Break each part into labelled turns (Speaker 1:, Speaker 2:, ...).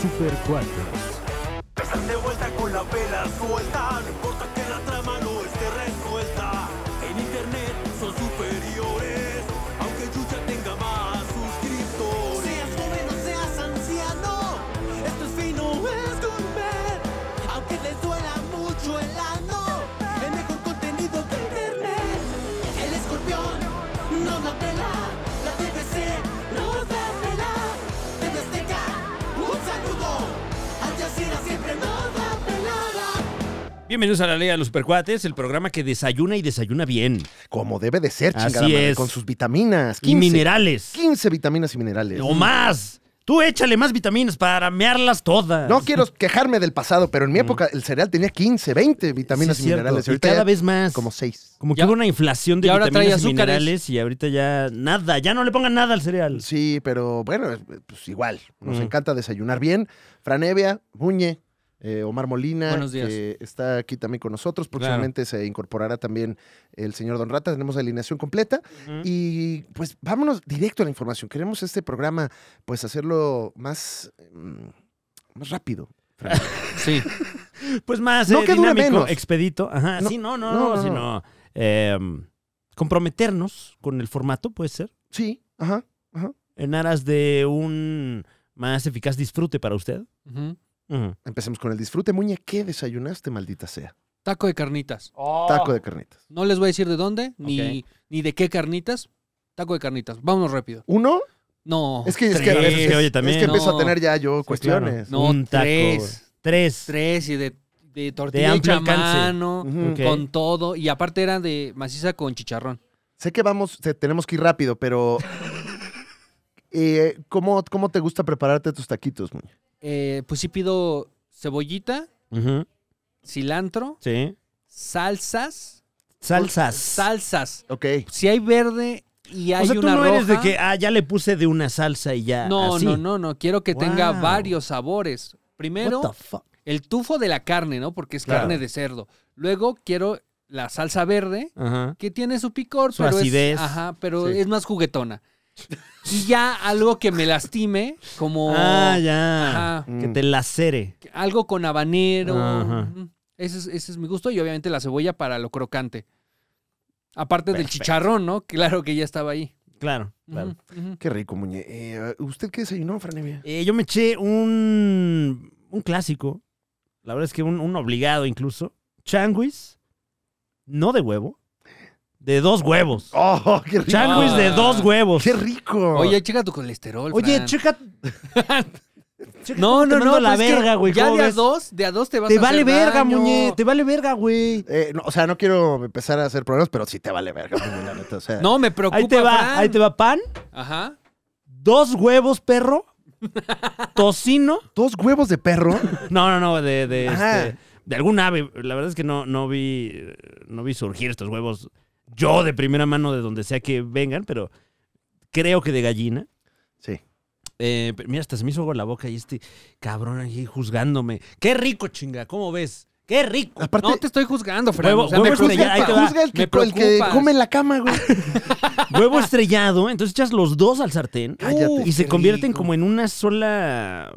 Speaker 1: Super 4.
Speaker 2: Están de vuelta con la vela suelta, no importa que la trama no esté resuelta. En internet son superiores, aunque Yuya tenga más suscriptores. Seas joven o seas anciano, esto es fino, es gourmet. Aunque les duela mucho el ano, el mejor contenido de internet. El escorpión no la pela, la TVC no da pela. TV Azteca, un saludo, Al Jazeera siempre no da pelada.
Speaker 3: Bienvenidos a la Ley de los Supercuates, el programa que desayuna y desayuna bien.
Speaker 4: Como debe de ser, chingada
Speaker 3: Así
Speaker 4: madre,
Speaker 3: es.
Speaker 4: con sus vitaminas.
Speaker 3: Y minerales.
Speaker 4: 15 vitaminas y minerales.
Speaker 3: O más. Tú échale más vitaminas para mearlas todas.
Speaker 4: No quiero quejarme del pasado, pero en mi época el cereal tenía 15, 20 vitaminas
Speaker 3: Mm. Sí,
Speaker 4: y
Speaker 3: cierto.
Speaker 4: minerales.
Speaker 3: Y
Speaker 4: Ahorita
Speaker 3: cada
Speaker 4: ya
Speaker 3: vez más.
Speaker 4: Como 6.
Speaker 3: Como que
Speaker 5: Ya-
Speaker 3: hubo una inflación de
Speaker 5: y ahora trae
Speaker 3: vitaminas y
Speaker 5: azúcares.
Speaker 3: minerales y ahorita ya nada, ya no le pongan nada al cereal.
Speaker 4: Sí, pero bueno, es- pues igual. Nos
Speaker 3: Mm.
Speaker 4: encanta desayunar bien. Franevia, Buñe, eh, Omar Molina,
Speaker 5: Buenos días.
Speaker 4: que está aquí también con nosotros. Próximamente se incorporará también el señor Don Rata. Tenemos la alineación completa. Y pues vámonos directo a la información. Queremos este programa, pues hacerlo más, mm, más rápido.
Speaker 5: Sí.
Speaker 3: Pues más
Speaker 4: No
Speaker 3: eh,
Speaker 4: que dure
Speaker 3: dinámico,
Speaker 4: menos.
Speaker 3: expedito. Ajá,
Speaker 4: No,
Speaker 3: sí, no, no,
Speaker 4: no,
Speaker 3: no,
Speaker 4: no,
Speaker 3: sino eh, comprometernos con el formato, puede ser,
Speaker 4: Sí, ajá.
Speaker 3: en aras de un más eficaz disfrute para usted.
Speaker 5: Ujú.
Speaker 3: Ujú.
Speaker 4: Empecemos con el disfrute, Muñe. ¿Qué desayunaste, maldita sea?
Speaker 5: Taco de carnitas.
Speaker 3: Oh.
Speaker 4: Taco de carnitas.
Speaker 5: No les voy a decir de dónde, ni, ni de qué carnitas. Taco de carnitas. Vámonos rápido.
Speaker 4: ¿Uno?
Speaker 5: No.
Speaker 4: Es que, es que,
Speaker 3: Oh, Tres,
Speaker 4: es- es-
Speaker 3: oye,
Speaker 4: es
Speaker 3: también.
Speaker 4: que empiezo
Speaker 5: No.
Speaker 4: a tener ya yo
Speaker 3: Sí,
Speaker 4: cuestiones.
Speaker 3: claro.
Speaker 5: No,
Speaker 3: Un taco.
Speaker 5: tres.
Speaker 3: Tres.
Speaker 5: Tres y de, de tortilla
Speaker 3: amplio
Speaker 5: hecha a
Speaker 3: alcance.
Speaker 5: mano,
Speaker 4: Ujú.
Speaker 3: Ok.
Speaker 5: con todo. Y aparte era de maciza con chicharrón.
Speaker 4: Sé que vamos, te- tenemos que ir rápido, pero eh, ¿cómo, ¿cómo te gusta prepararte tus taquitos, Muñe?
Speaker 5: Eh, pues sí pido cebollita,
Speaker 3: Ujú,
Speaker 5: cilantro,
Speaker 3: Sí.
Speaker 5: salsas. Pues,
Speaker 3: Salsas.
Speaker 5: Salsas.
Speaker 4: Ok.
Speaker 5: Si hay verde y hay
Speaker 3: o sea, tú
Speaker 5: una
Speaker 3: no eres de
Speaker 5: roja-
Speaker 3: que, ah, ya le puse de una salsa y ya.
Speaker 5: No,
Speaker 3: así.
Speaker 5: no, no, no. Quiero que tenga
Speaker 3: Wow.
Speaker 5: varios sabores. Primero,
Speaker 3: What the fuck?
Speaker 5: el tufo de la carne, ¿no? Porque es
Speaker 3: Claro.
Speaker 5: carne de cerdo. Luego quiero la salsa verde,
Speaker 3: Ajá.
Speaker 5: que tiene su picor,
Speaker 3: Su
Speaker 5: pero
Speaker 3: acidez.
Speaker 5: es. Ajá, pero
Speaker 3: Sí.
Speaker 5: es más juguetona. Y ya algo que me lastime, como
Speaker 3: Ah, ya.
Speaker 5: Ajá.
Speaker 4: Mm,
Speaker 3: Que te lacere.
Speaker 5: algo con habanero.
Speaker 3: Ajá.
Speaker 5: Ujú. Ese es, ese es mi gusto. Y obviamente la cebolla para lo crocante. Aparte del
Speaker 3: Perfecto.
Speaker 5: chicharrón, ¿no? Claro que ya estaba ahí.
Speaker 3: Claro, claro.
Speaker 5: Ujú, ujú.
Speaker 4: Qué rico, Muñe. Eh, ¿Usted qué desayunó, Franevia?
Speaker 3: Eh, yo me eché un, un clásico. La verdad es que un, un obligado incluso. Changuis, no de huevo, de dos huevos.
Speaker 4: ¡Oh, qué rico!
Speaker 3: Changuis de dos
Speaker 5: Ah.
Speaker 3: huevos.
Speaker 4: ¡Qué rico!
Speaker 5: Oye, checa tu colesterol.
Speaker 3: Oh. Oye,
Speaker 5: Fran.
Speaker 3: checa.
Speaker 5: No, no, no.
Speaker 3: la
Speaker 5: pues es que
Speaker 3: verga, güey.
Speaker 5: Ya
Speaker 3: ¿cómo
Speaker 5: de a
Speaker 3: ves?
Speaker 5: dos, de a dos te vas
Speaker 3: Te
Speaker 5: a hacer
Speaker 3: vale verga,
Speaker 5: daño.
Speaker 3: muñe. Te vale verga, güey.
Speaker 4: Eh, no, o sea, no quiero empezar a hacer problemas, pero sí te vale verga, Muñe, la neta. O sea,
Speaker 5: No, me preocupa,
Speaker 3: Ahí te va,
Speaker 5: Fran.
Speaker 3: ahí te va pan,
Speaker 5: Ajá.
Speaker 3: dos huevos, perro, tocino.
Speaker 4: dos huevos de perro.
Speaker 3: No, no, no, de, de,
Speaker 4: Ajá.
Speaker 3: este, de algún ave. La verdad es que no, no vi. eh, No vi surgir estos huevos. Yo de primera mano de donde sea que vengan, pero creo que de gallina.
Speaker 4: Sí.
Speaker 3: Eh, pero mira, hasta se me hizo agua en la boca y este cabrón ahí juzgándome. ¡Qué rico, chinga! ¿Cómo ves? ¡Qué rico!
Speaker 4: Aparte,
Speaker 5: No te estoy juzgando, Fran.
Speaker 3: Huevo-
Speaker 5: o sea,
Speaker 3: huevo
Speaker 5: me
Speaker 3: es una-
Speaker 5: preocupa.
Speaker 3: ya, ahí te va.
Speaker 4: juzga el que,
Speaker 5: Me
Speaker 4: el que
Speaker 5: preocupas.
Speaker 4: come en la cama, güey.
Speaker 3: Huevo estrellado, entonces echas los dos al sartén
Speaker 4: Cállate.
Speaker 3: y se
Speaker 5: qué
Speaker 3: convierten
Speaker 5: rico.
Speaker 3: como en una sola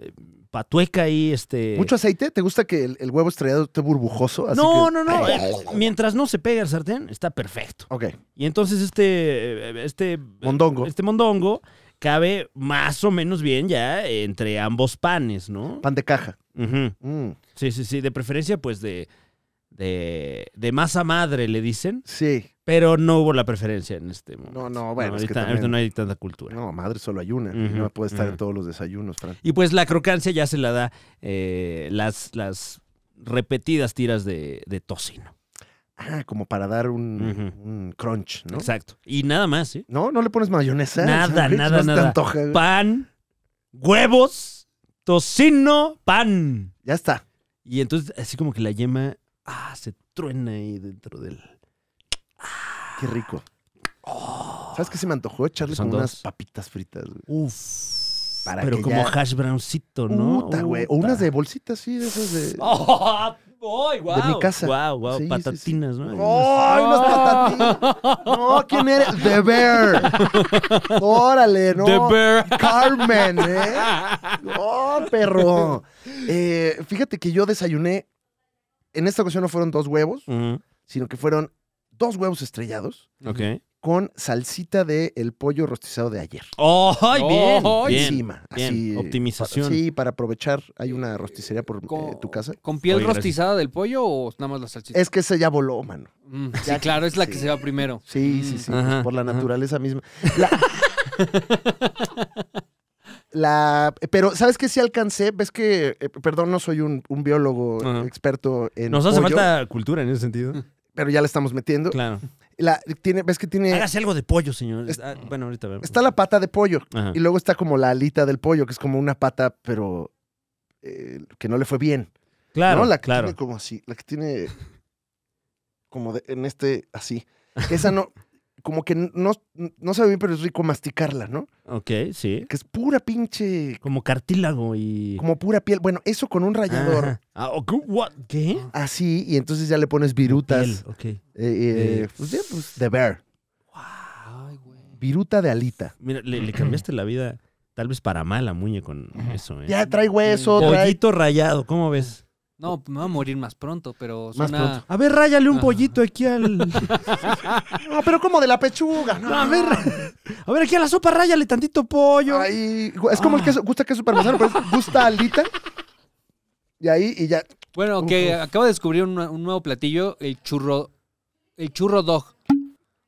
Speaker 3: eh, patueca ahí, este.
Speaker 4: ¿Mucho aceite? ¿Te gusta que el, el huevo estrellado esté burbujoso? Así
Speaker 3: no,
Speaker 4: que-
Speaker 3: no, no, eh, Mientras no se pegue al sartén, está perfecto.
Speaker 4: Ok,
Speaker 3: Y entonces este, eh, este,
Speaker 4: mondongo.
Speaker 3: este mondongo cabe más o menos bien ya entre ambos panes, ¿no?
Speaker 4: Pan de caja.
Speaker 3: Ujú.
Speaker 4: Mm,
Speaker 3: Sí, sí, sí. De preferencia, pues de, de, de masa madre, le dicen.
Speaker 4: sí.
Speaker 3: Pero no hubo la preferencia en este momento.
Speaker 4: No, no, bueno, es que
Speaker 3: ahorita, ahorita
Speaker 4: también-
Speaker 3: no hay tanta cultura.
Speaker 4: No, madre, solo hay una.
Speaker 3: Ujú,
Speaker 4: y no puede estar
Speaker 3: ujú.
Speaker 4: en todos los desayunos, Fran.
Speaker 3: Y pues la crocancia ya se la da eh, las, las repetidas tiras de, de tocino.
Speaker 4: Ah, como para dar un,
Speaker 3: Ujú.
Speaker 4: un crunch, ¿no?
Speaker 3: Exacto. Y nada más, ¿eh?
Speaker 4: ¿No? ¿No le pones mayonesa? al
Speaker 3: Nada,
Speaker 4: sándwich?
Speaker 3: nada,
Speaker 4: ¿No se te
Speaker 3: nada.
Speaker 4: antoja?
Speaker 3: Pan, huevos, tocino, pan.
Speaker 4: Ya está.
Speaker 3: Y entonces así como que la yema ah, se truena ahí dentro del...
Speaker 4: Qué rico. ¿Sabes qué se me antojó? Echarle
Speaker 3: Oh. Son
Speaker 4: como unas
Speaker 3: dos.
Speaker 4: papitas fritas, güey.
Speaker 3: Uf.
Speaker 4: Para
Speaker 3: pero
Speaker 4: que
Speaker 3: como
Speaker 4: ya-
Speaker 3: hash browncito, ¿no?
Speaker 4: Puta, güey. O
Speaker 3: Puta.
Speaker 4: unas de bolsitas, sí, de esas de...
Speaker 3: Oh,
Speaker 5: Voy, wow.
Speaker 4: de mi casa.
Speaker 3: Wow, wow,
Speaker 4: Sí, sí, sí.
Speaker 3: patatinas, ¿no?
Speaker 4: ¡Ay, unas patatinas! No, ¿quién eres? The Bear. Órale, no.
Speaker 5: The Bear.
Speaker 4: Carmen, ¿eh? No, perro. Eh, fíjate que yo desayuné. En esta ocasión no fueron dos huevos,
Speaker 3: Ujú,
Speaker 4: sino que fueron dos huevos estrellados
Speaker 3: Ok.
Speaker 4: con salsita de el pollo rostizado de ayer.
Speaker 3: ¡Ay, bien!
Speaker 5: Ay,
Speaker 3: bien,
Speaker 4: encima.
Speaker 3: bien.
Speaker 4: así,
Speaker 3: Optimización.
Speaker 4: pa- sí, para aprovechar. Hay una rosticería por eh,
Speaker 5: Con-
Speaker 4: tu casa.
Speaker 5: ¿Con piel
Speaker 3: Oye, gracias.
Speaker 5: rostizada del pollo o nada más la salchicha?
Speaker 4: Es que esa ya voló, mano.
Speaker 5: Mm, sí, claro, es la que
Speaker 4: sí.
Speaker 5: se va primero.
Speaker 4: Sí,
Speaker 5: Mm.
Speaker 4: sí, sí.
Speaker 3: Ajá,
Speaker 4: pues, por la
Speaker 3: ajá.
Speaker 4: naturaleza misma. La... La- Pero, ¿sabes qué? Sí alcancé. Ves que, eh, perdón, no soy un, un biólogo
Speaker 3: Ajá.
Speaker 4: experto en.
Speaker 3: Nos hace
Speaker 4: pollo,
Speaker 3: falta cultura en ese sentido.
Speaker 4: Pero ya le estamos metiendo.
Speaker 3: Claro.
Speaker 4: La, tiene, ¿Ves que tiene.
Speaker 3: Hágase algo de pollo, señor.
Speaker 4: Eh, Es-
Speaker 3: Ah, bueno, ahorita vemos.
Speaker 4: Está la pata de pollo.
Speaker 3: Ajá.
Speaker 4: Y luego está como la alita del pollo, que es como una pata, pero. eh, que no le fue bien.
Speaker 3: Claro,
Speaker 4: ¿no? La que
Speaker 3: claro.
Speaker 4: tiene como así, la que tiene como de- en este así. Esa no, como que no, no sabe bien, pero es rico masticarla, ¿no?
Speaker 3: Ok, sí.
Speaker 4: Que es pura pinche,
Speaker 3: Como cartílago y...
Speaker 4: como pura piel. Bueno, eso con un rallador
Speaker 3: Ajá. Ah, ok, what? ¿Qué?
Speaker 4: así y entonces ya le pones virutas.
Speaker 3: Piel, ok.
Speaker 4: eh, eh,
Speaker 3: Eh,
Speaker 4: pues ya, pues, de bear.
Speaker 5: Ay, güey.
Speaker 4: Viruta de alita.
Speaker 3: Mira, le, le cambiaste la vida tal vez para mal a Muñe con eso, ¿eh?
Speaker 4: Ya trae hueso, trae...
Speaker 3: Pollito rayado, ¿cómo ves?
Speaker 5: No, me va a morir más pronto, pero
Speaker 4: Más
Speaker 5: suena...
Speaker 4: pronto.
Speaker 3: A ver, ráyale un pollito aquí al...
Speaker 4: No, pero como de la pechuga. No,
Speaker 3: A ver, a ver, aquí a la sopa ráyale tantito pollo.
Speaker 4: Ay, es como
Speaker 3: Ah.
Speaker 4: el queso, gusta queso parmesano, pero es- gusta alita. Y ahí, y ya,
Speaker 5: Bueno,
Speaker 4: Uf,
Speaker 5: que
Speaker 4: uf.
Speaker 5: acabo de descubrir un, un nuevo platillo, el churro... El churro dog.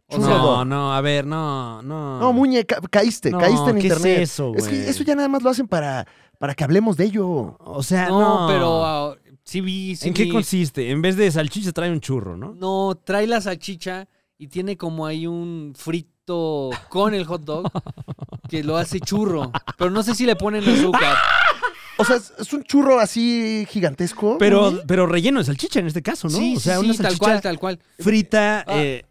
Speaker 5: O
Speaker 4: Churro
Speaker 5: sea,
Speaker 4: dog.
Speaker 3: no, no, a ver, no, no.
Speaker 4: No, Muñe, ca- caíste,
Speaker 3: Ah. No,
Speaker 4: caíste en
Speaker 3: ¿qué es
Speaker 4: internet.
Speaker 3: eso, güey?
Speaker 4: que eso ya nada más lo hacen para, para que hablemos de ello.
Speaker 3: O sea,
Speaker 5: No,
Speaker 3: no.
Speaker 5: pero ah, sí vi... sí
Speaker 3: ¿En qué
Speaker 5: vi-
Speaker 3: consiste? En vez de salchicha trae un churro, ¿no?
Speaker 5: No, trae la salchicha y tiene como ahí un frito con el hot dog que lo hace churro. Pero no sé si le ponen azúcar.
Speaker 3: Ah,
Speaker 4: O sea, es, es un churro así gigantesco.
Speaker 3: Pero,
Speaker 4: Muñe.
Speaker 3: pero relleno de salchicha en este caso, ¿no?
Speaker 5: Sí,
Speaker 3: o sea,
Speaker 5: sí,
Speaker 3: una
Speaker 5: sí, tal
Speaker 3: salchicha
Speaker 5: cual, tal cual.
Speaker 3: frita.
Speaker 5: Ah.
Speaker 3: eh,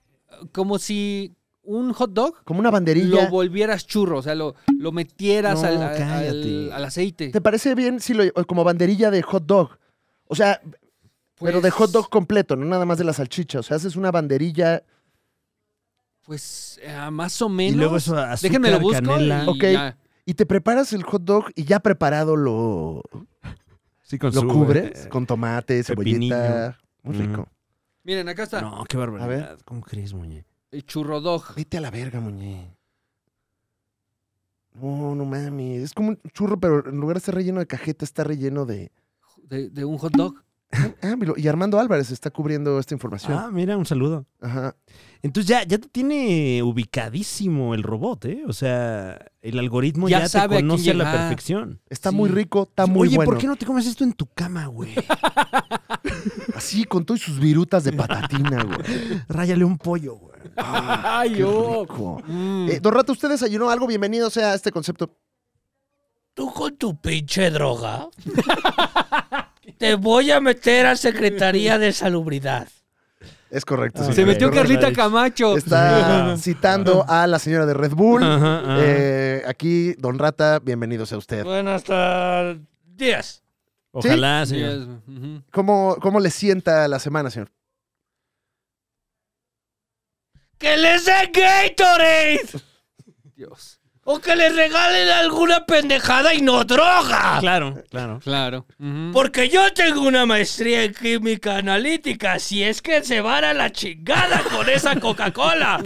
Speaker 5: Como si un hot dog
Speaker 4: Como una banderilla.
Speaker 5: lo volvieras churro, o sea, lo, lo metieras
Speaker 3: No,
Speaker 5: al, al-
Speaker 3: cállate.
Speaker 5: al aceite.
Speaker 4: ¿Te parece bien si lo como banderilla de hot dog? O sea, pero de
Speaker 5: Pues-
Speaker 4: hot dog completo, no nada más de la salchicha. O sea, haces una banderilla.
Speaker 5: Pues ah, más o menos.
Speaker 3: y luego eso azúcar,
Speaker 5: Déjenme lo busco.
Speaker 3: canela.
Speaker 5: y
Speaker 4: Ok.
Speaker 5: ya.
Speaker 4: Y te preparas el hot dog y ya preparado lo,
Speaker 3: Sí, con
Speaker 4: lo
Speaker 3: su,
Speaker 4: cubres
Speaker 3: eh, Mm.
Speaker 4: con tomate, cebollita. Muy
Speaker 3: Ujú.
Speaker 4: rico.
Speaker 5: Miren, acá está.
Speaker 3: No, qué
Speaker 4: A
Speaker 3: barbaridad.
Speaker 4: ver.
Speaker 3: ¿Cómo crees, Muñe?
Speaker 5: El churro dog.
Speaker 4: Vete a la verga, Muñe. No, no mames. Es como un churro, pero en lugar de estar relleno de cajeta, está relleno de.
Speaker 5: De, de un hot dog.
Speaker 4: Ah, mira, y Armando Álvarez está cubriendo esta información.
Speaker 3: Ah, mira, un saludo.
Speaker 4: Ajá.
Speaker 3: Entonces ya, ya te tiene ubicadísimo el robot, ¿eh? O sea, el algoritmo ya,
Speaker 5: Ya sabe
Speaker 3: te
Speaker 5: a quién
Speaker 3: conoce a la
Speaker 5: llegar.
Speaker 3: perfección.
Speaker 4: Está
Speaker 5: Sí.
Speaker 4: muy rico, está
Speaker 3: Sí,
Speaker 4: muy
Speaker 3: Oye,
Speaker 4: bueno.
Speaker 3: ¿por qué no te comes esto en tu cama, güey?
Speaker 4: Así, con todas sus virutas de patatina, güey.
Speaker 3: Ráyale un pollo, güey.
Speaker 5: ¡Ay,
Speaker 3: Ah,
Speaker 5: oh. Mm.
Speaker 4: Qué rico. Eh, don Rato, ¿usted desayunó algo? Bienvenido sea a este concepto.
Speaker 1: Tú con tu pinche droga. te voy a meter a Secretaría de Salubridad.
Speaker 4: Es correcto.
Speaker 3: Ah,
Speaker 4: sí.
Speaker 5: Se metió
Speaker 4: Don Rato
Speaker 5: Carlita Camacho.
Speaker 4: Está citando a la señora de Red Bull.
Speaker 3: Ajá, ajá.
Speaker 4: Eh, aquí, Don Rata, bienvenido sea usted.
Speaker 1: Buenas tardes.
Speaker 3: Ojalá,
Speaker 5: Sí,
Speaker 3: señor.
Speaker 5: es- ujú.
Speaker 4: ¿Cómo, ¿Cómo le sienta la semana, señor?
Speaker 1: ¡Que les den Gatorade!
Speaker 5: Dios.
Speaker 1: O que les regalen alguna pendejada y no droga.
Speaker 3: Claro, claro.
Speaker 5: Claro. ujú.
Speaker 1: Porque yo tengo una maestría en química analítica. Si es que se van a la chingada con esa Coca-Cola.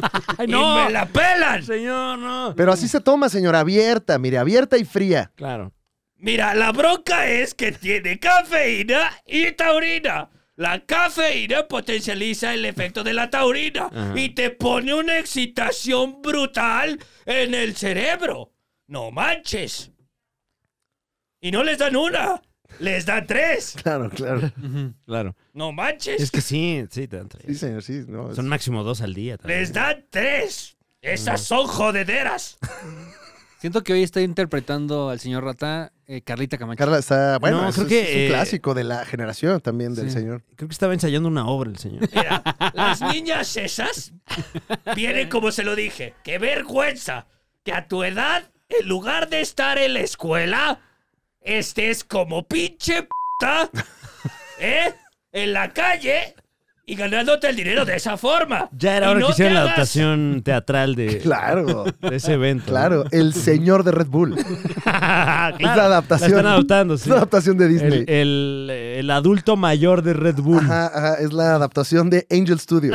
Speaker 3: no.
Speaker 1: ¡Y me la pelan!
Speaker 3: Señor, no.
Speaker 4: Pero así se toma, señora, abierta, mire, abierta y fría.
Speaker 3: Claro.
Speaker 1: Mira, la bronca es que tiene cafeína y taurina. La cafeína potencializa el efecto de la taurina
Speaker 3: Ajá.
Speaker 1: y te pone una excitación brutal en el cerebro. No manches. Y no les dan una, les dan tres.
Speaker 4: Claro, claro.
Speaker 5: Ujú.
Speaker 3: Claro.
Speaker 1: No manches.
Speaker 3: Es que sí, sí, te dan tres.
Speaker 4: Sí, señor, sí. No, es-
Speaker 3: Son máximo dos al día. también.
Speaker 1: Les dan tres. Esas son jodederas.
Speaker 5: Siento que hoy está interpretando al señor Rata eh, Carlita Camacho.
Speaker 4: Carla está, bueno,
Speaker 3: No,
Speaker 4: es,
Speaker 3: creo
Speaker 4: es-
Speaker 3: que,
Speaker 4: es un
Speaker 3: eh,
Speaker 4: clásico de la generación también del
Speaker 5: sí.
Speaker 4: señor.
Speaker 3: Creo que estaba ensayando una obra el señor.
Speaker 1: Mira, las niñas esas vienen como se lo dije. ¡Qué vergüenza! Que a tu edad, en lugar de estar en la escuela, estés como pinche puta. ¿Eh? en la calle y ganándote el dinero de esa forma.
Speaker 3: Ya era
Speaker 1: Y
Speaker 3: hora
Speaker 1: no
Speaker 3: que hicieran
Speaker 1: te
Speaker 3: la
Speaker 1: hagas-
Speaker 3: adaptación teatral de,
Speaker 4: Claro,
Speaker 3: de ese evento. ¿no?
Speaker 4: claro. El señor de Red Bull.
Speaker 3: Claro,
Speaker 4: Es la adaptación.
Speaker 3: La están adaptando,
Speaker 4: Es
Speaker 3: sí.
Speaker 4: la adaptación de Disney.
Speaker 3: El, el- eh, el adulto mayor de Red Bull.
Speaker 4: Ajá, ajá, es la adaptación de Angel Studio.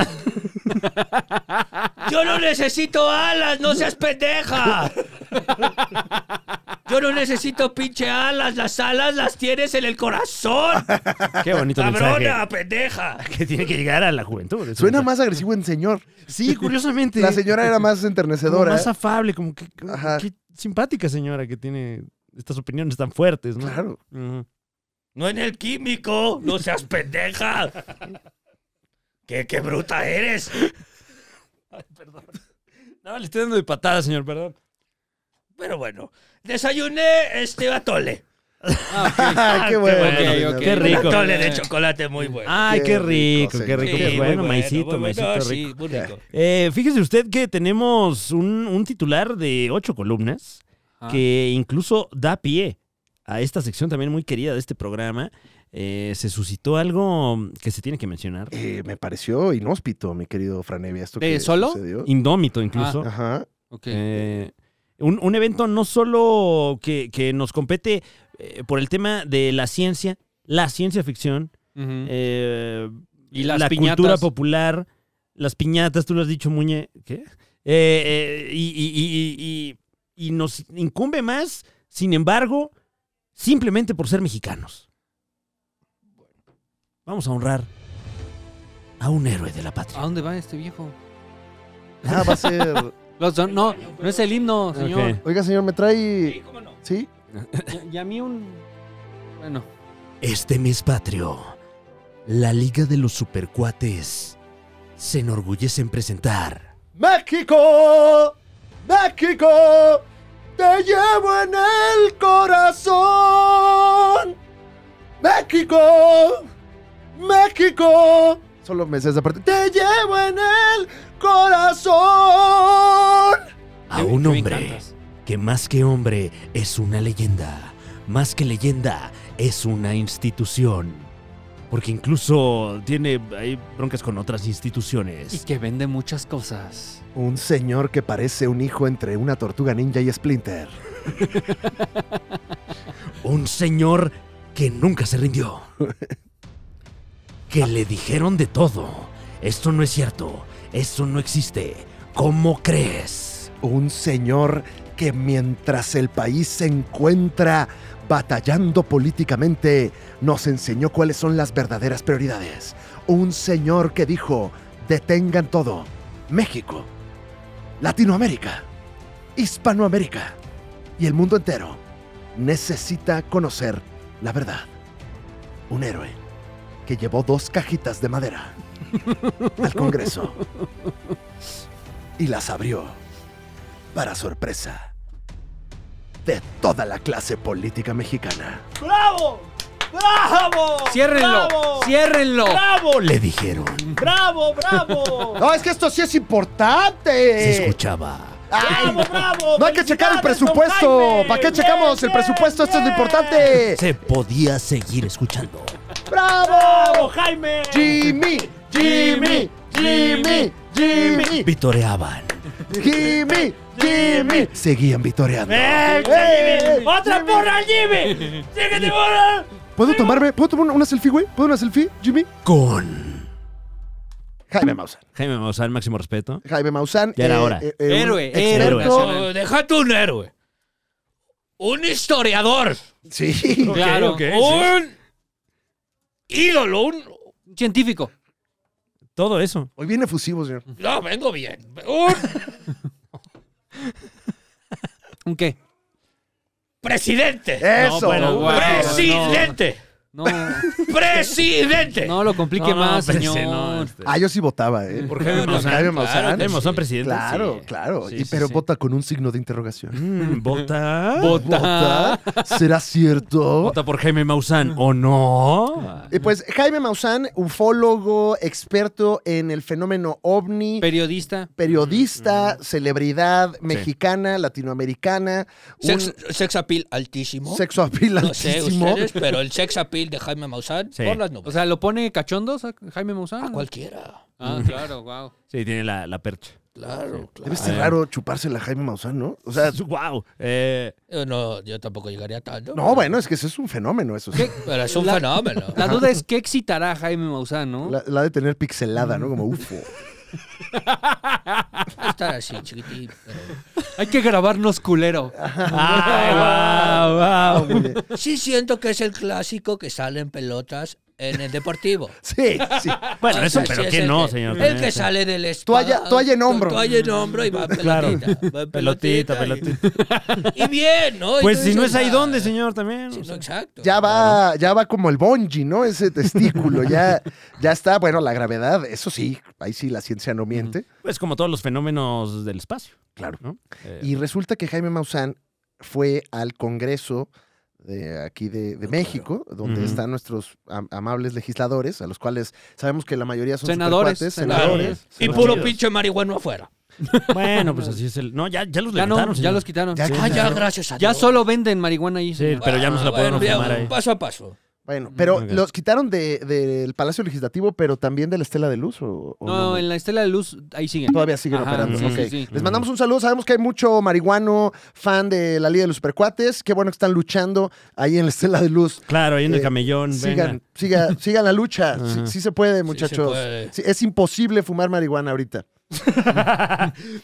Speaker 1: Yo no necesito alas, no seas pendeja. Yo no necesito pinche alas, las alas las tienes en el corazón.
Speaker 3: Qué bonito
Speaker 1: Cabrona,
Speaker 3: mensaje.
Speaker 1: pendeja.
Speaker 3: Que tiene que llegar a la juventud. Es
Speaker 4: Suena
Speaker 3: un-
Speaker 4: más agresivo en señor.
Speaker 3: Sí, curiosamente.
Speaker 4: La señora era más
Speaker 3: como
Speaker 4: enternecedora.
Speaker 3: Más afable, como que. como
Speaker 4: Ajá.
Speaker 3: que simpática señora que tiene estas opiniones tan fuertes, ¿no?
Speaker 4: Claro.
Speaker 3: Ujú.
Speaker 1: No en el químico, no seas pendeja. ¿Qué, qué bruta eres?
Speaker 3: No, le estoy dando de patada, señor, perdón.
Speaker 1: Pero bueno, desayuné este atole.
Speaker 4: Ah, qué bueno.
Speaker 3: bueno,
Speaker 4: señor.
Speaker 5: ok.
Speaker 3: Qué
Speaker 1: Un
Speaker 3: rico.
Speaker 1: atole de chocolate muy bueno.
Speaker 3: Ay, qué,
Speaker 4: Qué
Speaker 3: rico,
Speaker 4: rico,
Speaker 3: qué rico.
Speaker 1: Sí,
Speaker 3: Pues
Speaker 1: muy
Speaker 3: bueno, maicito,
Speaker 1: muy
Speaker 3: maicito
Speaker 1: bueno,
Speaker 3: rico.
Speaker 1: sí, muy rico.
Speaker 3: Eh, fíjese usted que tenemos un, un titular de ocho columnas
Speaker 5: Ah.
Speaker 3: que incluso da pie a esta sección también muy querida de este programa. Eh, se suscitó algo que se tiene que mencionar,
Speaker 4: Eh, me pareció inhóspito, mi querido Franevia. ¿Esto
Speaker 5: ¿De
Speaker 4: que
Speaker 5: solo?
Speaker 4: sucedió.
Speaker 3: indómito incluso.
Speaker 4: Ajá.
Speaker 5: Ok.
Speaker 3: Eh, un, un evento no solo que, que nos compete eh, por el tema de la ciencia, la ciencia ficción,
Speaker 5: Ujú.
Speaker 3: eh,
Speaker 5: Y las
Speaker 3: la
Speaker 5: piñatas.
Speaker 3: cultura popular, las piñatas, tú lo has dicho, Muñe, ¿qué? Eh, eh, y, y- y- y- y nos incumbe más, sin embargo, simplemente por ser mexicanos. Vamos a honrar a un héroe de la
Speaker 5: ¿A
Speaker 3: patria.
Speaker 5: dónde va este viejo?
Speaker 4: Ah, va a ser.
Speaker 5: Los don- no, no es el himno, Ah, señor.
Speaker 3: Ok.
Speaker 4: Oiga, señor, me trae.
Speaker 1: ¿Cómo no?
Speaker 4: ¿Sí?
Speaker 5: Y, y a mí un... Bueno,
Speaker 3: Este mes patrio, la Liga de los Supercuates se enorgullece en presentar.
Speaker 4: ¡México! ¡México! ¡Te llevo en el corazón! ¡México! ¡México! Solo me sé esa parte. ¡Te llevo en el corazón!
Speaker 3: A
Speaker 5: qué-
Speaker 3: un
Speaker 5: qué bien
Speaker 3: hombre
Speaker 5: cantas.
Speaker 3: que más que hombre es una leyenda, más que leyenda es una institución. Porque incluso tiene hay broncas con otras
Speaker 5: Y
Speaker 3: instituciones.
Speaker 5: que vende muchas cosas.
Speaker 4: Un señor que parece un hijo entre una tortuga ninja y Splinter.
Speaker 3: Un señor que nunca se rindió. Que le dijeron de todo. Esto no es cierto. Esto no existe. ¿Cómo crees?
Speaker 4: Un señor que mientras el país se encuentra batallando políticamente, nos enseñó cuáles son las verdaderas prioridades. Un señor que dijo, detengan todo. México, Latinoamérica, Hispanoamérica y el mundo entero necesita conocer la verdad. Un héroe que llevó dos cajitas de madera al Congreso y las abrió para sorpresa de toda la clase política mexicana.
Speaker 1: ¡Bravo! ¡Bravo!
Speaker 5: ¡Ciérrenlo! ¡Ciérrenlo!
Speaker 1: ¡Bravo!
Speaker 3: Le dijeron.
Speaker 1: ¡Bravo, bravo!
Speaker 4: No, es que esto sí es
Speaker 3: Se
Speaker 4: importante.
Speaker 3: escuchaba.
Speaker 1: ¡Bravo, bravo!
Speaker 4: Eh. no hay que checar el
Speaker 1: ¡Felicidades, don
Speaker 4: presupuesto.
Speaker 1: Jaime!
Speaker 4: ¿Para qué checamos el
Speaker 1: Bien,
Speaker 4: presupuesto? Esto es lo
Speaker 1: bien,
Speaker 4: importante.
Speaker 3: Se podía seguir escuchando.
Speaker 1: ¡Bravo,
Speaker 4: ¡Bravo!
Speaker 1: Jaime!
Speaker 4: Jimmy, Jimmy, Jimmy, Jimmy,
Speaker 3: Vitoreaban.
Speaker 4: Jimmy, Jimmy. Seguían vitoreando.
Speaker 1: ¡Ven,
Speaker 4: ¡Eh!
Speaker 1: Jimmy! ¡Otra porra al Jimmy! ¡Síguete, porra!
Speaker 4: ¿Puedo tomarme? ¿Puedo tomar una selfie, güey? ¿Puedo una selfie, Jimmy?
Speaker 3: con
Speaker 4: Jaime Maussan.
Speaker 3: Jaime Maussan, máximo respeto.
Speaker 4: Jaime Maussan. eh,
Speaker 3: Ya era hora.
Speaker 4: un
Speaker 5: Héroe,
Speaker 4: experto.
Speaker 3: héroe.
Speaker 1: No, déjate un héroe. Un historiador.
Speaker 4: Sí.
Speaker 5: Claro.
Speaker 1: un ídolo. Un...
Speaker 5: Un científico.
Speaker 3: Todo eso.
Speaker 4: Hoy viene efusivo, señor.
Speaker 1: No, vengo bien. Un
Speaker 5: ¿Un qué?
Speaker 1: presidente.
Speaker 4: Eso.
Speaker 5: bueno, guau.
Speaker 1: ¡Presidente!
Speaker 5: No,
Speaker 1: ¡Presidente!
Speaker 5: no lo complique
Speaker 3: No, no,
Speaker 5: más,
Speaker 3: espérese,
Speaker 5: señor.
Speaker 3: no, este.
Speaker 4: Ah, yo sí votaba, ¿eh? Por
Speaker 3: Jaime Maussan.
Speaker 4: Jaime
Speaker 3: Claro,
Speaker 4: Maussan.
Speaker 3: Jaime Maussan, presidente,
Speaker 4: Claro,
Speaker 3: sí.
Speaker 4: claro.
Speaker 3: Sí,
Speaker 4: y,
Speaker 3: sí,
Speaker 4: pero
Speaker 3: sí.
Speaker 4: vota con un signo de interrogación.
Speaker 3: Mm, vota.
Speaker 5: Vota.
Speaker 4: ¿Será cierto?
Speaker 3: Vota por Jaime Maussan o no.
Speaker 4: Eh, Pues Jaime Maussan, ufólogo, experto en el fenómeno ovni,
Speaker 5: Periodista.
Speaker 3: Mm,
Speaker 4: periodista, celebridad mexicana, latinoamericana, un
Speaker 1: Sex, sex appeal altísimo.
Speaker 4: sexo apil
Speaker 1: No sé
Speaker 4: altísimo.
Speaker 1: ustedes, pero el sex appeal perfil de Jaime Maussan
Speaker 3: Sí.
Speaker 1: por las
Speaker 5: O
Speaker 1: nubes.
Speaker 5: sea, ¿lo pone cachondos a Jaime
Speaker 1: A
Speaker 5: Maussan?
Speaker 1: cualquiera.
Speaker 5: Ah, claro, wow.
Speaker 3: Sí, tiene la, la percha.
Speaker 1: Claro, claro.
Speaker 4: Debe ser raro chupársela a Jaime Maussan, ¿no? O sea,
Speaker 3: wow. Eh,
Speaker 1: Yo no, yo tampoco llegaría tanto.
Speaker 4: no, bueno, es que eso es un fenómeno, eso sí.
Speaker 1: Pero es un
Speaker 5: La-
Speaker 1: fenómeno.
Speaker 5: La duda es qué excitará a Jaime Maussan, ¿no?
Speaker 4: La, la de tener pixelada,
Speaker 3: Mm.
Speaker 4: ¿no? Como ufo.
Speaker 1: Estar así, chiquitín. pero-
Speaker 5: Hay que grabarnos culero.
Speaker 3: ay, wow, wow.
Speaker 1: Sí siento que es el clásico que sale en pelotas en el deportivo.
Speaker 4: Sí, sí.
Speaker 3: Bueno,
Speaker 1: O
Speaker 3: eso,
Speaker 1: sea, sí
Speaker 3: pero
Speaker 1: es
Speaker 3: que
Speaker 1: el
Speaker 3: no,
Speaker 1: que-
Speaker 3: señor.
Speaker 1: El que
Speaker 3: también, sí.
Speaker 1: sale del spa.
Speaker 4: Toalla- toalla en
Speaker 1: to-
Speaker 4: hombro.
Speaker 1: Toalla en hombro y va
Speaker 3: Claro.
Speaker 1: pelotita. va
Speaker 3: Pelotita,
Speaker 1: y-
Speaker 3: pelotita.
Speaker 1: Y "Ah, bien, ¿no?
Speaker 3: Pues si no es ahí
Speaker 1: donde
Speaker 3: donde, señor, también. o sea.
Speaker 1: exacto.
Speaker 4: Ya va, ya va como el bonji, ¿no? Ese testículo. Ya, ya está, bueno, la gravedad, eso sí, ahí sí la ciencia no miente.
Speaker 3: Pues como todos los fenómenos del espacio.
Speaker 4: Claro.
Speaker 3: ¿no? Eh,
Speaker 4: Y resulta que Jaime Maussan fue al Congreso de aquí de, de México, donde
Speaker 3: Ujú.
Speaker 4: están nuestros am- amables legisladores, a los cuales sabemos que la mayoría son
Speaker 5: Senadores,
Speaker 4: supercuates,
Speaker 5: senadores.
Speaker 4: senadores.
Speaker 1: Y puro pinche marihuano afuera.
Speaker 3: Bueno, pues así es el. No, ya, ya los
Speaker 5: Ya, no,
Speaker 3: levantaron.
Speaker 5: ya
Speaker 3: señor.
Speaker 5: los quitaron.
Speaker 4: Ya-
Speaker 5: Ya,
Speaker 1: Ah, ya, gracias a Dios. Ah,
Speaker 5: solo venden marihuana ahí.
Speaker 3: Sí, pero ya no se la
Speaker 1: Bueno,
Speaker 3: pueden
Speaker 1: ya,
Speaker 3: fumar ahí.
Speaker 1: Paso a paso.
Speaker 4: Bueno, pero
Speaker 3: Ok.
Speaker 4: los quitaron de- del Palacio Legislativo, pero también de la Estela de Luz, ¿o, o
Speaker 5: No, en la estela de luz, ahí siguen.
Speaker 4: Todavía siguen
Speaker 5: Ajá,
Speaker 4: operando.
Speaker 5: sí,
Speaker 4: ok.
Speaker 5: sí, sí.
Speaker 4: Les mandamos un saludo. Sabemos que hay mucho marihuano fan de la Liga de los Supercuates. Qué bueno que están luchando ahí en la Estela de Luz.
Speaker 3: Claro, ahí en el
Speaker 4: Eh,
Speaker 3: camellón. venga.
Speaker 4: Sigan, siga, sigan la lucha. Sí,
Speaker 3: Ajá.
Speaker 4: sí se puede,
Speaker 1: se
Speaker 4: muchachos.
Speaker 1: puede.
Speaker 4: Sí, es imposible fumar marihuana ahorita.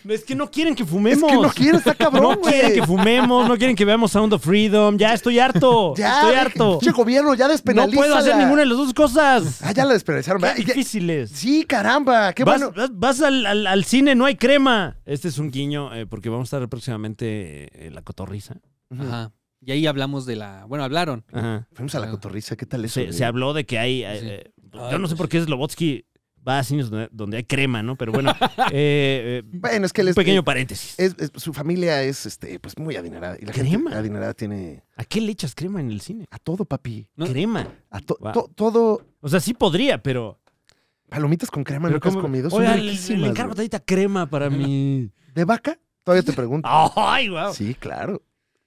Speaker 3: No, es que no quieren que fumemos.
Speaker 4: Es que no quieren, está
Speaker 3: No
Speaker 4: cabrón, güey.
Speaker 3: quieren que fumemos, no quieren que veamos Sound of Freedom. Ya estoy harto.
Speaker 4: ya,
Speaker 3: estoy
Speaker 4: deja-
Speaker 3: harto.
Speaker 4: pinche gobierno, ya
Speaker 3: No
Speaker 4: despenaliza.
Speaker 3: puedo hacer ninguna de las dos cosas.
Speaker 4: Ah, ya la despenalizaron. ¿verdad?
Speaker 3: Qué
Speaker 4: Y ya-
Speaker 3: difíciles.
Speaker 4: Sí, caramba, qué
Speaker 3: vas
Speaker 4: bueno.
Speaker 3: vas- vas al, al- al cine, no hay crema. Este es un guiño, eh, porque vamos a estar próximamente eh, en la cotorriza.
Speaker 5: Ajá. Y ahí hablamos de la. Bueno, hablaron.
Speaker 3: Ajá.
Speaker 4: Fuimos a la cotorriza, ¿qué tal eso?
Speaker 3: Se,
Speaker 4: güey?
Speaker 3: se habló de que hay. eh,
Speaker 5: Sí.
Speaker 3: eh,
Speaker 1: Ay,
Speaker 3: yo no sé por
Speaker 1: pues
Speaker 3: qué Slobotsky va a cines donde, donde hay crema, ¿no? Pero bueno, eh, eh,
Speaker 4: Bueno, es que eh, él
Speaker 3: un
Speaker 4: es-
Speaker 3: pequeño paréntesis.
Speaker 4: es- es- su familia es este, pues muy adinerada. Y la gente
Speaker 3: Crema.
Speaker 4: adinerada tiene
Speaker 3: ¿A qué le echas crema en el cine?
Speaker 4: a todo, papi.
Speaker 5: No.
Speaker 3: Crema.
Speaker 4: A to-
Speaker 3: Wow.
Speaker 4: to- todo,
Speaker 3: O sea, sí podría, pero.
Speaker 4: Palomitas con crema
Speaker 3: pero
Speaker 4: nunca has
Speaker 3: ¿cómo?
Speaker 4: comido. Son
Speaker 3: Oiga, le, le
Speaker 4: riquísimas,
Speaker 3: encargo
Speaker 4: güey.
Speaker 3: tantita crema para mi.
Speaker 4: ¿De vaca? Todavía te pregunto.
Speaker 3: ¡Ay, Ah, wow!
Speaker 4: Sí, claro.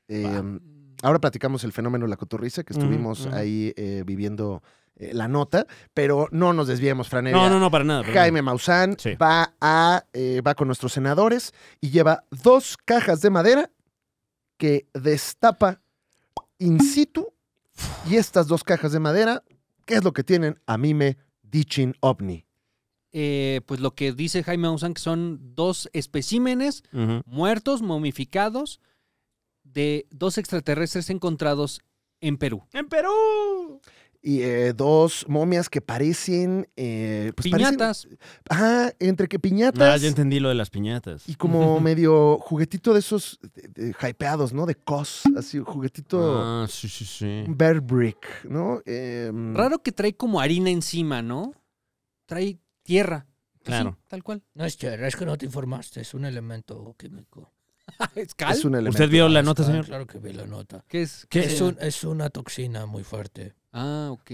Speaker 4: Eh, Ahora platicamos el fenómeno de la cotorriza, que
Speaker 3: Ujú,
Speaker 4: estuvimos
Speaker 3: ujú.
Speaker 4: ahí eh, viviendo eh, la nota, pero no nos desviemos, Franevia.
Speaker 3: No, no, no, para nada. para nada.
Speaker 4: Jaime Maussan
Speaker 3: Sí.
Speaker 4: va, a, eh, va con nuestros senadores y lleva dos cajas de madera que destapa in situ. Y estas dos cajas de madera, ¿qué es lo que tienen? A mí me dichin ovni.
Speaker 5: Eh, pues lo que dice Jaime Maussan, que son dos especímenes
Speaker 3: Ujú.
Speaker 5: muertos, momificados, de dos extraterrestres encontrados en Perú.
Speaker 3: ¡En Perú!
Speaker 4: Y eh, dos momias que parecen... eh, pues parecen-
Speaker 5: Piñatas.
Speaker 4: Ajá, entre que
Speaker 3: Ah,
Speaker 4: piñatas
Speaker 3: ya entendí lo de las piñatas.
Speaker 4: y como medio juguetito de esos de- de hypeados, ¿no? De cos, así, juguetito
Speaker 3: Ah, sí, sí, sí.
Speaker 4: un bear brick, ¿no? Em,
Speaker 5: Raro que trae como harina encima, ¿no? Trae tierra. Así,
Speaker 3: Claro.
Speaker 5: tal cual.
Speaker 1: No es tierra, es que no te informaste, es un elemento químico.
Speaker 5: ¿Es cal?
Speaker 4: es un elemento.
Speaker 3: ¿Usted vio la
Speaker 1: Ah,
Speaker 3: nota,
Speaker 1: está,
Speaker 3: señor?
Speaker 1: Claro que vi la nota.
Speaker 5: ¿Qué es?
Speaker 3: ¿Qué?
Speaker 1: Es, un- es una toxina muy fuerte.
Speaker 5: Ah, ok.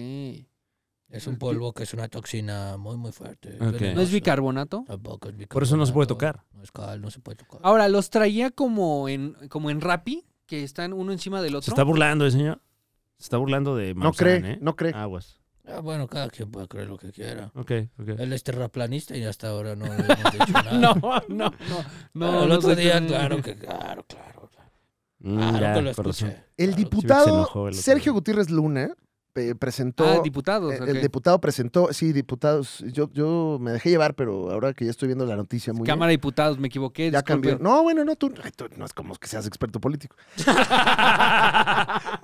Speaker 1: Es un polvo que es una toxina muy, muy fuerte.
Speaker 3: Ah, Ok.
Speaker 5: ¿No es
Speaker 1: venenosa.
Speaker 5: bicarbonato?
Speaker 1: Tampoco es bicarbonato.
Speaker 3: Por eso no se puede tocar. Ah.
Speaker 1: No es cal, no se puede tocar.
Speaker 5: Ahora, los traía como en, como en Rappi, que están uno encima del
Speaker 3: Se
Speaker 5: otro.
Speaker 3: está burlando, eh, señor. Se está burlando de
Speaker 4: No
Speaker 3: Maussan,
Speaker 4: cree,
Speaker 3: ¿eh?
Speaker 4: no cree.
Speaker 3: Aguas.
Speaker 1: Ah, bueno, cada quien puede creer lo que quiera.
Speaker 3: Ok, ok.
Speaker 1: Él es terraplanista y hasta ahora no le hemos dicho nada.
Speaker 5: No, no, Ah, no.
Speaker 1: Pero el otro
Speaker 5: soy
Speaker 1: día,
Speaker 5: tan-
Speaker 1: claro que, claro, claro. claro.
Speaker 3: Mm,
Speaker 1: Claro
Speaker 3: ya,
Speaker 1: que lo
Speaker 3: con razón.
Speaker 1: escuché.
Speaker 4: El
Speaker 1: Claro.
Speaker 3: sí, se
Speaker 4: diputado
Speaker 3: enojó el otro
Speaker 4: Sergio
Speaker 3: día.
Speaker 4: Gutiérrez Luna eh, presentó...
Speaker 5: Ah, diputados.
Speaker 4: eh,
Speaker 5: ok.
Speaker 4: El diputado presentó, sí, diputados, yo, yo me dejé llevar, pero ahora que ya estoy viendo la noticia muy bien,
Speaker 5: Cámara de Diputados, me equivoqué.
Speaker 4: ya
Speaker 5: disculpen.
Speaker 4: cambió. No, bueno, no, tú, ay, tú no es como que seas experto político.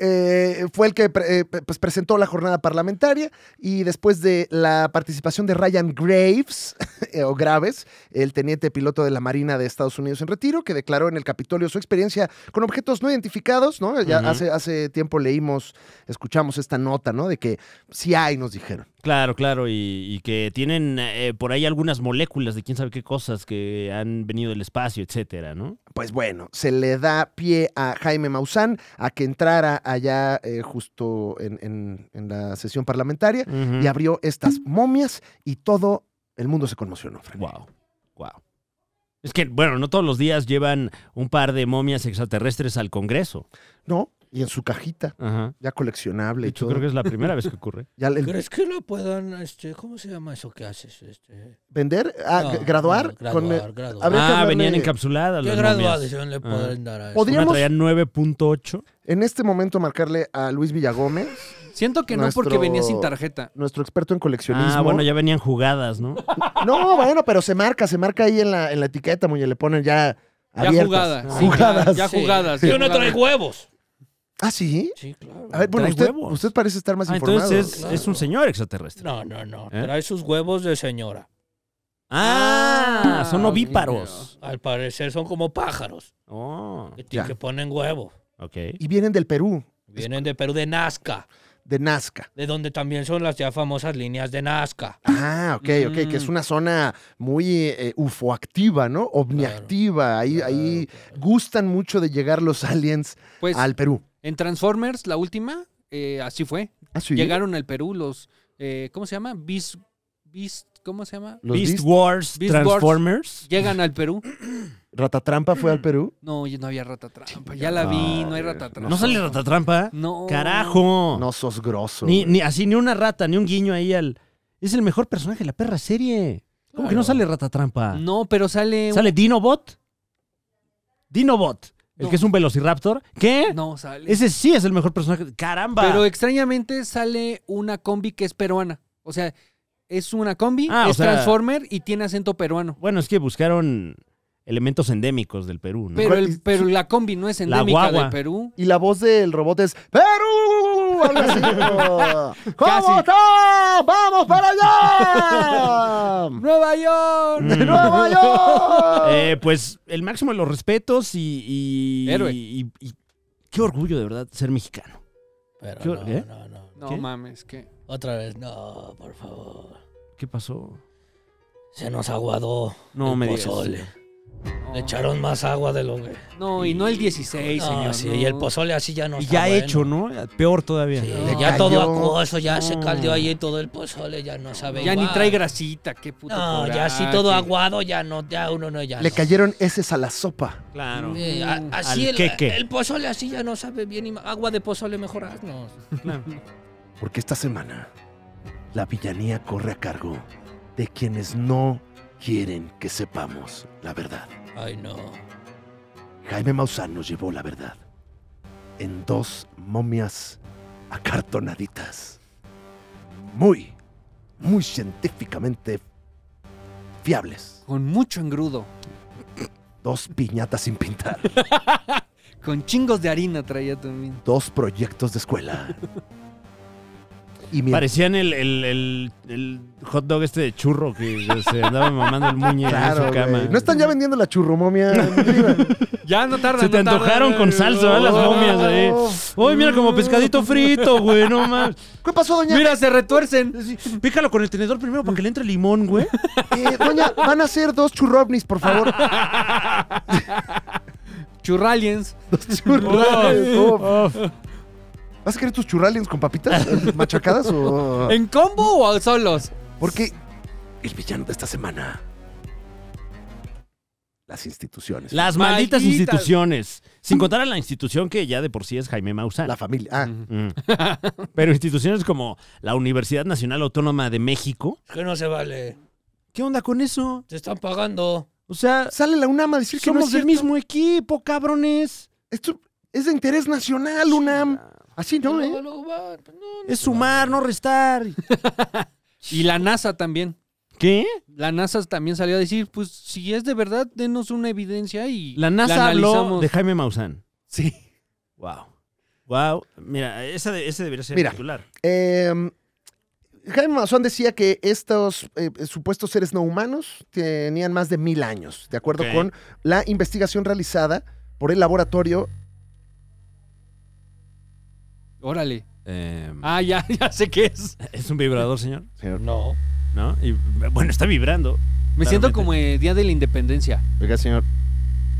Speaker 4: Eh, fue el que pre- eh, pe- pues, presentó la jornada parlamentaria y después de la participación de Ryan Graves, eh, o Graves, el teniente piloto de la Marina de Estados Unidos en retiro, que declaró en el Capitolio su experiencia con objetos no identificados, ¿no? Ya
Speaker 3: Ujú.
Speaker 4: hace, hace tiempo leímos, escuchamos esta nota, ¿no? De que sí hay, nos dijeron.
Speaker 3: Claro, claro, y, y que tienen eh, por ahí algunas moléculas de quién sabe qué cosas que han venido del espacio, etcétera, ¿no?
Speaker 4: Pues bueno, se le da pie a Jaime Maussan a que entrara allá eh, justo en- en- en la sesión parlamentaria y abrió estas momias y todo el mundo se conmocionó. Fran.
Speaker 3: Wow, wow. Es que, bueno, no todos los días llevan un par de momias extraterrestres al Congreso.
Speaker 4: No, Y en su cajita,
Speaker 3: Ajá.
Speaker 4: ya coleccionable
Speaker 3: De
Speaker 4: y
Speaker 3: hecho,
Speaker 4: todo.
Speaker 3: creo que es la primera vez que ocurre.
Speaker 4: Ya el-
Speaker 1: ¿Crees que lo puedan, este, cómo se llama eso que haces? Este?
Speaker 4: ¿Vender? Ah,
Speaker 1: No,
Speaker 4: g- ¿Graduar?
Speaker 1: no,
Speaker 4: con-
Speaker 1: graduar, graduar.
Speaker 4: habría que
Speaker 3: Ah,
Speaker 4: hablarle-
Speaker 3: venían encapsuladas
Speaker 1: ¿Qué
Speaker 3: las momias.
Speaker 1: graduación le
Speaker 3: Ah.
Speaker 1: podrán dar a eso?
Speaker 4: Podría- Podríamos-
Speaker 3: Una traía 9.8.
Speaker 4: En este momento marcarle a Luis Villagómez,
Speaker 5: Siento que no porque
Speaker 4: Nuestro-
Speaker 5: venía sin tarjeta.
Speaker 4: nuestro experto en coleccionismo.
Speaker 3: Ah, bueno, ya venían jugadas, ¿no?
Speaker 4: No, bueno, pero se marca, se marca ahí en la, en la etiqueta, muñe, le ponen ya
Speaker 5: Ya
Speaker 4: abiertas.
Speaker 5: jugada.
Speaker 3: Ah.
Speaker 5: sí, ya-
Speaker 4: Jugadas.
Speaker 5: Ya, jugadas. ya
Speaker 1: Yo no
Speaker 5: jugadas.
Speaker 1: traigo huevos.
Speaker 4: Ah, ¿sí?
Speaker 1: Sí, claro.
Speaker 4: A ver, bueno,
Speaker 3: Trae
Speaker 4: usted,
Speaker 3: huevos.
Speaker 4: usted parece estar más
Speaker 3: Ah,
Speaker 4: informado.
Speaker 3: entonces es,
Speaker 1: Claro.
Speaker 3: es un señor extraterrestre.
Speaker 1: No, no, no.
Speaker 3: ¿Eh?
Speaker 1: Trae sus huevos de señora.
Speaker 3: Ah,
Speaker 5: Ah,
Speaker 3: son ovíparos.
Speaker 1: Al parecer son como pájaros
Speaker 3: Oh,
Speaker 1: que,
Speaker 4: Ya.
Speaker 1: que ponen huevo.
Speaker 3: ok.
Speaker 4: Y vienen del Perú,
Speaker 1: Vienen de Perú, de Nazca,
Speaker 4: de Nazca.
Speaker 1: de donde también son las ya famosas líneas de Nazca.
Speaker 4: Ah, ok, ok, que es
Speaker 5: Mm.
Speaker 4: una zona muy eh, ufoactiva, ¿no? Ovniactiva. ahí, ahí gustan mucho de llegar los aliens
Speaker 5: Pues
Speaker 4: al Perú.
Speaker 5: en Transformers, la última, eh, así fue.
Speaker 4: Ah, sí.
Speaker 5: Llegaron al Perú los. eh, ¿Cómo se llama? Beast. Beast ¿Cómo se llama?
Speaker 4: Los
Speaker 3: Beast,
Speaker 4: Beast-
Speaker 3: Wars,
Speaker 5: Beast Wars.
Speaker 3: Transformers.
Speaker 5: Llegan al Perú.
Speaker 4: Ratatrampa fue al Perú.
Speaker 5: No, ya no había ratatrampa. Ya la vi, no hay ratatrampa.
Speaker 3: No sale Ratatrampa.
Speaker 5: No.
Speaker 3: Carajo.
Speaker 4: No sos grosso.
Speaker 3: Ni, ni así, ni una rata, ni un guiño ahí al. Es el mejor personaje de la perra serie. ¿Cómo que no
Speaker 1: Claro.
Speaker 3: sale Ratatrampa?
Speaker 5: No, pero sale. un-
Speaker 3: ¿Sale Dinobot? Dinobot, el
Speaker 5: No.
Speaker 3: que es un velociraptor. ¿Qué?
Speaker 5: No, sale.
Speaker 3: Ese sí es el mejor personaje. ¡Caramba!
Speaker 5: Pero extrañamente sale una combi que es peruana. O sea, es una combi,
Speaker 3: Ah, o
Speaker 5: es
Speaker 3: sea-
Speaker 5: Transformer y tiene acento peruano.
Speaker 3: Bueno, es que buscaron elementos endémicos del Perú, ¿no?
Speaker 5: Pero, el,
Speaker 4: Sí.
Speaker 5: pero la combi no es endémica
Speaker 3: Mm. guagua.
Speaker 5: de Perú.
Speaker 4: Y la voz del robot es ¡Perú! Algo así. ¿no? ¿Cómo
Speaker 5: Casi.
Speaker 4: está? ¡Vamos para allá!
Speaker 5: ¡Nueva York!
Speaker 4: ¡De Nueva York!
Speaker 3: Mm. Eh, pues el máximo de los respetos y. y-
Speaker 5: Héroe.
Speaker 3: y- y- qué orgullo, de verdad, ser mexicano.
Speaker 1: Pero
Speaker 3: ¿Qué-
Speaker 1: no,
Speaker 3: eh?
Speaker 1: no, no.
Speaker 5: No
Speaker 3: ¿Qué?
Speaker 5: mames, que.
Speaker 1: Otra vez, no, por favor.
Speaker 3: ¿Qué pasó?
Speaker 1: Se nos aguadó
Speaker 3: No
Speaker 1: el
Speaker 3: me digas.
Speaker 1: pozole.
Speaker 5: No,
Speaker 1: Le echaron más agua de lo que...
Speaker 5: no, y no el 16,
Speaker 1: No,
Speaker 5: señor.
Speaker 1: sí,
Speaker 5: no.
Speaker 1: y el pozole así ya no
Speaker 3: Y
Speaker 1: está
Speaker 3: ya
Speaker 1: bueno.
Speaker 3: hecho, ¿no? Peor todavía.
Speaker 1: Sí,
Speaker 5: No.
Speaker 1: ya
Speaker 4: Le
Speaker 1: todo
Speaker 4: cayó.
Speaker 1: acuoso, ya se
Speaker 3: No.
Speaker 1: caldeó ahí todo el pozole, ya no sabe
Speaker 5: Ya ni
Speaker 1: igual.
Speaker 5: trae grasita, qué puto.
Speaker 1: No, ya
Speaker 5: coraje.
Speaker 1: sí todo aguado, ya no, ya uno no, ya
Speaker 4: Le
Speaker 1: no.
Speaker 4: cayeron heces a la sopa.
Speaker 3: Claro.
Speaker 1: Sí, a-
Speaker 5: Mm.
Speaker 1: así
Speaker 3: Al
Speaker 1: el,
Speaker 3: queque.
Speaker 1: el pozole así ya no sabe bien. y ma- Agua de pozole mejorarnos.
Speaker 4: Porque esta semana la villanía corre a cargo de quienes no quieren que sepamos la verdad.
Speaker 1: Ay, no.
Speaker 4: Jaime Maussan nos llevó la verdad en dos momias acartonaditas. Muy, muy científicamente fiables.
Speaker 5: Con mucho engrudo.
Speaker 4: Dos piñatas sin pintar.
Speaker 5: Con chingos de harina traía también.
Speaker 4: Dos proyectos de escuela. Y mi
Speaker 3: Parecían el, el- el- el hot dog este de churro que se andaba mamando el muñe en
Speaker 4: Claro,
Speaker 3: su cama.
Speaker 4: güey. ¿No están ya vendiendo la churromomia?
Speaker 5: Ya no tardan.
Speaker 3: Se te
Speaker 5: no tardan.
Speaker 3: antojaron con salsa, ¿verdad? Las momias ahí. Uy, mira como pescadito frito, güey, no más.
Speaker 4: ¿Qué pasó, doña?
Speaker 5: Mira, se retuercen.
Speaker 3: Pícalo con el tenedor primero para que le entre limón, güey.
Speaker 4: Eh, doña, van a ser dos churrovnis, por favor.
Speaker 5: Churraliens.
Speaker 4: Churrales. Oh. ¿Vas a querer tus churraliens con papitas eh, machacadas o...?
Speaker 5: ¿En combo o solos?
Speaker 4: Porque el villano de esta semana... Las instituciones. La,
Speaker 3: Las malditas Mm.
Speaker 5: Malditas.
Speaker 3: instituciones. Sin contar a la institución que ya de por sí es Jaime Maussan.
Speaker 4: familia. Ah,
Speaker 3: Mm. Pero instituciones como la Universidad Nacional Autónoma de México.
Speaker 1: Es que no se vale.
Speaker 3: ¿Qué onda con eso?
Speaker 1: Te están pagando.
Speaker 3: O sea,
Speaker 4: sale la UNAM a decir que no
Speaker 3: somos
Speaker 4: es
Speaker 3: del
Speaker 4: cierto.
Speaker 3: mismo equipo, cabrones.
Speaker 4: Esto es de interés nacional, UNAM. Así no,
Speaker 1: Luego,
Speaker 4: ¿eh?
Speaker 1: luego va, pues, no, no
Speaker 3: Es
Speaker 1: se
Speaker 3: sumar, no restar.
Speaker 5: Y la NASA también.
Speaker 3: ¿Qué?
Speaker 5: La NASA también salió a decir, pues si es de verdad, denos una evidencia y
Speaker 3: La NASA habló
Speaker 5: analizamos.
Speaker 3: de Jaime Maussan.
Speaker 5: Sí.
Speaker 3: Wow. Wow. Mira, esa de- ese debería ser
Speaker 4: Mira.
Speaker 3: el titular.
Speaker 4: Eh, Jaime Maussan decía que estos eh, supuestos seres no humanos tenían más de mil años, de acuerdo
Speaker 3: Ok.
Speaker 4: con la investigación realizada por el laboratorio.
Speaker 5: Órale.
Speaker 3: Eh,
Speaker 5: Ah, ya, ya sé qué es.
Speaker 3: ¿Es un vibrador, señor?
Speaker 1: vale. No.
Speaker 3: ¿No? Y, bueno, está vibrando.
Speaker 5: Me siento
Speaker 3: Claramente.
Speaker 5: como eh, Día de la Independencia.
Speaker 4: Oiga, señor,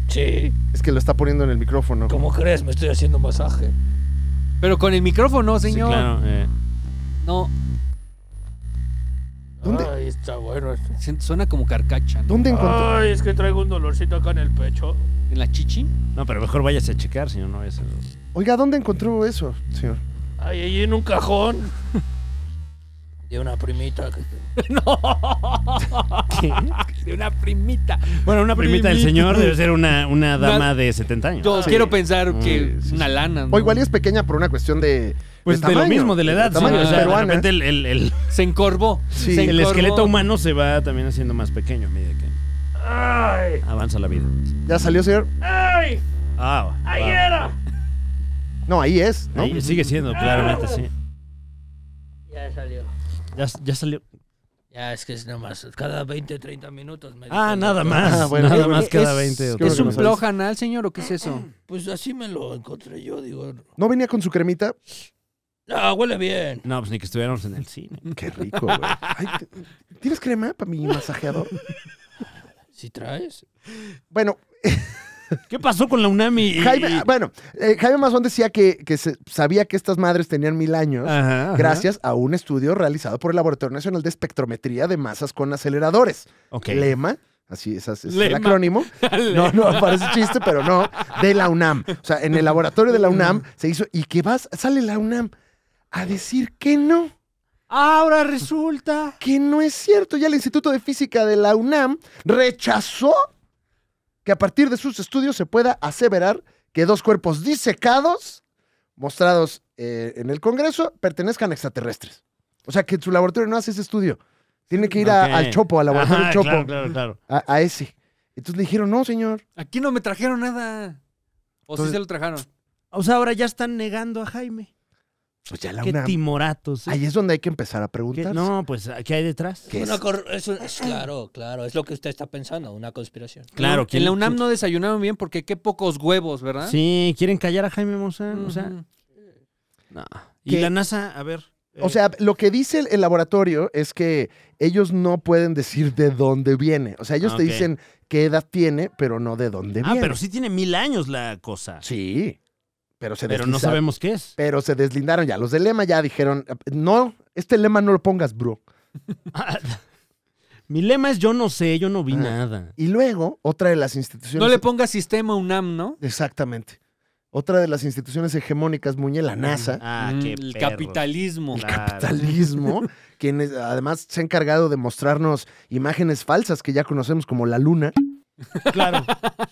Speaker 1: Sí.
Speaker 4: es que lo está poniendo en el micrófono.
Speaker 1: ¿Cómo crees? Me estoy haciendo masaje.
Speaker 5: Pero con el micrófono,
Speaker 3: Sí,
Speaker 5: señor.
Speaker 3: claro. eh.
Speaker 5: No,
Speaker 4: ¿Dónde?
Speaker 1: Ay, está bueno esto.
Speaker 5: se- suena como carcacha. ¿no?
Speaker 4: ¿Dónde encontró?
Speaker 1: Ay, es que traigo un dolorcito acá en el pecho.
Speaker 5: ¿En la chichi?
Speaker 3: No, pero mejor váyase a checar, señor. No vaya a ser-
Speaker 4: Oiga, ¿dónde encontró eso, señor?
Speaker 1: Ahí, ahí en un cajón. De una primita. que-
Speaker 5: De una primita.
Speaker 3: Bueno, una primita del señor debe ser una, una dama
Speaker 5: Una-
Speaker 3: de 70 años.
Speaker 5: Yo
Speaker 4: Sí.
Speaker 5: quiero pensar que
Speaker 4: Sí, sí,
Speaker 5: una lana. ¿no?
Speaker 4: O igual y es pequeña por una cuestión de.
Speaker 3: Mm. Pues de, lo
Speaker 4: tamaño,
Speaker 3: mismo, de la edad. sí,
Speaker 4: tamaño,
Speaker 3: o
Speaker 4: es
Speaker 3: sea, de
Speaker 4: peruana.
Speaker 3: repente el, el- el-
Speaker 5: Se encorvó.
Speaker 4: Sí.
Speaker 5: se
Speaker 3: el
Speaker 5: encorvó.
Speaker 3: esqueleto humano se va también haciendo más pequeño a medida que
Speaker 1: ¡Ay!
Speaker 3: avanza la vida.
Speaker 4: ¿Ya salió, señor?
Speaker 1: ¡Ay!
Speaker 3: Ah, va.
Speaker 1: ¡Ahí era!
Speaker 4: No, ahí es, ¿no?
Speaker 3: Ahí sigue siendo, claramente, sí.
Speaker 1: Ya salió.
Speaker 3: Ya, ya salió.
Speaker 1: Ya, es que es nomás cada 20, 30 minutos. me
Speaker 3: Ah,
Speaker 1: dicen
Speaker 3: nada
Speaker 1: doctor.
Speaker 3: más.
Speaker 4: Ah, bueno.
Speaker 3: nada
Speaker 4: Eh,
Speaker 3: más
Speaker 4: es-
Speaker 3: cada 20. o
Speaker 4: Qué bueno
Speaker 5: ¿Es
Speaker 4: que
Speaker 5: un
Speaker 4: no sabes.
Speaker 5: plug anal, señor, o qué es eso?
Speaker 1: Pues así me lo encontré yo, digo.
Speaker 4: ¿No venía con su cremita?
Speaker 1: Ah, huele bien.
Speaker 3: No, pues ni que estuviéramos en el cine.
Speaker 4: Qué rico, güey. Ay, t- ¿Tienes crema para mi masajeador?
Speaker 1: ¿Si traes?
Speaker 4: Bueno,
Speaker 3: ¿Qué pasó con la Unami? Y-
Speaker 4: Jaime, bueno, eh, Jaime Mazón decía que, que se- sabía que estas madres tenían mil años.
Speaker 3: Ajá, ajá.
Speaker 4: Gracias a un estudio realizado por el Laboratorio Nacional de Espectrometría de Masas con Aceleradores.
Speaker 3: Ok.
Speaker 4: Lema, así es, es el
Speaker 3: Lema.
Speaker 4: acrónimo. No, no, parece chiste, pero no, de la UNAM. O sea, en el laboratorio
Speaker 3: Mm.
Speaker 4: de la UNAM se hizo, y que vas, sale la UNAM a decir que no,
Speaker 3: Ahora resulta.
Speaker 4: que no es cierto. Ya el Instituto de Física de la UNAM rechazó que a partir de sus estudios se pueda aseverar que dos cuerpos disecados, mostrados eh, en el Congreso, pertenezcan a extraterrestres. O sea, que su laboratorio no hace ese estudio. Tiene que ir a-
Speaker 3: Ok.
Speaker 4: al Chopo, al laboratorio
Speaker 3: Ajá,
Speaker 4: Chopo,
Speaker 3: Claro, claro, claro.
Speaker 4: A, a ese. Entonces le dijeron, no, señor.
Speaker 5: Aquí no me trajeron nada. O sí
Speaker 4: Entonces-
Speaker 5: se lo trajeron.
Speaker 3: O sea, ahora ya están negando a Jaime.
Speaker 4: Pues ya la
Speaker 3: Qué
Speaker 4: UNAM.
Speaker 3: timoratos. ¿eh?
Speaker 4: Ahí es donde hay que empezar a
Speaker 3: ¿Qué-
Speaker 4: preguntar.
Speaker 3: No, pues, ¿qué hay detrás?
Speaker 4: ¿Qué
Speaker 1: Una
Speaker 4: es?
Speaker 1: cor- es un- es claro, claro. Es lo que usted está pensando, una conspiración.
Speaker 3: Claro,
Speaker 5: En
Speaker 3: ¿quién-
Speaker 5: la UNAM
Speaker 3: quién-
Speaker 5: no desayunaron bien porque qué pocos huevos, ¿verdad?
Speaker 3: Sí, quieren callar a Jaime Maussan. O sea,
Speaker 5: Ujú.
Speaker 3: no. Y
Speaker 4: ¿Qué?
Speaker 3: la NASA, a ver. eh,
Speaker 4: O sea, lo que dice el, el laboratorio es que ellos no pueden decir de dónde viene. O sea, ellos
Speaker 3: Ok.
Speaker 4: te dicen qué edad tiene, pero no de dónde
Speaker 3: Ah,
Speaker 4: viene.
Speaker 3: pero sí tiene mil años la cosa.
Speaker 4: Sí, pero se
Speaker 3: pero
Speaker 4: deslindaron.
Speaker 3: no sabemos qué es.
Speaker 4: Pero se deslindaron ya. Los de Lema ya dijeron, no, este lema no lo pongas, bro.
Speaker 3: Mi lema es yo no sé, yo no vi
Speaker 4: Ah.
Speaker 3: nada.
Speaker 4: Y luego, otra de las
Speaker 5: No
Speaker 4: instituciones...
Speaker 5: le ponga sistema UNAM, ¿no?
Speaker 4: Exactamente. Otra de las instituciones hegemónicas, Muñe, la NASA,
Speaker 3: Ah,
Speaker 5: Mm,
Speaker 3: qué
Speaker 5: el
Speaker 3: perros.
Speaker 5: capitalismo.
Speaker 3: Claro.
Speaker 4: capitalismo, quienes además se ha encargado de mostrarnos imágenes falsas que ya conocemos como la luna.
Speaker 3: Claro.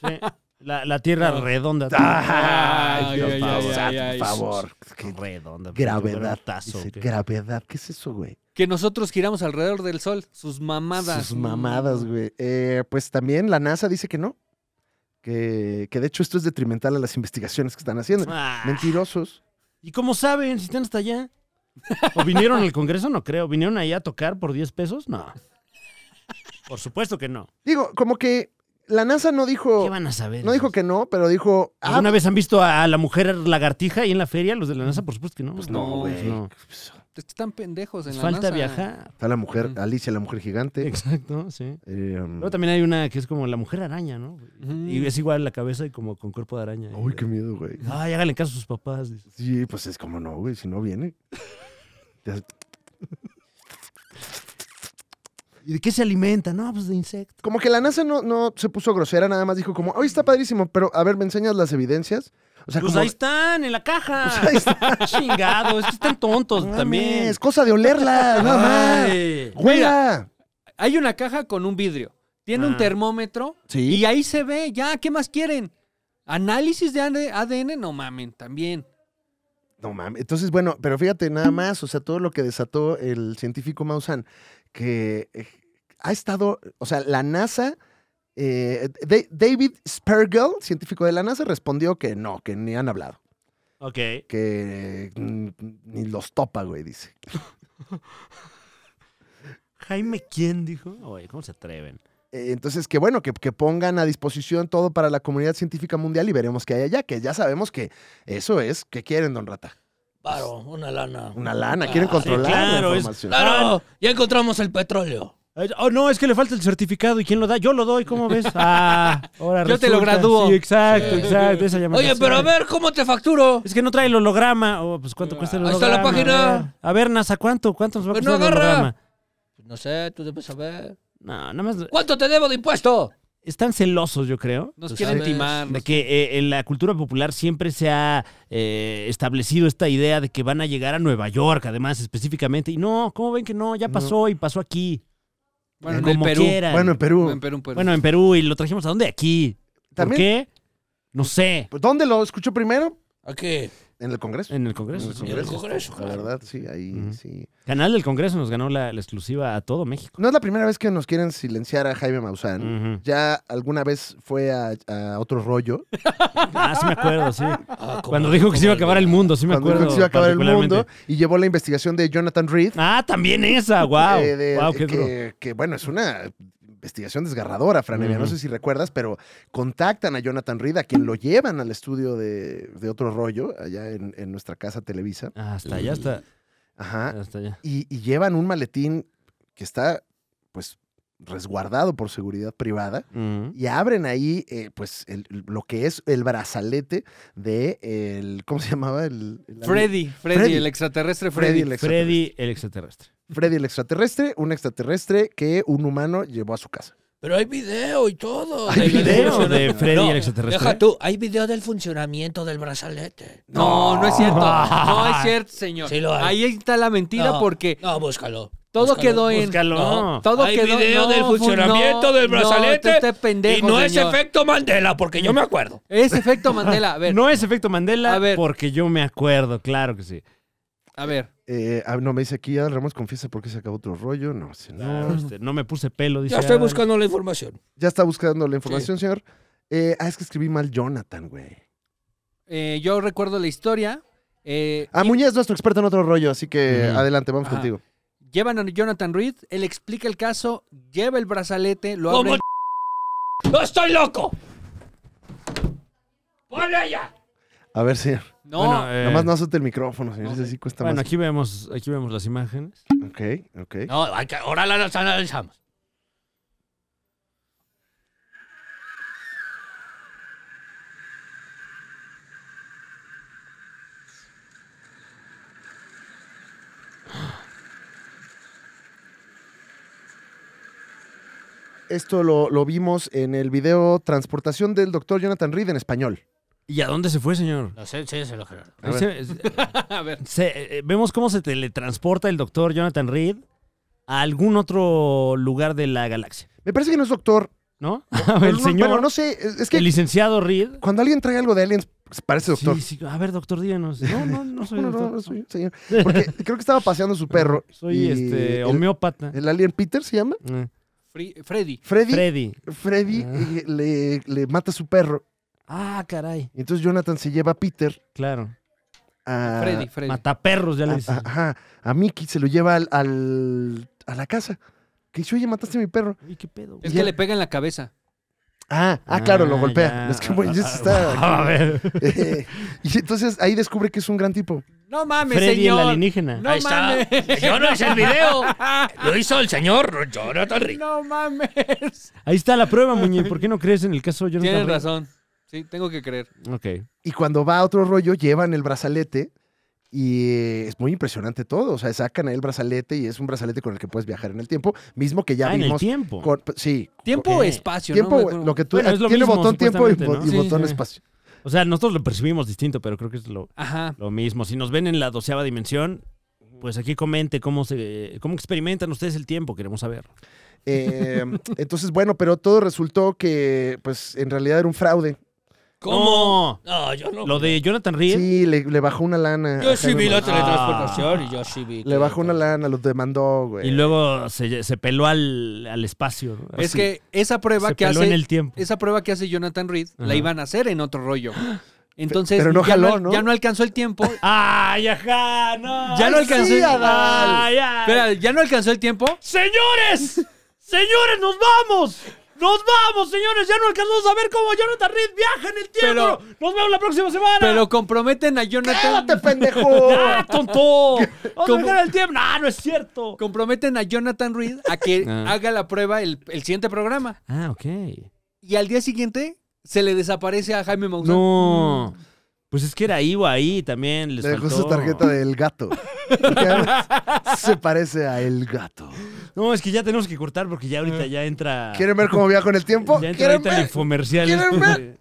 Speaker 3: sí. La, la tierra redonda.
Speaker 5: Ay,
Speaker 3: Dios,
Speaker 5: ay,
Speaker 3: por
Speaker 5: ay,
Speaker 3: favor.
Speaker 5: ay, ay.
Speaker 4: ah, Por favor. Qué
Speaker 3: redonda.
Speaker 4: gravedad.
Speaker 3: Tazo,
Speaker 4: dice,
Speaker 3: ¿qué?
Speaker 4: Gravedad. ¿Qué es eso, güey?
Speaker 5: Que nosotros giramos alrededor del sol. Sus mamadas.
Speaker 4: Sus mamadas, güey. Eh, pues también la NASA dice que no. Que, que de hecho esto es detrimental a las investigaciones que están haciendo.
Speaker 3: Ah.
Speaker 4: Mentirosos.
Speaker 3: ¿Y cómo saben si están hasta allá? ¿O vinieron al Congreso? No creo. ¿Vinieron ahí a tocar por 10 pesos? No. Por supuesto que no.
Speaker 4: Digo, como que la NASA no
Speaker 3: ¿Qué
Speaker 4: dijo.
Speaker 3: van a Pues saber?
Speaker 4: No dijo que no, pero dijo. Ah,
Speaker 3: ¿Alguna vez han visto a la mujer lagartija ahí en la feria? Los de la NASA, por supuesto que no.
Speaker 4: pues no,
Speaker 5: No,
Speaker 4: güey.
Speaker 3: pues no.
Speaker 4: Pues,
Speaker 5: Están pendejos en
Speaker 3: Pues
Speaker 5: la
Speaker 3: falta
Speaker 5: NASA.
Speaker 3: viajar.
Speaker 4: Está la mujer,
Speaker 5: Ujú.
Speaker 4: Alicia, la mujer gigante.
Speaker 3: Exacto, sí.
Speaker 4: Eh, um,
Speaker 3: Luego también hay una que es como la mujer araña, ¿no?
Speaker 5: Ujú.
Speaker 3: Y es igual la cabeza y como con cuerpo de araña.
Speaker 4: Uy, qué miedo, güey.
Speaker 3: Ay, háganle caso a sus papás. dice.
Speaker 4: Sí, pues es como no, güey, si no viene. Te-
Speaker 3: ¿Y de qué se alimenta? No, pues de insectos.
Speaker 4: Como que la NASA no, no se puso grosera, nada más dijo como, oye, está padrísimo, pero a ver, ¿me enseñas las evidencias? O sea,
Speaker 3: Pues
Speaker 4: como,
Speaker 3: ahí están, en la caja.
Speaker 4: Pues ahí está.
Speaker 3: Chingado, es que están tontos
Speaker 4: "No
Speaker 3: también.
Speaker 4: mames, cosa de olerla, nada más.
Speaker 5: Pues Ay. Mira,
Speaker 4: ¡Huela!
Speaker 5: hay una caja con un vidrio. Tiene
Speaker 3: Ah.
Speaker 5: un termómetro.
Speaker 4: Sí.
Speaker 5: Y ahí se ve. Ya, ¿qué más quieren? Análisis de ADN. No mamen, también.
Speaker 4: No mames. Entonces, bueno, pero fíjate, nada más, o sea, todo lo que desató el científico Maussan, que eh, ha estado, o sea, la NASA, eh, Da- David Spergel, científico de la NASA, respondió que no, que ni han hablado.
Speaker 3: Ok.
Speaker 4: que mm, ni los topa, güey, dice.
Speaker 3: Jaime, ¿quién dijo? Oye, ¿cómo se atreven?
Speaker 4: Eh, Entonces, que bueno, que, que pongan a disposición todo para la comunidad científica mundial y veremos qué hay allá, que ya sabemos que eso es, ¿qué quieren, don Rata?
Speaker 1: Paro, una lana.
Speaker 4: Una lana, quieren controlar
Speaker 3: Ah, claro,
Speaker 4: la
Speaker 3: es-
Speaker 4: información.
Speaker 1: Claro, ya encontramos el petróleo.
Speaker 3: Eh, Oh, no, es que le falta el certificado. ¿Y quién lo da? Yo lo doy, ¿cómo ves? Ah, ahora
Speaker 5: Yo te lo
Speaker 3: resulta.
Speaker 5: gradúo.
Speaker 3: Sí, exacto, exacto. Esa llamada.
Speaker 1: Oye, pero a ver, ¿cómo te facturo?
Speaker 3: Es que no trae el holograma. Oh, pues cuánto cuesta el
Speaker 1: Ahí
Speaker 3: holograma.
Speaker 1: está la página.
Speaker 3: A ver, A ver, NASA, ¿cuánto? ¿Cuánto nos va a
Speaker 1: Pues
Speaker 3: costar
Speaker 1: no
Speaker 3: el
Speaker 1: agarra.
Speaker 3: holograma?
Speaker 1: No sé, tú debes saber.
Speaker 3: No, nada más.
Speaker 1: ¿Cuánto te debo de impuesto?
Speaker 3: están celosos, yo creo.
Speaker 5: Nos
Speaker 3: Tú
Speaker 5: quieren
Speaker 3: sabes,
Speaker 5: timar.
Speaker 3: De
Speaker 5: nos-
Speaker 3: que eh, en la cultura popular siempre se ha eh, establecido esta idea de que van a llegar a Nueva York, además, específicamente. Y no, ¿cómo ven que no? Ya
Speaker 4: No.
Speaker 3: pasó y pasó aquí.
Speaker 5: Bueno, en
Speaker 3: como
Speaker 5: el Perú.
Speaker 3: quieran.
Speaker 4: Bueno, en Perú.
Speaker 5: En Perú, en Perú.
Speaker 3: Bueno, en Perú. ¿Y lo trajimos a dónde? Aquí. ¿Por
Speaker 4: También,
Speaker 3: qué? No sé.
Speaker 4: pues, ¿Dónde lo escuchó primero?
Speaker 1: ¿A qué?
Speaker 4: En el Congreso.
Speaker 3: En el Congreso.
Speaker 4: En el
Speaker 3: sí.
Speaker 1: Congreso.
Speaker 4: La verdad, sí, ahí
Speaker 3: Ujú.
Speaker 4: sí.
Speaker 3: Canal del Congreso nos ganó la, la exclusiva a todo México.
Speaker 4: No es la primera vez que nos quieren silenciar a Jaime Maussan.
Speaker 3: Ujú.
Speaker 4: Ya alguna vez fue a, a otro rollo.
Speaker 3: Ah, sí me acuerdo, sí.
Speaker 1: Ah, como-
Speaker 3: Cuando dijo que se iba a
Speaker 1: como
Speaker 3: acabar el mundo, sí me
Speaker 4: cuando dijo
Speaker 3: acuerdo.
Speaker 4: que se iba a acabar el
Speaker 3: particularmente.
Speaker 4: mundo. Y llevó la investigación de Jonathan Reed.
Speaker 3: Ah, también esa, wow.
Speaker 4: eh, de-
Speaker 3: wow,
Speaker 4: eh,
Speaker 3: qué
Speaker 4: que,
Speaker 3: duro.
Speaker 4: que, bueno, es una investigación desgarradora, Franevia. No
Speaker 3: Ujú.
Speaker 4: sé si recuerdas, pero contactan a Jonathan Reed, a quien lo llevan al estudio de, de otro rollo, allá en, en nuestra casa Televisa.
Speaker 3: Ah, Hasta allá, hasta,
Speaker 4: Ajá.
Speaker 3: hasta allá.
Speaker 4: Y, y llevan un maletín que está, pues, resguardado por seguridad privada.
Speaker 3: Ujú.
Speaker 4: Y abren ahí, eh, pues, el- lo que es el brazalete de el. ¿Cómo se llamaba? El, el-
Speaker 5: Freddy, Freddy,
Speaker 4: Freddy.
Speaker 5: el extraterrestre
Speaker 4: Freddy
Speaker 5: Freddy.
Speaker 4: el extraterrestre.
Speaker 3: Freddy el extraterrestre.
Speaker 4: Freddy el extraterrestre, un extraterrestre que un humano llevó a su casa.
Speaker 1: Pero hay video y todo.
Speaker 4: Hay
Speaker 1: del
Speaker 4: video
Speaker 1: funcionamiento.
Speaker 3: de Freddy
Speaker 1: No,
Speaker 3: el extraterrestre.
Speaker 1: Deja tú, hay video del funcionamiento del brazalete.
Speaker 5: No, no es cierto. No es cierto, señor.
Speaker 1: Sí lo hay.
Speaker 5: Ahí está la mentira
Speaker 1: No,
Speaker 5: porque
Speaker 1: No, búscalo.
Speaker 5: todo
Speaker 1: búscalo.
Speaker 5: quedó en.
Speaker 3: Búscalo.
Speaker 1: No.
Speaker 5: Todo
Speaker 1: hay
Speaker 5: quedó
Speaker 1: video
Speaker 5: no,
Speaker 1: del
Speaker 5: fu-
Speaker 1: funcionamiento
Speaker 5: no, no,
Speaker 1: del brazalete.
Speaker 5: usted está pendejo,
Speaker 1: y no es
Speaker 5: señor.
Speaker 1: efecto Mandela, porque yo me acuerdo.
Speaker 5: Es efecto Mandela. A ver,
Speaker 3: No es efecto Mandela,
Speaker 5: A ver.
Speaker 3: porque yo me acuerdo, claro que sí.
Speaker 5: a ver.
Speaker 4: Eh, ah, no, me dice aquí, Adal Ramos confiesa por qué se acabó otro rollo. No, si no.
Speaker 3: No, este, no me puse pelo, dice.
Speaker 1: Ya estoy
Speaker 3: Adal.
Speaker 1: buscando la información.
Speaker 4: Ya está buscando la información, señor. Eh, ah, es que escribí mal Jonathan, güey.
Speaker 5: eh, yo recuerdo la historia. eh,
Speaker 4: Ah, Muñez es nuestro experto en otro rollo, así que
Speaker 3: Ujú.
Speaker 4: adelante, vamos
Speaker 5: Ajá.
Speaker 4: contigo.
Speaker 5: llevan a Jonathan Reed, él explica el caso, lleva el brazalete, lo
Speaker 1: ¿Cómo
Speaker 5: abre.
Speaker 1: ch- ¡No estoy loco! ¡Ponle allá!
Speaker 4: A ver, señor.
Speaker 5: No,
Speaker 3: Bueno, eh,
Speaker 4: Nomás no azote el micrófono, señor.
Speaker 5: no,
Speaker 4: Ese
Speaker 5: güey.
Speaker 4: sí cuesta
Speaker 3: bueno,
Speaker 4: más.
Speaker 3: aquí vemos, aquí vemos las imágenes.
Speaker 4: Ok, ok.
Speaker 1: No, hay que- ahora las analizamos.
Speaker 4: Esto lo, lo vimos en el video Transportación del doctor Jonathan Reed en español.
Speaker 3: ¿Y a dónde se fue, señor?
Speaker 1: No sé, sí, se lo genero.
Speaker 4: A
Speaker 3: Ahí se-
Speaker 5: a ver.
Speaker 3: se- eh, vemos cómo se teletransporta el doctor Jonathan Reed a algún otro lugar de la galaxia,
Speaker 4: Me parece que no es doctor.
Speaker 3: ¿no?
Speaker 4: Bueno,
Speaker 3: el
Speaker 4: no-
Speaker 3: señor,
Speaker 4: bueno, no sé, es es
Speaker 3: el
Speaker 4: que
Speaker 3: licenciado Reed.
Speaker 4: cuando alguien trae algo de aliens, pues, parece doctor.
Speaker 3: Sí, sí, A ver, doctor, díganos. No, no, no soy
Speaker 4: No, no,
Speaker 3: doctor.
Speaker 4: no, soy un señor. Porque creo que estaba paseando su perro.
Speaker 3: Soy
Speaker 4: y
Speaker 3: este,
Speaker 4: el-
Speaker 3: homeópata.
Speaker 4: El, alien Peter se llama.
Speaker 3: Eh,
Speaker 5: Fri- Freddy.
Speaker 4: Freddy. Freddy,
Speaker 3: Freddy.
Speaker 4: eh, le, le mata a su perro.
Speaker 3: Ah, caray.
Speaker 4: Y entonces Jonathan se lleva a Peter
Speaker 3: Claro.
Speaker 4: a.
Speaker 5: Freddy, Freddy.
Speaker 3: Mataperros, ya le
Speaker 4: a,
Speaker 3: dicen.
Speaker 4: a- ajá, a Mickey se lo lleva al, al- a la casa. Que dice, oye, mataste a mi perro.
Speaker 3: Uy, qué pedo.
Speaker 5: Es
Speaker 4: Ya.
Speaker 5: que le pega en la cabeza.
Speaker 4: Ah, ah, claro, lo
Speaker 3: Ah,
Speaker 4: golpea.
Speaker 3: ya. Ah,
Speaker 4: Es que bueno, ya se
Speaker 3: A
Speaker 4: está.
Speaker 3: ver.
Speaker 4: Eh, y entonces ahí descubre que es un gran tipo.
Speaker 5: No mames,
Speaker 3: Freddy el
Speaker 5: señor.
Speaker 3: alienígena.
Speaker 5: No
Speaker 1: Ahí
Speaker 5: mames.
Speaker 1: está. Yo no hice el video. Lo hizo el señor Jonathan Rick.
Speaker 5: No mames.
Speaker 3: Ahí está la prueba, Muñe. ¿Por qué no crees en el caso de Jonathan
Speaker 5: Tienes
Speaker 3: Reed?
Speaker 5: razón. Sí, tengo que creer.
Speaker 3: Ok.
Speaker 4: Y cuando va a otro rollo, llevan el brazalete. Y eh, es muy impresionante todo. O sea, sacan ahí el brazalete y es un brazalete con el que puedes viajar en el tiempo. Mismo que ya
Speaker 3: Ah, en el
Speaker 4: vimos.
Speaker 3: tiempo.
Speaker 4: con- sí.
Speaker 5: Tiempo
Speaker 3: Ok.
Speaker 5: o espacio,
Speaker 4: Tiempo,
Speaker 5: ¿no?
Speaker 4: güey, lo que tú. eh,
Speaker 3: Bueno, es lo
Speaker 4: tiene
Speaker 3: mismo,
Speaker 4: botón tiempo y, bo-
Speaker 3: supuestamente, ¿no?
Speaker 4: y
Speaker 3: Sí,
Speaker 4: botón
Speaker 5: sí.
Speaker 4: espacio.
Speaker 3: O sea, nosotros lo percibimos distinto, pero creo que es lo,
Speaker 5: Ajá.
Speaker 3: lo mismo. Si nos ven en la doceava dimensión, pues aquí comente cómo se cómo experimentan ustedes el tiempo, queremos saber.
Speaker 4: Eh, entonces, bueno, pero todo resultó que, pues, en realidad era un fraude.
Speaker 1: ¿Cómo? No, yo no.
Speaker 3: Lo de Jonathan Reed.
Speaker 4: Sí, le, le bajó una lana. a
Speaker 1: Yo sí
Speaker 4: Jaime
Speaker 1: vi la
Speaker 4: Maussan.
Speaker 1: teletransportación y yo sí vi.
Speaker 4: Ah. Le bajó una lana, los demandó, güey.
Speaker 3: Y luego se, se peló al, al espacio. ¿no?
Speaker 5: Es
Speaker 3: Así.
Speaker 5: que esa prueba
Speaker 3: Pues se
Speaker 5: que
Speaker 3: peló
Speaker 5: hace.
Speaker 3: en el tiempo.
Speaker 5: Esa prueba que hace Jonathan Reed
Speaker 3: Ajá.
Speaker 5: la iban a hacer en otro rollo. Entonces,
Speaker 4: pero no
Speaker 5: ya,
Speaker 4: jaló,
Speaker 5: al-
Speaker 4: ¿no?
Speaker 5: ya no alcanzó el tiempo.
Speaker 3: ¡Ay, ajá! ¡No!
Speaker 5: Ya no
Speaker 3: Ay,
Speaker 5: alcancé.
Speaker 3: sí, Adal. Ay, ay.
Speaker 5: Espera, ya no alcanzó el tiempo.
Speaker 3: ¡Señores! ¡Señores, nos vamos! ¡Nos vamos, señores! Ya no alcanzamos a ver cómo Jonathan Reed viaja en el tiempo. nos vemos la próxima semana.
Speaker 5: Pero comprometen a Jonathan.
Speaker 4: ¡Cállate, pendejo!
Speaker 3: ¡Ah, tonto! ¡Vamos a
Speaker 5: ¿Cómo?
Speaker 3: viajar en el tiempo! ¡Ah, no es cierto!
Speaker 5: Comprometen a Jonathan Reed a que
Speaker 3: Ah.
Speaker 5: haga la prueba el, el siguiente programa.
Speaker 3: Ah, ok.
Speaker 5: Y al día siguiente se le desaparece a Jaime Maussan.
Speaker 3: No. Pues es que era Ivo ahí también. Les
Speaker 4: Le dejó
Speaker 3: faltó.
Speaker 4: su tarjeta del gato. Porque además se parece a el gato.
Speaker 3: No, es que ya tenemos que cortar porque ya ahorita ya entra.
Speaker 4: Eh. ¿Quieren ver cómo viajo en el tiempo?
Speaker 3: Ah. Ya entra
Speaker 4: ¿Quieren
Speaker 3: ahorita el
Speaker 4: ver?
Speaker 3: infomercial.
Speaker 4: ¿Quieren
Speaker 3: este
Speaker 4: ver?
Speaker 3: de-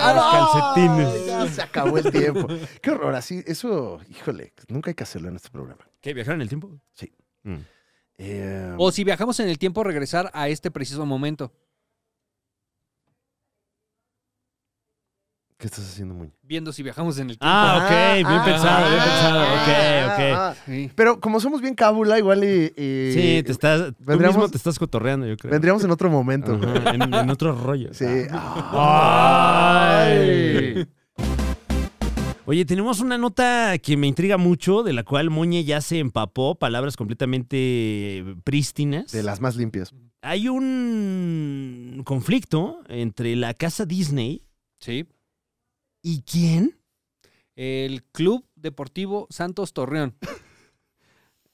Speaker 4: ¡Ah,
Speaker 3: los
Speaker 4: no!
Speaker 3: calcetines.
Speaker 4: Ya se acabó el tiempo. Qué horror, así, eso, híjole, nunca hay que hacerlo en este programa.
Speaker 3: ¿Qué? ¿Viajaron en el tiempo?
Speaker 4: Sí.
Speaker 3: Mm.
Speaker 4: Eh,
Speaker 5: O si viajamos en el tiempo, regresar a este preciso momento.
Speaker 4: ¿Qué estás haciendo, Muñe?
Speaker 5: Viendo si viajamos en el tiempo.
Speaker 3: Ah, ok, bien
Speaker 4: ah,
Speaker 3: pensado, bien
Speaker 4: ah,
Speaker 3: pensado.
Speaker 4: ah,
Speaker 3: ok, ok.
Speaker 4: ah, ah.
Speaker 5: Sí.
Speaker 4: Pero como somos bien cábula, igual y, y-
Speaker 3: Sí, te estás, tú
Speaker 4: vendríamos-
Speaker 3: mismo te estás cotorreando, yo creo.
Speaker 4: vendríamos en otro momento.
Speaker 3: Ajá, en, en otro rollo.
Speaker 4: Sí.
Speaker 3: Ay.
Speaker 4: Ay.
Speaker 3: Oye, tenemos una nota que me intriga mucho, de la cual Moñe ya se empapó, palabras completamente prístinas.
Speaker 4: De las más limpias.
Speaker 3: Hay un conflicto entre la casa Disney
Speaker 5: Sí.
Speaker 3: y quién?
Speaker 5: El Club Deportivo Santos Torreón.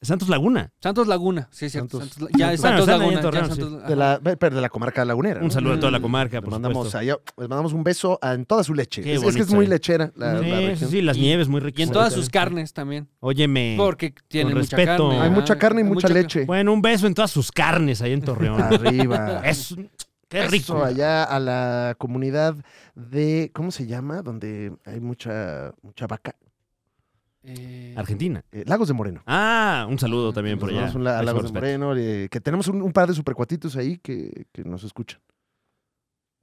Speaker 3: Santos Laguna.
Speaker 5: Santos Laguna. Sí, es cierto.
Speaker 4: Santos-
Speaker 5: Santos- ya es
Speaker 3: Santos.
Speaker 5: Santos
Speaker 3: Bueno,
Speaker 5: Laguna.
Speaker 3: Santos
Speaker 5: ya
Speaker 3: Torreón,
Speaker 5: Santos-
Speaker 4: De la, pero de la comarca lagunera. ¿no?
Speaker 3: Un saludo a toda la comarca,
Speaker 4: Les
Speaker 3: por
Speaker 4: Mm. mandamos,
Speaker 3: supuesto.
Speaker 4: allá, les mandamos un beso a- en toda su leche.
Speaker 3: Qué
Speaker 4: Es, es que es
Speaker 3: bonito,
Speaker 4: muy
Speaker 3: eh.
Speaker 4: lechera la, la
Speaker 3: Sí,
Speaker 4: región.
Speaker 3: sí, las
Speaker 5: Y-
Speaker 3: nieves muy
Speaker 5: Y
Speaker 3: ricas.
Speaker 5: en todas sus carnes también.
Speaker 3: Óyeme.
Speaker 5: Porque tiene
Speaker 3: con
Speaker 5: mucha
Speaker 3: respeto.
Speaker 5: carne.
Speaker 4: Hay
Speaker 5: ajá,
Speaker 4: mucha carne y mucha
Speaker 5: ca-
Speaker 4: leche.
Speaker 3: Bueno, un beso en todas sus carnes ahí en Torreón.
Speaker 4: Arriba.
Speaker 3: es qué
Speaker 4: Eso,
Speaker 3: rico.
Speaker 4: allá a la comunidad de, ¿cómo se llama? Donde hay mucha, mucha vaca.
Speaker 5: Eh,
Speaker 3: Argentina.
Speaker 4: Eh, Lagos de Moreno.
Speaker 3: Ah, un saludo también por
Speaker 4: Nos
Speaker 3: allá.
Speaker 4: vamos un la- a
Speaker 3: Máximo
Speaker 4: Lagos de
Speaker 3: respeto.
Speaker 4: Moreno, eh, que tenemos un, un par de supercuatitos ahí que, que nos escuchan.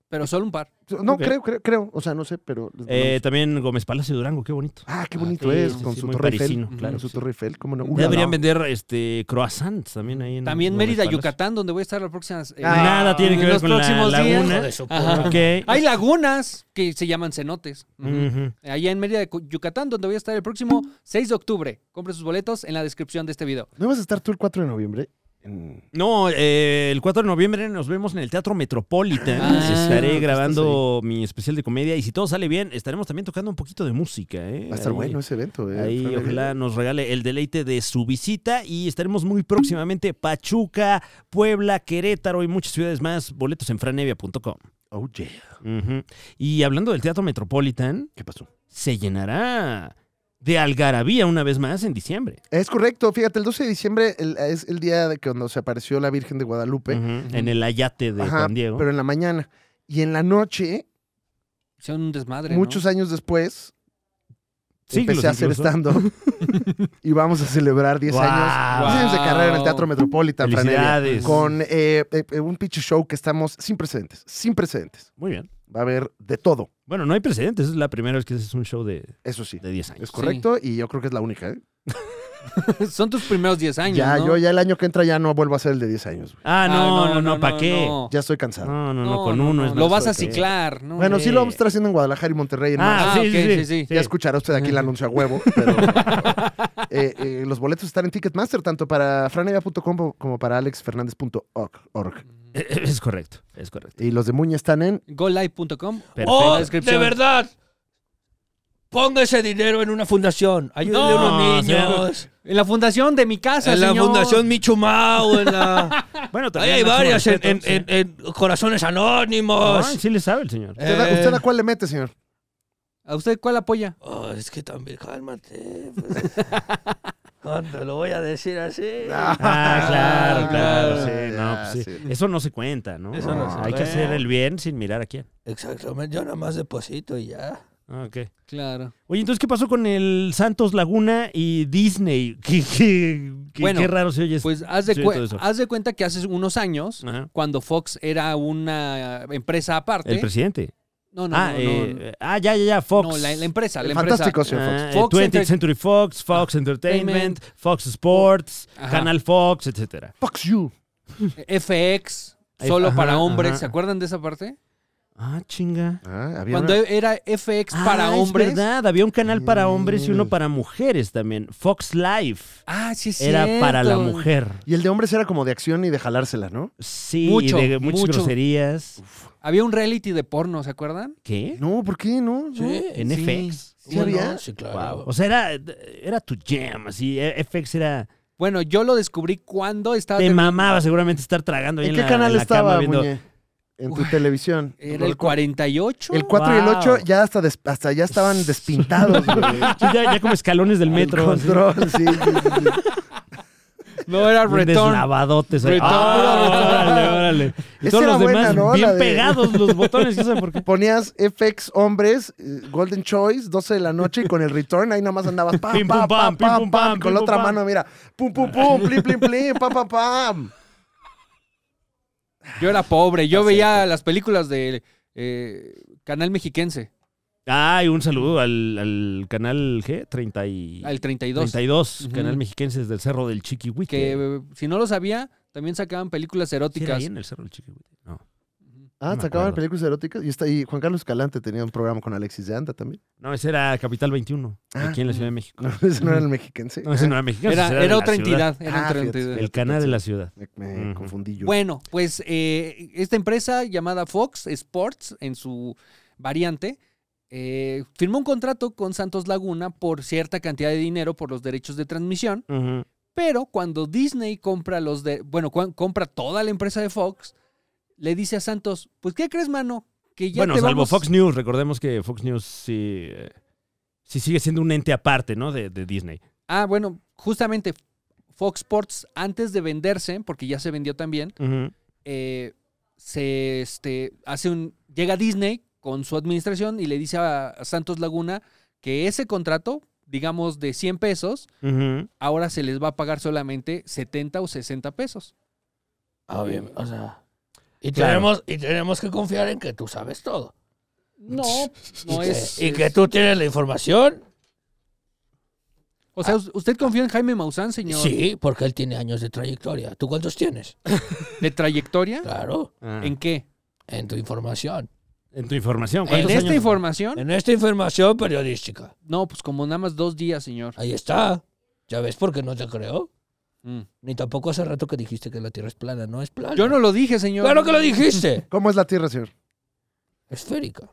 Speaker 5: pero solo un par.
Speaker 4: No,
Speaker 3: Ok.
Speaker 4: creo, creo, creo. O sea, no sé, pero... les
Speaker 3: Eh,
Speaker 4: mandamos-
Speaker 3: también Gómez Palacio Durango, qué bonito.
Speaker 4: ah, qué bonito
Speaker 5: sí,
Speaker 4: es,
Speaker 5: sí,
Speaker 4: con
Speaker 3: sí,
Speaker 4: su
Speaker 3: muy
Speaker 4: Torre
Speaker 3: parisino,
Speaker 4: Eiffel.
Speaker 5: claro,
Speaker 4: Con su
Speaker 5: sí.
Speaker 4: Torre Eiffel, ¿cómo no?
Speaker 3: Ya
Speaker 4: Ulala.
Speaker 3: deberían vender este croissants también ahí en
Speaker 5: También
Speaker 3: Gómez
Speaker 5: Mérida,
Speaker 3: Palacio.
Speaker 5: Yucatán, donde voy a estar los próximos. eh,
Speaker 4: Ah,
Speaker 3: Nada tiene que
Speaker 5: en
Speaker 3: ver
Speaker 5: los
Speaker 3: con la
Speaker 5: próximos días.
Speaker 3: laguna.
Speaker 1: Hijo de su
Speaker 5: Ajá.
Speaker 1: puta.
Speaker 3: Ok.
Speaker 5: Ah, Hay lagunas que se llaman cenotes. Ujú.
Speaker 3: Ujú.
Speaker 5: Allá en Mérida, de Cu- Yucatán, donde voy a estar el próximo 6 de octubre. Compre sus boletos en la descripción de este video.
Speaker 4: ¿No vas a estar tú el 4 de noviembre? En-
Speaker 3: No, eh, el 4 de noviembre nos vemos en el Teatro Metropolitan.
Speaker 5: Ah,
Speaker 3: Estaré
Speaker 4: estás
Speaker 3: grabando mi especial de comedia y si todo sale bien, estaremos también tocando un poquito de música. ¿eh?
Speaker 4: Va a estar
Speaker 3: Ahí-
Speaker 4: bueno ese evento. eh,
Speaker 3: Ahí
Speaker 4: Fran,
Speaker 3: ojalá nos regale el deleite de su visita y estaremos muy próximamente Pachuca, Puebla, Querétaro y muchas ciudades más. Boletos en franevia.com.
Speaker 4: Oh, yeah.
Speaker 3: Ujú. Y hablando del Teatro Metropolitan,
Speaker 4: ¿Qué pasó?
Speaker 3: se llenará de algarabía una vez más en diciembre.
Speaker 4: Es correcto. Fíjate, el 12 de diciembre el- es el día de que cuando se apareció la Virgen de Guadalupe.
Speaker 3: Ujú. En el ayate de
Speaker 4: Ajá,
Speaker 3: Juan Diego.
Speaker 4: Pero en la mañana. Y en la noche,
Speaker 5: Hicieron un desmadre. ¿no?
Speaker 4: muchos años después,
Speaker 3: Siglos
Speaker 4: empecé a hacer
Speaker 3: incluso.
Speaker 4: stand-up. y vamos a celebrar 10
Speaker 3: ¡Guau!
Speaker 4: años. 10 años de Pues carrera en el Teatro Metropolitan, Fran Evia,
Speaker 3: Felicidades.
Speaker 4: Con eh, eh, eh, un pinche show que estamos sin precedentes. Sin precedentes.
Speaker 3: Muy bien.
Speaker 4: Va a haber de todo.
Speaker 3: Bueno, no hay precedentes. Es la primera vez que haces un show de,
Speaker 4: Eso sí.
Speaker 3: de 10 años.
Speaker 4: Es correcto. Y yo creo que es la única. ¿eh?
Speaker 5: Son tus primeros 10 años.
Speaker 4: ya,
Speaker 5: ¿no?
Speaker 4: yo ya el año que entra ya no vuelvo a hacer el de 10 años. güey.
Speaker 3: Ah, no, no, no, ¿para qué?
Speaker 5: no. Ah,
Speaker 4: Ya estoy cansado.
Speaker 3: No, no, no,
Speaker 5: No,
Speaker 3: con
Speaker 5: no,
Speaker 3: uno
Speaker 5: no.
Speaker 3: es
Speaker 5: Lo
Speaker 3: más
Speaker 5: vas a
Speaker 3: fuerte.
Speaker 5: ciclar, ¿no?
Speaker 4: Bueno, sí lo vamos a
Speaker 5: Eh,
Speaker 4: estar haciendo en Guadalajara y Monterrey en marzo.
Speaker 3: Ah,
Speaker 5: Ah,
Speaker 3: sí,
Speaker 5: ok,
Speaker 3: sí, sí.
Speaker 5: sí, sí.
Speaker 4: Ya escuchará usted aquí el anuncio a huevo, pero eh, eh, los boletos están en Ticketmaster, tanto para franevia.com como para alexfernandez.org.
Speaker 3: Eh, eh, Es correcto, es correcto.
Speaker 4: Y los de Muña están en...
Speaker 5: GoLive.com.
Speaker 3: Perfecto.
Speaker 5: en
Speaker 1: Oh,
Speaker 5: la
Speaker 1: de
Speaker 5: descripción.
Speaker 1: verdad. Ponga ese dinero en una fundación. Ayúdenle
Speaker 3: No,
Speaker 1: a unos niños.
Speaker 5: En la fundación de mi casa,
Speaker 1: En la
Speaker 5: señor.
Speaker 1: fundación Michumau. En la...
Speaker 3: Bueno,
Speaker 1: Ahí
Speaker 3: también
Speaker 1: hay
Speaker 3: máximo
Speaker 1: varias en,
Speaker 3: respeto,
Speaker 1: en-
Speaker 3: sí.
Speaker 1: en- en Corazones Anónimos.
Speaker 3: Ay, Ah, sí le sabe el señor.
Speaker 1: Eh,
Speaker 4: ¿Usted, a- usted a cuál le mete, señor?
Speaker 5: ¿A usted cuál apoya?
Speaker 1: oh, es que también, cálmate. pues. ¿Cuándo lo voy a decir así?
Speaker 3: Ah, claro, claro, sí, no,
Speaker 4: Ah,
Speaker 3: pues sí.
Speaker 4: sí.
Speaker 3: Eso no se cuenta, ¿no?
Speaker 1: Eso
Speaker 4: no se
Speaker 3: Hay que
Speaker 1: cuenta.
Speaker 3: hacer el bien sin mirar a quién.
Speaker 1: Exactamente, yo nada más deposito y ya.
Speaker 3: Ah, ok.
Speaker 5: Claro.
Speaker 3: Oye, entonces, ¿qué pasó con el Santos Laguna y Disney? Qué, qué- qué-
Speaker 5: Bueno,
Speaker 3: qué raro se oye. eso.
Speaker 5: Pues haz de,
Speaker 3: Sí,
Speaker 5: cue-
Speaker 3: todo eso.
Speaker 5: haz de cuenta que hace unos años,
Speaker 3: Ajá.
Speaker 5: cuando Fox era una empresa aparte.
Speaker 3: El presidente.
Speaker 5: ¿eh? no, no,
Speaker 3: ah,
Speaker 5: no, no,
Speaker 3: eh,
Speaker 5: no.
Speaker 3: eh, ah, ya, ya, ya, Fox.
Speaker 5: No, la, la empresa, la empresa.
Speaker 4: Fantástico, señor Fox.
Speaker 3: Ah, eh,
Speaker 5: Fox
Speaker 3: 20th
Speaker 5: Enter-
Speaker 3: Century Fox, Fox Entertainment, Fox Sports,
Speaker 5: Ajá.
Speaker 3: Canal Fox, etcétera.
Speaker 4: Fox you.
Speaker 5: FX,
Speaker 3: Ahí-
Speaker 5: solo
Speaker 3: ajá,
Speaker 5: para hombres.
Speaker 3: ajá.
Speaker 5: ¿Se acuerdan de esa parte?
Speaker 3: Ah, chinga.
Speaker 4: Ah, había
Speaker 5: Cuando
Speaker 4: una-
Speaker 5: era FX para
Speaker 3: Ah,
Speaker 5: hombres.
Speaker 3: Es verdad, había un canal para hombres y uno
Speaker 4: Mm.
Speaker 3: para mujeres también. Fox Life
Speaker 5: Ah, sí, sí.
Speaker 3: era para la mujer.
Speaker 4: Y el de hombres era como de acción y de jalársela, ¿no?
Speaker 3: Sí,
Speaker 5: Mucho,
Speaker 3: y de muchas
Speaker 5: mucho.
Speaker 3: groserías.
Speaker 5: Había un reality de porno, ¿se acuerdan?
Speaker 3: ¿Qué?
Speaker 4: No, ¿por qué? No, no.
Speaker 3: ¿En
Speaker 5: Sí.
Speaker 3: FX?
Speaker 4: ¿Sí había?
Speaker 1: No? Sí, claro.
Speaker 3: Wow. O sea, era, era tu jam, así. e- FX era...
Speaker 5: Bueno, yo lo descubrí cuando
Speaker 4: Ah,
Speaker 5: estaba.
Speaker 3: Te
Speaker 5: termi-
Speaker 3: mamaba seguramente estar tragando ahí
Speaker 4: ¿En
Speaker 3: en
Speaker 4: qué
Speaker 3: la-
Speaker 4: canal
Speaker 3: en la
Speaker 4: estaba,
Speaker 3: cama viendo-
Speaker 4: Muñe? En tu
Speaker 5: Uy,
Speaker 4: televisión.
Speaker 5: Era el 48.
Speaker 4: El 4 y el
Speaker 3: Wow.
Speaker 4: 8 ya hasta, des- hasta ya estaban despintados, güey.
Speaker 3: Sí, ya, ya como escalones del
Speaker 4: El
Speaker 3: metro. así.
Speaker 4: control, sí, sí, sí, sí.
Speaker 5: No era
Speaker 3: Bien
Speaker 5: retón.
Speaker 3: Deslavadotes. ahí.
Speaker 5: Retón.
Speaker 3: Ah, órale, órale. Y
Speaker 4: Esa
Speaker 3: todos
Speaker 4: era
Speaker 3: los
Speaker 4: buena,
Speaker 3: demás
Speaker 4: ¿no? La
Speaker 3: bien
Speaker 4: de-
Speaker 3: pegados los botones. ¿Quién sabe por qué?
Speaker 4: Ponías FX hombres, eh, Golden Choice, 12 de la noche y con el return ahí nomás andabas pam,
Speaker 3: Pim,
Speaker 4: pam,
Speaker 3: pum, pam, pim,
Speaker 4: pam, pam,
Speaker 3: pum,
Speaker 4: pam,
Speaker 3: pam,
Speaker 4: con
Speaker 3: pim,
Speaker 4: la
Speaker 3: pum,
Speaker 4: otra
Speaker 3: pam. Ah,
Speaker 4: mano, mira, pum, pum, pum, plim, plim, plim, pam, pam, pam.
Speaker 5: Yo era pobre.
Speaker 3: Ah,
Speaker 5: Yo veía las películas del eh, canal mexiquense,
Speaker 3: Ay, un saludo al, al canal, ¿qué? 30 y...
Speaker 5: al 32.
Speaker 3: 32,
Speaker 5: Ujú.
Speaker 3: canal mexiquense desde el Cerro del Chiquihuite.
Speaker 5: Que eh, si no lo sabía, también sacaban películas
Speaker 3: ¿Sí era
Speaker 5: eróticas.
Speaker 3: ahí en el Cerro del Chiquihuite? No.
Speaker 4: Ah,
Speaker 3: me
Speaker 4: sacaban
Speaker 3: acuerdo.
Speaker 4: películas eróticas. Y, está, y Juan Carlos Escalante tenía un programa con Alexis de Anda también.
Speaker 3: No, ese era Capital 21,
Speaker 4: Ah.
Speaker 3: aquí en la Ciudad de México.
Speaker 4: No, ese no era el mexiquense.
Speaker 3: No, ese no era mexicano.
Speaker 5: mm. Era,
Speaker 3: ese
Speaker 5: era
Speaker 3: de la
Speaker 5: otra
Speaker 3: ciudad.
Speaker 5: entidad. Era
Speaker 4: Ah,
Speaker 5: otra
Speaker 4: fíjate.
Speaker 5: entidad.
Speaker 3: El canal de la ciudad.
Speaker 4: Me, me
Speaker 3: Ujú.
Speaker 4: confundí yo.
Speaker 5: Bueno, pues eh, esta empresa llamada Fox Sports, en su variante, eh, firmó un contrato con Santos Laguna por cierta cantidad de dinero por los derechos de transmisión,
Speaker 3: Ujú.
Speaker 5: pero cuando Disney compra los de, bueno, cuan- compra toda la empresa de Fox, le dice a Santos, pues ¿qué crees, mano? Que ya
Speaker 3: Bueno,
Speaker 5: te
Speaker 3: salvo
Speaker 5: vamos-
Speaker 3: Fox News, recordemos que Fox News sí, eh, sí sigue siendo un ente aparte, ¿no? De, de Disney.
Speaker 5: Ah, bueno, justamente Fox Sports antes de venderse, porque ya se vendió también,
Speaker 3: Ujú.
Speaker 5: eh, se este, hace un. Llega Disney con su administración y le dice a, a Santos Laguna que ese contrato, digamos de 100 pesos,
Speaker 3: Ujú.
Speaker 5: ahora se les va a pagar solamente 70 o 60 pesos.
Speaker 1: o sea. Y,
Speaker 3: Ah, Claro.
Speaker 1: tenemos, y tenemos que confiar en que tú sabes todo.
Speaker 5: No, no
Speaker 1: Y que-
Speaker 5: es.
Speaker 1: y que
Speaker 5: es-
Speaker 1: tú tienes la información.
Speaker 5: O sea, ¿usted confía en Jaime Maussan, señor?
Speaker 1: Sí, porque él tiene años de trayectoria. ¿Tú cuántos tienes?
Speaker 5: ¿De trayectoria?
Speaker 1: Claro,
Speaker 3: Ah.
Speaker 5: ¿En
Speaker 3: En,
Speaker 5: qué?
Speaker 1: en tu información.
Speaker 3: tu información.
Speaker 5: ¿En
Speaker 3: ¿cuántos
Speaker 5: esta
Speaker 3: años?
Speaker 5: información?
Speaker 1: En esta información periodística.
Speaker 5: No, pues como nada más dos días, señor.
Speaker 1: Ahí está. ¿Ya ves por qué no te creo?
Speaker 5: Mm.
Speaker 1: Ni tampoco hace rato que dijiste que la Tierra es plana. No es plana.
Speaker 5: Yo no lo dije, señor.
Speaker 1: Claro que lo dijiste.
Speaker 4: ¿Cómo es la Tierra, señor?
Speaker 1: Esférica.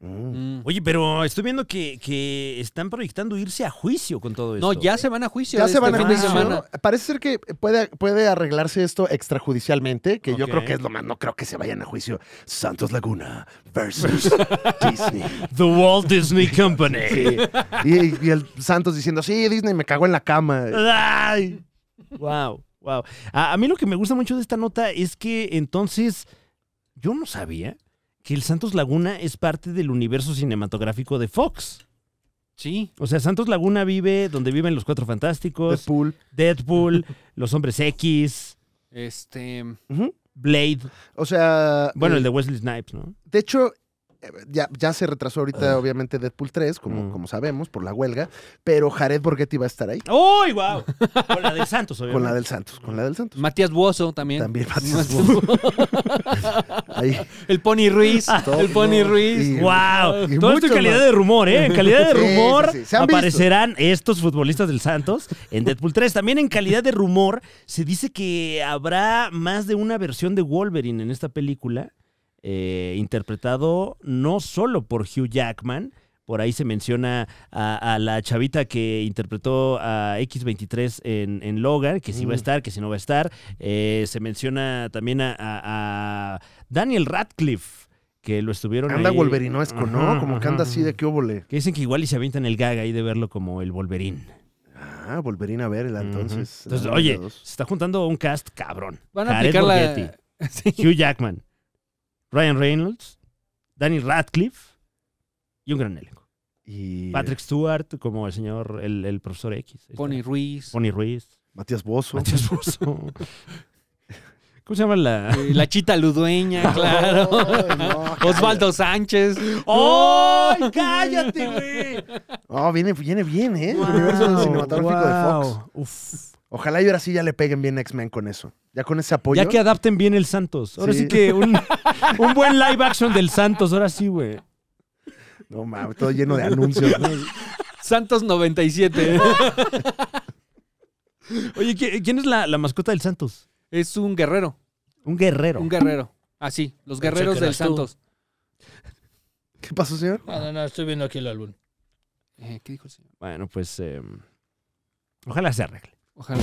Speaker 5: Mm.
Speaker 3: Oye, pero estoy viendo que, que están proyectando irse a juicio con todo esto.
Speaker 5: No, ya se van a juicio.
Speaker 4: Ya se
Speaker 5: este
Speaker 4: van a
Speaker 5: fin de
Speaker 4: juicio.
Speaker 5: semana.
Speaker 4: Parece ser que puede, puede arreglarse esto extrajudicialmente, que yo
Speaker 3: Ok.
Speaker 4: creo que es lo más. No creo que se vayan a juicio. Santos Laguna versus Disney.
Speaker 3: The Walt Disney Company.
Speaker 4: Y, y el Santos diciendo, sí, Disney me cagó en la cama. eh,
Speaker 3: Ay. Wow, wow. A, a mí lo que me gusta mucho de esta nota es que entonces yo no sabía que el Santos Laguna es parte del universo cinematográfico de Fox.
Speaker 5: Sí.
Speaker 3: O sea, Santos Laguna vive donde viven los Cuatro Fantásticos,
Speaker 4: Deadpool.
Speaker 3: Deadpool, los Hombres X,
Speaker 5: Este.
Speaker 4: Ujú.
Speaker 3: Blade.
Speaker 4: O sea,
Speaker 3: Bueno,
Speaker 4: eh,
Speaker 3: el de Wesley Snipes, ¿no?
Speaker 4: de hecho, eh, ya, ya se retrasó ahorita,
Speaker 1: Ah.
Speaker 4: obviamente, Deadpool 3, como,
Speaker 3: Mm.
Speaker 4: como sabemos, por la huelga, pero Jared Borghetti va a estar ahí.
Speaker 3: ¡Uy, wow! Con la de Santos, obviamente.
Speaker 4: Con la del Santos, con la del Santos.
Speaker 5: Matías Buoso también.
Speaker 4: También Matías
Speaker 5: Matías
Speaker 4: Bo- ahí.
Speaker 5: El Pony Ruiz.
Speaker 4: Todo.
Speaker 5: el Pony Ruiz.
Speaker 4: Y-
Speaker 3: ¡Wow!
Speaker 4: Y
Speaker 3: Todo esto
Speaker 4: mucho
Speaker 3: en calidad
Speaker 4: más.
Speaker 3: de rumor, ¿eh? En calidad de
Speaker 4: Sí, sí,
Speaker 3: rumor
Speaker 4: sí. Se han visto.
Speaker 3: aparecerán estos futbolistas del Santos en Deadpool 3. También en calidad de rumor se dice que habrá más de una versión de Wolverine en esta película, eh, interpretado no solo por Hugh Jackman, por ahí se menciona a, a la chavita que interpretó a X23 en, en Logan, que si va a
Speaker 4: Mm.
Speaker 3: estar, que si no va a estar. Eh, se menciona también a, a- a Daniel Radcliffe, que lo estuvieron
Speaker 4: Anda
Speaker 3: ahí.
Speaker 4: wolverinoesco, ¿no?
Speaker 3: Ajá,
Speaker 4: Como que
Speaker 3: ajá,
Speaker 4: anda así de
Speaker 3: ajá.
Speaker 4: qué óvole.
Speaker 3: Que dicen que igual y se avientan el gag ahí de verlo como el Wolverine.
Speaker 4: Ah, volverín a verla entonces.
Speaker 3: Ujú. Entonces,
Speaker 4: Ah,
Speaker 3: oye,
Speaker 4: dos.
Speaker 3: se está juntando un cast cabrón.
Speaker 5: Van a
Speaker 3: Jared
Speaker 5: aplicar
Speaker 3: Borghetti,
Speaker 5: la. Sí.
Speaker 3: Hugh Jackman, Ryan Reynolds, Danny Radcliffe y un gran elenco.
Speaker 4: Y
Speaker 3: Patrick Stewart como el señor, el, el profesor X. Ahí está.
Speaker 5: Pony Ruiz.
Speaker 3: Pony Ruiz.
Speaker 4: Matías Bozo.
Speaker 3: Matías Busso. ¿Cómo se llama la...?
Speaker 5: eh, La Chita Ludueña, claro.
Speaker 4: Ay, no,
Speaker 5: Osvaldo Sánchez.
Speaker 3: ¡Oh! ¡Cállate, güey!
Speaker 4: Oh, viene, viene bien, ¿eh? El universo cinematográfico de Fox.
Speaker 3: Wow. Uf.
Speaker 4: Ojalá y ahora sí ya le peguen bien a X-Men con eso. Ya con ese apoyo.
Speaker 3: Ya que adapten bien el Santos. Ahora sí,
Speaker 4: Sí.
Speaker 3: que un, un buen live action del Santos, ahora sí, güey.
Speaker 4: No mames, todo lleno de anuncios.
Speaker 5: Santos 97.
Speaker 3: Oye, ¿qui- ¿quién es la, la mascota del Santos?
Speaker 5: Es un guerrero.
Speaker 3: Un guerrero.
Speaker 5: Un guerrero. Así, los
Speaker 1: Pensé
Speaker 5: guerreros
Speaker 1: que
Speaker 5: del
Speaker 1: eras tú.
Speaker 5: Santos.
Speaker 4: ¿Qué pasó, señor?
Speaker 1: No, no, no, estoy viendo aquí el álbum.
Speaker 5: Eh, ¿Qué dijo el señor?
Speaker 3: Bueno, pues... eh, ojalá se arregle.
Speaker 5: Ojalá.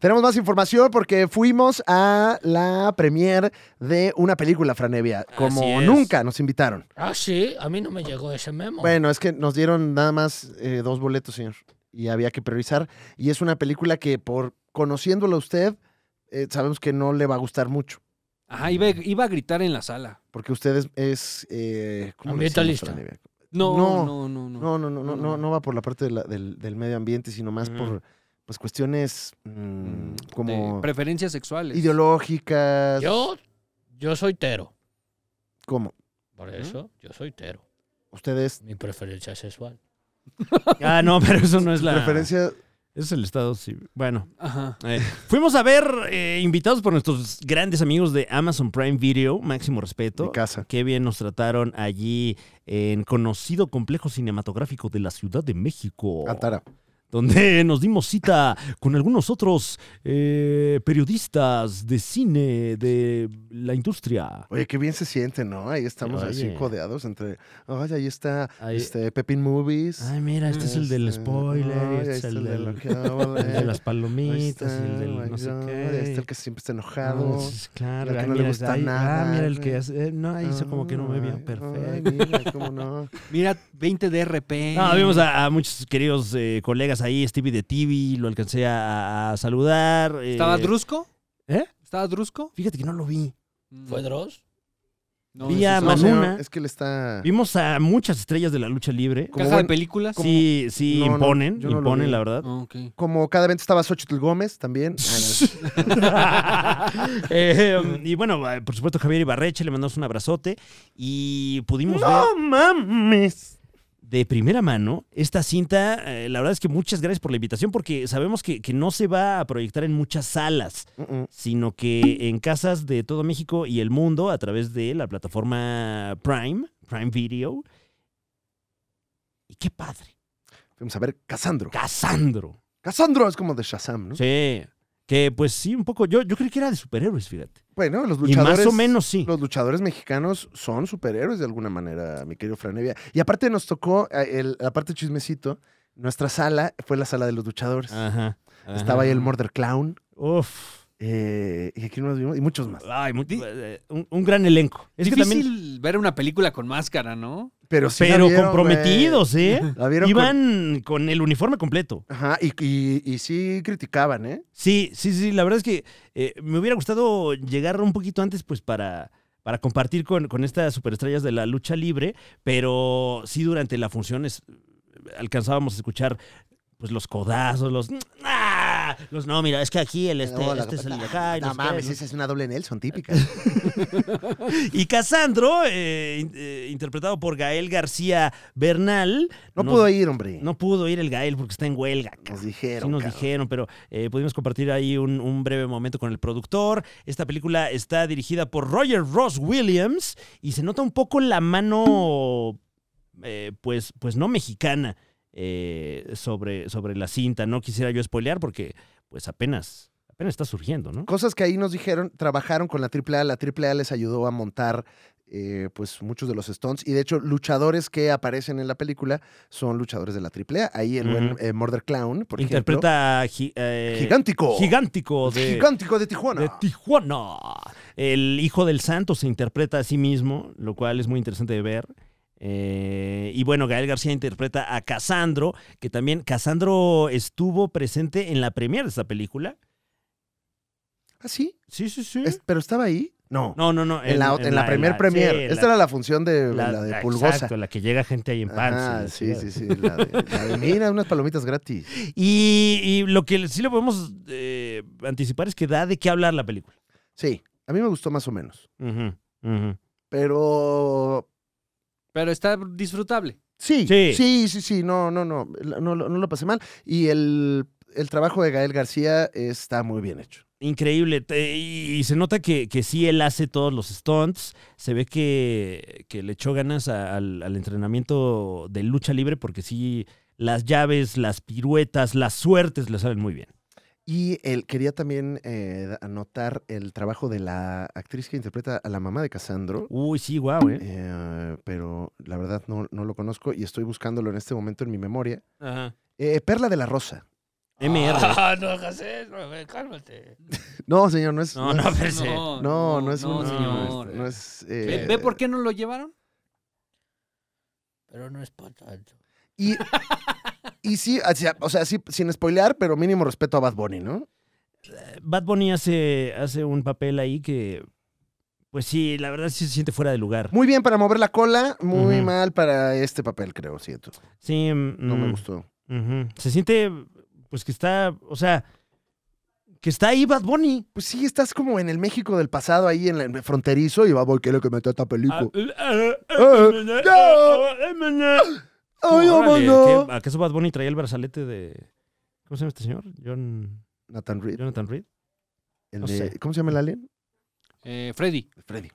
Speaker 4: Tenemos más información porque fuimos a la premiere de una película, Franevia.
Speaker 3: Así
Speaker 4: Como
Speaker 3: es.
Speaker 4: nunca nos invitaron.
Speaker 1: Ah, sí, a mí no me llegó ese memo.
Speaker 4: Bueno, es que nos dieron nada más eh, dos boletos, señor. y había que priorizar. Y es una película que, por conociéndola a usted, eh, sabemos que no le va a gustar mucho.
Speaker 5: Ajá, iba, iba a gritar en la sala.
Speaker 4: Porque usted es. es, eh, ¿cómo le
Speaker 1: Ambientalista.
Speaker 4: decimos, Fran?
Speaker 5: No,
Speaker 4: No,
Speaker 5: no, no, no.
Speaker 4: No, no, no, no,
Speaker 5: no,
Speaker 4: no,
Speaker 5: no.
Speaker 4: no va por la parte de la- del, del medio ambiente, sino más
Speaker 1: Ujú.
Speaker 4: por pues cuestiones mm,
Speaker 5: Mm,
Speaker 4: como
Speaker 5: de preferencias sexuales.
Speaker 4: ideológicas.
Speaker 1: Yo, yo soy tero.
Speaker 4: ¿Cómo?
Speaker 1: Por eso, yo soy tero.
Speaker 4: Ustedes
Speaker 1: Mi preferencia sexual.
Speaker 3: Ah, no, pero eso no es la.
Speaker 4: preferencia
Speaker 3: Es el estado civil. Bueno,
Speaker 5: Ajá.
Speaker 3: eh, fuimos a ver eh, invitados por nuestros grandes amigos de Amazon Prime Video, máximo
Speaker 4: de
Speaker 3: respeto.
Speaker 4: casa.
Speaker 3: Qué bien nos trataron allí en conocido complejo cinematográfico de la Ciudad de México.
Speaker 4: Antara.
Speaker 3: donde nos dimos cita con algunos otros eh, periodistas de cine de la industria.
Speaker 4: Oye, qué bien se siente, ¿no? Ahí estamos así
Speaker 3: Oye.
Speaker 4: codeados entre. Ay, ahí está
Speaker 3: Ahí-
Speaker 4: este, Pepin Movies.
Speaker 3: Ay, mira, este es el del
Speaker 4: Este,
Speaker 3: spoiler,
Speaker 4: ay,
Speaker 3: este es
Speaker 4: este
Speaker 3: el
Speaker 4: de lo
Speaker 3: del-
Speaker 4: que habla,
Speaker 3: el de las
Speaker 4: ahí
Speaker 3: palomitas,
Speaker 4: está,
Speaker 3: el del
Speaker 4: my
Speaker 3: no sé
Speaker 4: God, ahí está
Speaker 3: qué.
Speaker 4: el que siempre está enojado.
Speaker 3: No, sí, claro,
Speaker 4: el que
Speaker 3: ay,
Speaker 4: no le
Speaker 3: mira,
Speaker 4: gusta
Speaker 3: ahí-
Speaker 4: nada,
Speaker 3: Ah, mira el que
Speaker 4: güey.
Speaker 3: hace. eh, No, hizo como que no me
Speaker 4: Ay,
Speaker 3: vio.
Speaker 4: ay,
Speaker 3: Perfecto.
Speaker 4: mira, cómo no.
Speaker 5: Mira, 20 de RP.
Speaker 3: No, vimos a, a muchos queridos eh, colegas ahí, Stevie de TV, lo alcancé a, a saludar. eh,
Speaker 5: ¿Estaba Drusco?
Speaker 3: ¿Eh? Mm.
Speaker 5: ¿Estaba Drusco?
Speaker 3: Fíjate que no lo vi.
Speaker 1: ¿Fue Dross?
Speaker 5: No,
Speaker 3: Vi
Speaker 5: ese
Speaker 3: a
Speaker 5: es
Speaker 4: No,
Speaker 5: otro.
Speaker 3: Manu-
Speaker 4: señor,
Speaker 3: Manuna.
Speaker 4: es que le está.
Speaker 3: Vimos a muchas estrellas de la lucha libre.
Speaker 4: como
Speaker 5: Caja de
Speaker 4: buen-
Speaker 5: películas.
Speaker 3: Sí, sí,
Speaker 4: No, no,
Speaker 3: imponen,
Speaker 4: yo no lo
Speaker 3: imponen,
Speaker 4: vi.
Speaker 3: la verdad.
Speaker 5: Ah, ok.
Speaker 4: Como cada evento estaba Xochitl Gómez también. Ah,
Speaker 3: Eh, um, y bueno, eh, por supuesto, Javier Ibarreche, le mandamos un abrazote y pudimos ver
Speaker 4: mames!
Speaker 3: de primera mano esta cinta. Eh, la verdad es que muchas gracias por la invitación porque sabemos que, que no se va a proyectar en muchas salas,
Speaker 4: Mm,
Speaker 3: sino que en casas de todo México y el mundo a través de la plataforma Prime, Prime Video. Y qué padre,
Speaker 4: Vamos a ver, Casandro.
Speaker 3: Casandro.
Speaker 4: Casandro es como de Shazam, ¿no?
Speaker 3: Sí. Que pues sí, un poco. Yo, yo creí que era de superhéroes, fíjate.
Speaker 4: Bueno, los
Speaker 3: Y
Speaker 4: luchadores.
Speaker 3: más o menos sí.
Speaker 4: Los luchadores mexicanos son superhéroes de alguna manera, mi querido Franevia. Y aparte nos tocó, eh, el- la parte chismecito, nuestra sala fue la sala de los luchadores.
Speaker 3: Ajá. ajá.
Speaker 4: Estaba ahí el Murder Clown
Speaker 3: Uf.
Speaker 4: eh, y aquí nos vimos, y muchos más.
Speaker 3: Ay, mu- eh, un, un gran elenco. Es
Speaker 5: Es
Speaker 3: que también.
Speaker 5: difícil ver una película con máscara, ¿no?
Speaker 4: Pero sí la
Speaker 3: Pero
Speaker 4: vieron,
Speaker 3: comprometidos, ¿eh?
Speaker 4: güey. La vieron con-
Speaker 3: Iban con el uniforme completo.
Speaker 4: Ajá, y, y- y sí criticaban, ¿eh?
Speaker 3: Sí, sí, sí. La verdad es que eh, me hubiera gustado llegar un poquito antes, pues, para, para compartir con, con estas superestrellas de la lucha libre. Pero sí, durante la función es- alcanzábamos a escuchar pues los codazos, los. ¡Ah! Los no, mira, es que aquí el este,
Speaker 4: No, la-
Speaker 3: este es el de acá. y
Speaker 4: no
Speaker 3: los que-
Speaker 4: mames, esa es una doble Nelson típica.
Speaker 3: Y Casandro, eh, in- eh, interpretado por Gael García Bernal.
Speaker 4: No
Speaker 3: nos-
Speaker 4: pudo ir, hombre.
Speaker 3: No pudo ir el Gael porque está en huelga.
Speaker 4: Nos
Speaker 3: cabrón.
Speaker 4: dijeron.
Speaker 3: Sí nos
Speaker 4: cabrón.
Speaker 3: dijeron, pero eh, pudimos compartir ahí un, un breve momento con el productor. Esta película está dirigida por Roger Ross Williams y se nota un poco la mano, eh, pues, pues no mexicana, eh, sobre, sobre la cinta. No quisiera yo spoilear porque pues apenas, apenas está surgiendo, ¿no?
Speaker 4: Cosas que ahí nos dijeron, trabajaron con la AAA, la AAA les ayudó a montar eh, pues muchos de los stunts y de hecho luchadores que aparecen en la película son luchadores de la AAA. Ahí el buen
Speaker 3: Ujú.
Speaker 4: eh, Murder Clown, por ejemplo.
Speaker 3: Interpreta a Gi- eh,
Speaker 4: Gigántico.
Speaker 3: Gigántico de,
Speaker 4: Gigántico de Tijuana.
Speaker 3: de Tijuana. El hijo del santo se interpreta a sí mismo, lo cual es muy interesante de ver. Eh, y bueno, Gael García interpreta a Casandro, que también Casandro estuvo presente en la premiere de esta película.
Speaker 4: ¿Ah, sí?
Speaker 3: Sí, sí, sí.
Speaker 4: Es- ¿Pero estaba ahí? No.
Speaker 3: no, no, no.
Speaker 4: en, la, en la primer premier.
Speaker 3: sí,
Speaker 4: Esta
Speaker 3: la-
Speaker 4: era la función de la,
Speaker 3: la-
Speaker 4: de
Speaker 3: exacto,
Speaker 4: Pulgosa.
Speaker 3: la que llega gente ahí en
Speaker 4: Ah,
Speaker 3: pan.
Speaker 4: sí, sí, sí. la de- la de, mira, unas palomitas gratis.
Speaker 3: Y, y lo que sí le podemos eh, anticipar es que da de qué hablar la película.
Speaker 4: Sí, a mí me gustó más o menos.
Speaker 3: Ujú, ujú.
Speaker 4: Pero
Speaker 5: Pero está disfrutable.
Speaker 4: Sí,
Speaker 3: Sí.
Speaker 4: sí, sí, sí, no, no, no, la- no, lo- no lo pasé mal. Y el, el trabajo de Gael García está muy bien hecho.
Speaker 3: Increíble. te- y, y se nota que, que sí él hace todos los stunts. Se ve que, que le echó ganas a- al, al entrenamiento de lucha libre porque sí las llaves, las piruetas, las suertes le salen muy bien.
Speaker 4: Y él quería también eh, da- anotar el trabajo de la actriz que interpreta a la mamá de Casandro,
Speaker 3: Uy, sí, guau, ¿eh?
Speaker 4: eh, pero la verdad no, no lo conozco y estoy buscándolo en este momento en mi memoria. Eh, Perla de la Rosa.
Speaker 3: MR.
Speaker 1: Ah, no hagas eso, güey, cálmate.
Speaker 4: No, señor, no es.
Speaker 3: No, pues, no, pero sí.
Speaker 4: No, no, es
Speaker 5: no,
Speaker 4: un.
Speaker 5: señor.
Speaker 4: No es,
Speaker 5: ¿Ve,
Speaker 4: eh,
Speaker 5: ve por qué no lo llevaron?
Speaker 1: Pero no es para tanto.
Speaker 4: Y, Y sí, o sea, o sea, sí, sin spoilear, pero mínimo respeto a Bad Bunny, ¿no?
Speaker 3: eh, Bad Bunny hace, hace un papel ahí que, pues sí, la verdad sí se siente fuera de lugar.
Speaker 4: Muy bien para mover la cola, muy
Speaker 3: Ujú.
Speaker 4: mal para este papel, creo, siento.
Speaker 3: Sí,
Speaker 4: No me
Speaker 3: mm,
Speaker 4: gustó.
Speaker 3: ujú. Se siente, pues que está, o sea, que está ahí Bad Bunny.
Speaker 4: Pues sí, estás como en el México del pasado, ahí en el fronterizo, y va, voy, ¿qué es lo que metió esta película? "Eh, ¡Ay,
Speaker 3: Ah, Órale,
Speaker 4: vámonos!
Speaker 3: ¿qué? ¿Acaso Bad Bunny traía el brazalete de. ¿Cómo se llama este señor? John,
Speaker 4: Nathan Reed,
Speaker 3: Jonathan Reed.
Speaker 4: el
Speaker 3: no
Speaker 4: de-
Speaker 3: sé.
Speaker 4: ¿cómo se llama el alien?
Speaker 5: Eh, Freddy.
Speaker 4: Freddy.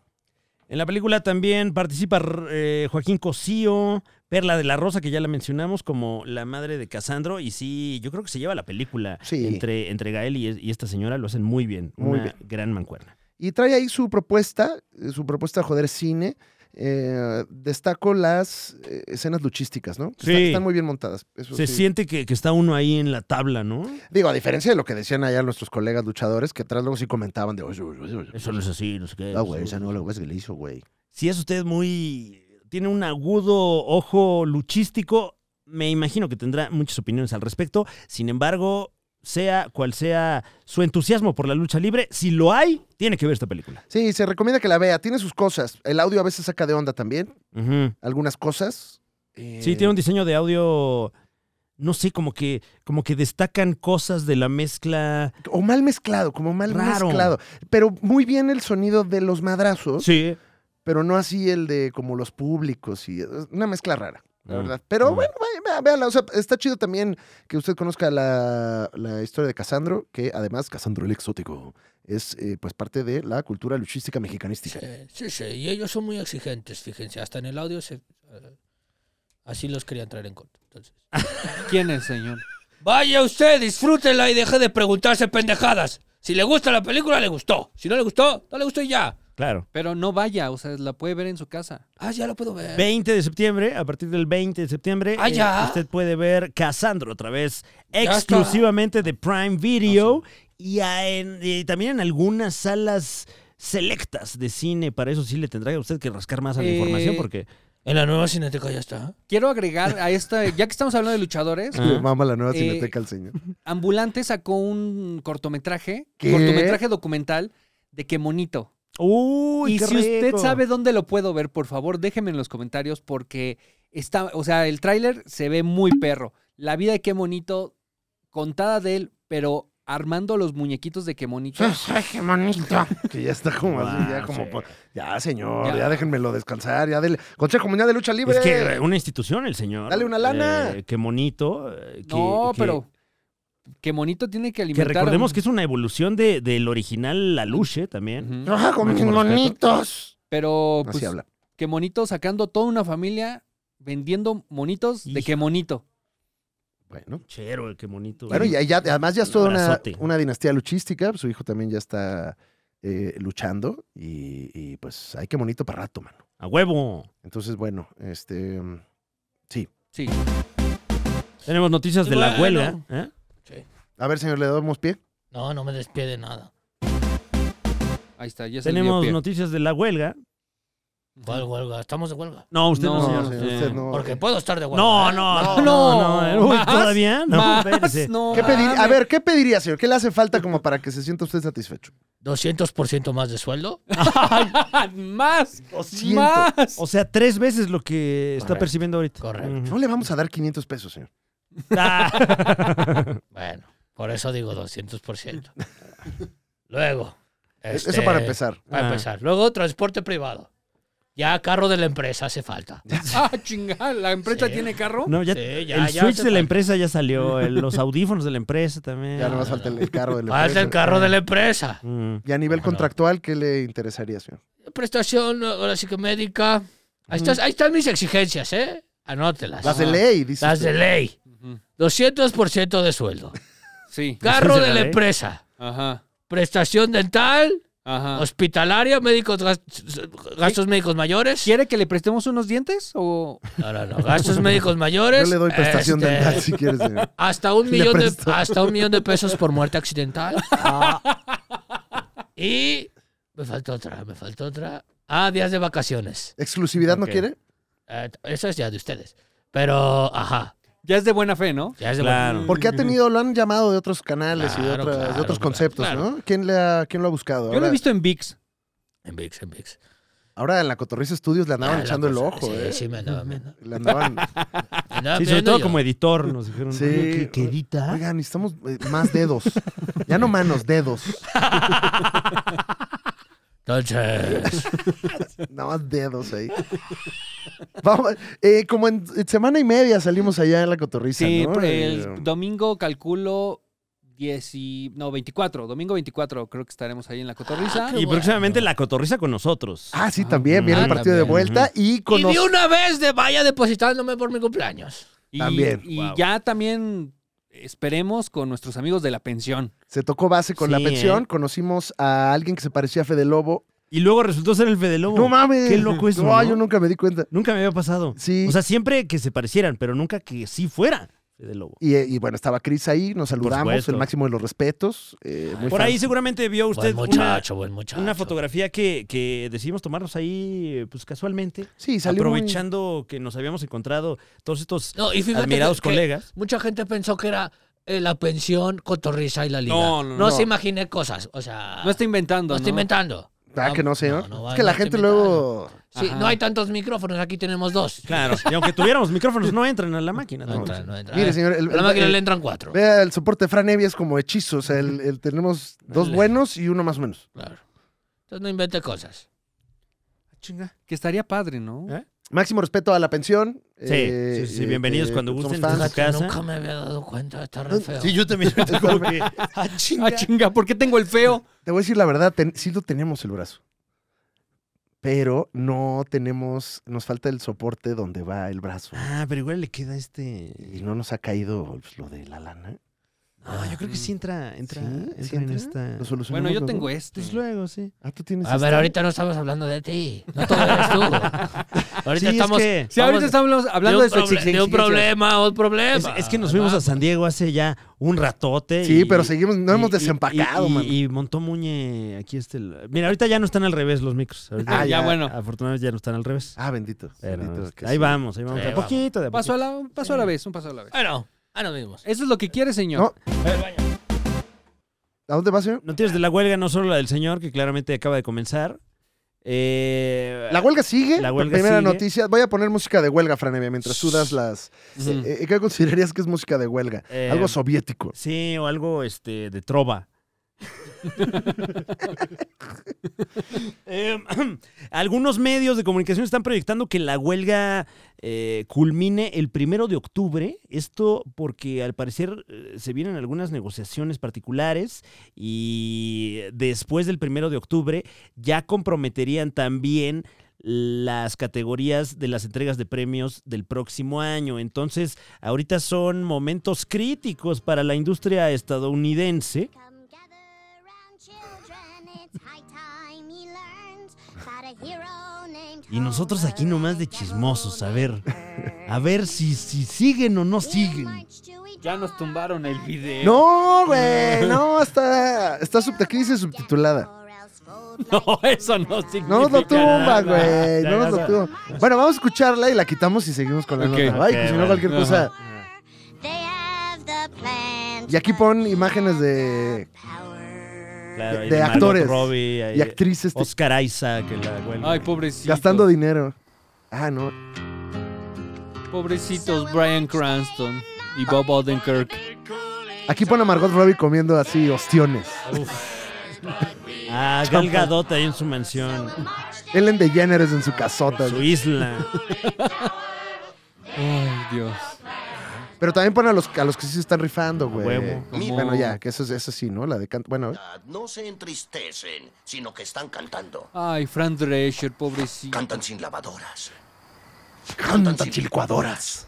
Speaker 3: En la película también participa eh, Joaquín Cosío, Perla de la Rosa, que ya la mencionamos, como la madre de Casandro. Y sí, yo creo que se lleva la película
Speaker 4: Sí.
Speaker 3: entre, entre Gael y, y esta señora. Lo hacen muy bien.
Speaker 4: Muy
Speaker 3: una
Speaker 4: bien.
Speaker 3: gran mancuerna.
Speaker 4: Y trae ahí su propuesta, eh, su propuesta de joder cine. Eh, destaco las eh, escenas luchísticas, ¿no? Están,
Speaker 3: Sí.
Speaker 4: están muy bien montadas. Eso
Speaker 3: Se
Speaker 4: sí.
Speaker 3: siente que, que está uno ahí en la tabla, ¿no?
Speaker 4: Digo, a diferencia de lo que decían allá nuestros colegas luchadores, que atrás luego sí comentaban de... "Oye, oye, oye,
Speaker 3: Eso no es así, no sé qué.
Speaker 4: Ah, güey, esa no lo ves que le hizo, güey.
Speaker 3: Si es usted muy. tiene un agudo ojo luchístico, me imagino que tendrá muchas opiniones al respecto. Sin embargo, sea cual sea su entusiasmo por la lucha libre, si lo hay, tiene que ver esta película.
Speaker 4: Sí, se recomienda que la vea. Tiene sus cosas. El audio a veces saca de onda también.
Speaker 3: Ujú.
Speaker 4: Algunas cosas. Eh,
Speaker 3: Sí, tiene un diseño de audio. No sé, como que, como que destacan cosas de la mezcla.
Speaker 4: O mal mezclado, como mal
Speaker 3: Raro.
Speaker 4: mezclado. Pero muy bien el sonido de los madrazos,
Speaker 3: Sí.
Speaker 4: pero no así el de como los públicos y eh, una mezcla rara, la
Speaker 3: Mm,
Speaker 4: verdad. Pero
Speaker 3: mm.
Speaker 4: bueno, vaya, vea- véala. O sea, está chido también que usted conozca la, la historia de Casandro, que además Casandro el exótico es eh, pues parte de la cultura luchística mexicanística.
Speaker 1: Sí, sí, y ellos son muy exigentes, fíjense, hasta en el audio se, eh, así los querían traer en contra. entonces.
Speaker 3: Ah.
Speaker 5: ¿Quién es, señor?
Speaker 1: Vaya usted, disfrútela y deje de preguntarse pendejadas. Si le gusta la película, le gustó. Si no le gustó, no le gustó y ya.
Speaker 3: Claro.
Speaker 5: Pero no vaya, o sea, la puede ver en su casa.
Speaker 1: Ah, ya lo puedo ver.
Speaker 3: 20 de septiembre, a partir del 20 de septiembre, eh,
Speaker 1: Ah, ya.
Speaker 3: usted puede ver Casandro otra vez
Speaker 1: está.
Speaker 3: exclusivamente de Prime Video y, a- en- y también en algunas salas selectas de cine. Para eso sí le tendrá a usted que rascar más a la
Speaker 5: Eh,
Speaker 3: información porque...
Speaker 1: En la nueva cineteca ya está.
Speaker 5: Quiero agregar a esta, ya que estamos hablando de luchadores,
Speaker 3: Ah.
Speaker 4: Le mama la nueva
Speaker 5: Eh,
Speaker 4: cineteca al señor.
Speaker 5: Ambulante sacó un cortometraje,
Speaker 4: ¿Qué?
Speaker 5: cortometraje documental de que monito.
Speaker 3: ¡Uy,
Speaker 5: y
Speaker 3: qué
Speaker 5: si usted
Speaker 3: rico!
Speaker 5: sabe dónde lo puedo ver, por favor, déjeme en los comentarios porque está, o sea, el tráiler se ve muy perro. La vida de qué monito, contada de él, pero armando los muñequitos de qué monito.
Speaker 3: Ah,
Speaker 4: Que ya está como así, ya
Speaker 3: Wow,
Speaker 4: como.
Speaker 3: Ah, sí.
Speaker 4: po- Ya, señor, ya,
Speaker 5: Ya.
Speaker 4: déjenmelo descansar, ya del Consejo Mundial de Lucha Libre.
Speaker 3: Es que eh, una institución el señor.
Speaker 4: Dale una lana.
Speaker 3: Eh, qué monito. eh, que-
Speaker 5: no,
Speaker 3: que-
Speaker 5: pero qué monito tiene que
Speaker 3: Que
Speaker 5: alimentar.
Speaker 3: recordemos que es una evolución de- del original Laluche también.
Speaker 5: Ujú.
Speaker 4: Trabaja con mis
Speaker 3: Con respeto.
Speaker 4: monitos.
Speaker 5: Pero
Speaker 4: Así
Speaker 5: pues,
Speaker 4: habla.
Speaker 5: que monito sacando toda una familia vendiendo monitos de que monito.
Speaker 4: Bueno.
Speaker 3: Chero, qué monito.
Speaker 4: Bueno, ya, ya- además ya es toda una,
Speaker 3: Abrazote.
Speaker 4: una dinastía luchística. pues, Su hijo también ya está eh, luchando. Y, y, pues, ay, qué bonito para rato, mano.
Speaker 3: A huevo.
Speaker 4: Entonces, bueno, este. mm,
Speaker 5: Sí.
Speaker 3: Tenemos noticias de la
Speaker 1: Bueno.
Speaker 3: huelga. ¿eh?
Speaker 4: A ver, señor, le damos pie.
Speaker 1: No, no me despide de nada.
Speaker 5: Ahí está, ya se le dio
Speaker 3: Tenemos
Speaker 5: pie.
Speaker 3: noticias de la huelga.
Speaker 1: ¿Cuál huelga? Estamos de huelga.
Speaker 3: No, usted no,
Speaker 5: No,
Speaker 3: señor.
Speaker 4: señor,
Speaker 3: Sí.
Speaker 4: usted no.
Speaker 1: eh, Porque puedo estar de huelga.
Speaker 3: No,
Speaker 1: ¿eh?
Speaker 3: no,
Speaker 5: No,
Speaker 3: no, no. Uy,
Speaker 5: más,
Speaker 3: todavía no.
Speaker 5: Más,
Speaker 3: espérese.
Speaker 5: no
Speaker 4: ¿Qué pedir- A
Speaker 5: mames.
Speaker 4: ver, ¿qué pediría, señor? ¿Qué le hace falta como para que se sienta usted satisfecho?
Speaker 1: 200% más de sueldo.
Speaker 5: más,
Speaker 1: Oh,
Speaker 4: 200.
Speaker 5: más.
Speaker 3: O sea, tres veces lo que está
Speaker 1: Correcto.
Speaker 3: percibiendo ahorita.
Speaker 1: Correcto.
Speaker 4: No le vamos a dar 500 pesos, señor.
Speaker 3: Ah.
Speaker 1: Bueno, por eso digo 200%. Luego.
Speaker 4: Eso
Speaker 1: este,
Speaker 4: para empezar.
Speaker 1: Para
Speaker 3: Ah.
Speaker 1: empezar. Luego, transporte privado. Ya carro de la empresa hace falta.
Speaker 5: Ah, chingada, la empresa
Speaker 1: Sí.
Speaker 5: tiene carro.
Speaker 3: No, ya,
Speaker 1: Sí, ya,
Speaker 3: el
Speaker 1: ya
Speaker 3: switch
Speaker 1: se
Speaker 3: de la
Speaker 1: fue.
Speaker 3: empresa ya salió. el- los audífonos de la empresa también.
Speaker 4: Ya no más falta el el carro de la
Speaker 1: Falta el
Speaker 4: empresa. eh.
Speaker 1: carro de la empresa.
Speaker 3: Mm.
Speaker 4: Y a nivel
Speaker 1: Ojalá.
Speaker 4: contractual, ¿qué le interesaría, señor?
Speaker 1: Prestación, ahora sí que médica. Ahí, estás- ahí están mis exigencias, ¿eh? Anótelas.
Speaker 4: Las de ley, dice.
Speaker 1: Las de
Speaker 4: usted.
Speaker 1: ley.
Speaker 5: Ujú.
Speaker 1: 200% de sueldo.
Speaker 5: Sí.
Speaker 1: Carro
Speaker 3: Licencia
Speaker 1: de la
Speaker 3: de ley.
Speaker 1: empresa.
Speaker 5: Ajá.
Speaker 1: Prestación dental,
Speaker 5: Ajá.
Speaker 1: hospitalaria, médicos, gastos, gastos médicos mayores.
Speaker 5: ¿Quiere que le prestemos unos dientes o
Speaker 1: No, no, no. Gastos médicos mayores.
Speaker 4: Yo le doy prestación
Speaker 1: este,
Speaker 4: dental si quieres, señor.
Speaker 1: Hasta un,
Speaker 4: Le
Speaker 1: millón de,
Speaker 4: presto.
Speaker 1: hasta un millón de pesos por muerte accidental.
Speaker 4: Ah.
Speaker 1: Y me falta otra, me falta otra. Ah, días de vacaciones.
Speaker 4: ¿Exclusividad
Speaker 1: Ok.
Speaker 4: no quiere?
Speaker 1: Eh, eso es ya de ustedes. Pero, ajá.
Speaker 5: Ya es de buena fe, ¿no?
Speaker 1: Ya es de Mm.
Speaker 3: Claro.
Speaker 1: buena-
Speaker 4: Porque ha tenido, lo han llamado de otros canales y de,
Speaker 1: Claro,
Speaker 4: otras- de
Speaker 1: claro,
Speaker 4: otros
Speaker 1: claro,
Speaker 4: conceptos,
Speaker 1: claro.
Speaker 4: ¿no? ¿Quién, le ha, ¿Quién lo ha buscado?
Speaker 5: Yo lo
Speaker 4: Ahora,
Speaker 5: he visto en VIX.
Speaker 1: En VIX, en VIX.
Speaker 4: ahora en la Cotorriza Studios le andaban
Speaker 1: Ah, la
Speaker 4: echando el
Speaker 1: cosa-
Speaker 4: ojo,
Speaker 1: sí,
Speaker 4: ¿eh?
Speaker 1: Sí, me andaba viendo.
Speaker 4: Le andaban,
Speaker 1: Me andaba
Speaker 3: Sí, sobre
Speaker 1: viendo
Speaker 3: todo
Speaker 1: yo.
Speaker 3: como editor nos dijeron.
Speaker 4: Sí.
Speaker 3: "Oye, ¿qué- qué edita?
Speaker 4: oigan, necesitamos eh, más dedos. Ya no manos, dedos.
Speaker 1: Entonces,
Speaker 4: Nada más dedos ahí. Vamos, eh, como en, en semana y media salimos allá en la Cotorriza,
Speaker 5: Sí, pues,
Speaker 4: ¿no?
Speaker 5: por
Speaker 4: Eh,
Speaker 5: el domingo calculo 10 y... No, 24. Domingo 24 creo que estaremos ahí en la Cotorrisa.
Speaker 3: Y próximamente la cotorriza con nosotros.
Speaker 4: Ah, sí, también. Viene
Speaker 1: ah,
Speaker 4: el partido de
Speaker 1: también,
Speaker 4: vuelta y
Speaker 1: y
Speaker 4: conoce.
Speaker 1: de una vez de vaya depositándome por mi cumpleaños.
Speaker 5: Y,
Speaker 4: También.
Speaker 5: Y
Speaker 1: Wow.
Speaker 5: ya también esperemos con nuestros amigos de la pensión.
Speaker 4: Se tocó base con la
Speaker 3: Sí,
Speaker 4: pensión.
Speaker 3: ¿eh?
Speaker 4: Conocimos a alguien que se parecía a Fede Lobo.
Speaker 3: Y luego resultó ser el Fede Lobo.
Speaker 4: ¡No mames!
Speaker 3: Qué loco eso,
Speaker 4: No,
Speaker 3: ¿no?
Speaker 4: yo nunca me di cuenta.
Speaker 3: Nunca me había pasado.
Speaker 4: Sí.
Speaker 3: O sea, siempre que se parecieran, pero nunca que sí fuera Fede Lobo.
Speaker 4: y, eh, y bueno, estaba Cris ahí, nos saludamos,
Speaker 3: supuesto.
Speaker 4: el máximo de los respetos. eh, muy
Speaker 3: Por
Speaker 4: fan.
Speaker 3: ahí seguramente vio usted
Speaker 1: Buen
Speaker 3: una,
Speaker 1: muchacho, buen muchacho.
Speaker 3: una fotografía que, que decidimos tomarnos ahí, eh, pues casualmente.
Speaker 4: Sí, salió muy-
Speaker 3: aprovechando que nos habíamos encontrado todos estos
Speaker 1: No, y fíjate
Speaker 3: admirados
Speaker 1: que-
Speaker 3: colegas.
Speaker 1: Mucha gente pensó que era eh, la pensión, cotorriza y la liga.
Speaker 5: No,
Speaker 1: No,
Speaker 5: no,
Speaker 1: no,
Speaker 5: no.
Speaker 1: se imaginé cosas. O sea,
Speaker 5: No está inventando,
Speaker 1: no estoy
Speaker 5: Ah. ¿no?
Speaker 1: inventando.
Speaker 4: Ah, que no sé, ¿no?
Speaker 1: no,
Speaker 4: es que la
Speaker 1: no
Speaker 4: gente
Speaker 1: te metas.
Speaker 4: luego...
Speaker 1: Sí,
Speaker 5: Ajá.
Speaker 1: no hay tantos micrófonos, aquí tenemos dos.
Speaker 3: Claro, y aunque tuviéramos micrófonos, no entran a la máquina.
Speaker 1: No
Speaker 3: tampoco.
Speaker 1: entran, no entran.
Speaker 4: Mire,
Speaker 1: Eh,
Speaker 4: señor, el,
Speaker 1: a la
Speaker 4: el-
Speaker 1: máquina
Speaker 4: el-
Speaker 1: le entran cuatro.
Speaker 4: vea, el soporte de Fran Evia es como hechizo. O sea, el- el- tenemos dos
Speaker 1: Dale.
Speaker 4: buenos y uno más o menos.
Speaker 1: Claro. Entonces no invente cosas.
Speaker 3: Ah, Chinga.
Speaker 5: Que estaría padre, ¿no?
Speaker 4: Ah,
Speaker 3: ¿Eh?
Speaker 4: Máximo respeto a la pensión. eh,
Speaker 3: Sí, sí, sí, bienvenidos cuando
Speaker 4: somos
Speaker 3: gusten.
Speaker 4: fans.
Speaker 3: Entonces,
Speaker 1: Fíjate,
Speaker 3: casa.
Speaker 1: nunca me había dado cuenta, está re feo.
Speaker 3: Sí, yo también. como que, ah, chinga.
Speaker 5: Ah, chinga, ¿por qué tengo el feo?
Speaker 4: Te voy a decir la verdad, ten- sí lo tenemos el brazo. Pero no tenemos, nos falta el soporte donde va el brazo.
Speaker 3: Ah, pero igual le queda este.
Speaker 4: Y no nos ha caído pues, lo de la lana.
Speaker 3: Ah, yo creo que sí entra, entra,
Speaker 4: ¿Sí?
Speaker 3: entra
Speaker 4: ¿Sí
Speaker 3: en
Speaker 4: entra?
Speaker 3: esta.
Speaker 4: ¿Lo solucionamos
Speaker 5: Bueno, yo
Speaker 4: luego?
Speaker 5: tengo este.
Speaker 3: Pues luego, sí.
Speaker 4: Ah, tú tienes
Speaker 1: A ver,
Speaker 4: esta?
Speaker 1: ahorita no estamos hablando de ti. No todo eres tú. ahorita
Speaker 3: Sí, es
Speaker 1: estamos.
Speaker 3: que-
Speaker 5: Sí, ahorita
Speaker 1: estamos
Speaker 5: estamos hablando de,
Speaker 1: de un,
Speaker 5: su
Speaker 1: proble-
Speaker 5: existencia.
Speaker 1: de un problema, un problema.
Speaker 3: Es, es que nos fuimos a San Diego hace ya un ratote.
Speaker 4: Sí,
Speaker 3: y-
Speaker 4: pero seguimos, no
Speaker 3: y-
Speaker 4: hemos
Speaker 3: y-
Speaker 4: desempacado,
Speaker 3: y,
Speaker 4: man.
Speaker 3: y montó Muñe aquí este. el- Mira, ahorita ya no están al revés los micros. Ahorita
Speaker 5: Ah, ya,
Speaker 4: ya.
Speaker 5: bueno.
Speaker 3: Afortunadamente ya no están al revés.
Speaker 4: Ah, bendito.
Speaker 3: Pero,
Speaker 4: bendito
Speaker 3: este,
Speaker 4: que
Speaker 3: ahí
Speaker 4: sí.
Speaker 3: vamos, ahí vamos.
Speaker 1: Sí,
Speaker 3: de a
Speaker 1: vamos.
Speaker 3: poquito, de a
Speaker 5: Paso
Speaker 3: poquito.
Speaker 5: a la, un paso a la vez, un paso a la vez.
Speaker 1: Bueno, a lo mismo.
Speaker 5: Eso es lo que quiere, señor.
Speaker 4: No,
Speaker 1: El baño.
Speaker 4: ¿A dónde vas, señor?
Speaker 3: Noticias de la huelga, no solo la del señor, que claramente acaba de comenzar. Eh,
Speaker 4: La huelga sigue.
Speaker 3: La huelga
Speaker 4: Primera
Speaker 3: sigue.
Speaker 4: noticia. Voy a poner música de huelga, Franevia, mientras sudas las.
Speaker 5: Ujú.
Speaker 4: Eh, eh, ¿Qué considerarías que es música de huelga?
Speaker 3: Eh,
Speaker 4: Algo soviético.
Speaker 3: Sí, o algo este, de trova. Eh, algunos medios de comunicación están proyectando que la huelga eh, culmine el primero de octubre. Esto porque al parecer eh, se vienen algunas negociaciones particulares y después del primero de octubre ya comprometerían también las categorías de las entregas de premios del próximo año. Entonces, ahorita son momentos críticos para la industria estadounidense.
Speaker 6: Come gather round children, it's high time he learns about a hero named
Speaker 3: Y nosotros aquí
Speaker 6: Homer,
Speaker 3: nomás de
Speaker 6: a devil
Speaker 3: chismosos, a
Speaker 6: named
Speaker 3: ver.
Speaker 6: Burns.
Speaker 3: A ver si, si siguen o no
Speaker 6: We'll
Speaker 3: siguen.
Speaker 6: march to each
Speaker 5: Ya nos
Speaker 6: other
Speaker 5: tumbaron el video.
Speaker 4: No, güey. No, está. Está subti- aquí dice subtitulada.
Speaker 6: or else fold
Speaker 5: No,
Speaker 6: like
Speaker 5: eso no significa.
Speaker 4: No nos lo
Speaker 3: nada.
Speaker 4: tumba, güey.
Speaker 3: Ya,
Speaker 4: No nos
Speaker 3: ya,
Speaker 4: lo
Speaker 3: ya.
Speaker 4: tumba. Bueno, vamos a escucharla y la quitamos y seguimos con la
Speaker 5: Ok.
Speaker 4: nota. Ay,
Speaker 3: Ok,
Speaker 4: que si no,
Speaker 3: vale.
Speaker 4: cualquier
Speaker 6: war.
Speaker 4: cosa.
Speaker 6: They have the plan
Speaker 4: Y aquí
Speaker 6: but
Speaker 4: pon
Speaker 6: we
Speaker 4: imágenes
Speaker 6: have
Speaker 4: de-
Speaker 6: the power.
Speaker 3: Claro, y
Speaker 4: de
Speaker 3: Margot
Speaker 4: actores
Speaker 3: Robbie, ahí,
Speaker 4: Y actrices te-
Speaker 3: Oscar Isaac, que la huelga.
Speaker 5: Ay, pobrecito.
Speaker 4: gastando dinero. Ah, no.
Speaker 5: Pobrecitos Brian Cranston y Bob Odenkirk.
Speaker 4: Aquí pone a Margot Robbie comiendo así ostiones.
Speaker 3: Ah, Gal Gadot ahí en su mansión,
Speaker 4: Ellen DeGeneres en su casota.
Speaker 3: su
Speaker 4: güey.
Speaker 3: isla.
Speaker 5: Ay, Dios.
Speaker 4: Pero también pone a los, a los que sí se están rifando, güey.
Speaker 3: huevo.
Speaker 5: Como-
Speaker 4: Bueno, ya, que eso, es- eso sí, ¿no? La de canto. Bueno, a ver.
Speaker 7: No se entristecen, sino que están cantando.
Speaker 5: Ay, Fran Drescher, pobrecito.
Speaker 7: Cantan sin lavadoras. Cantan sin licuadoras.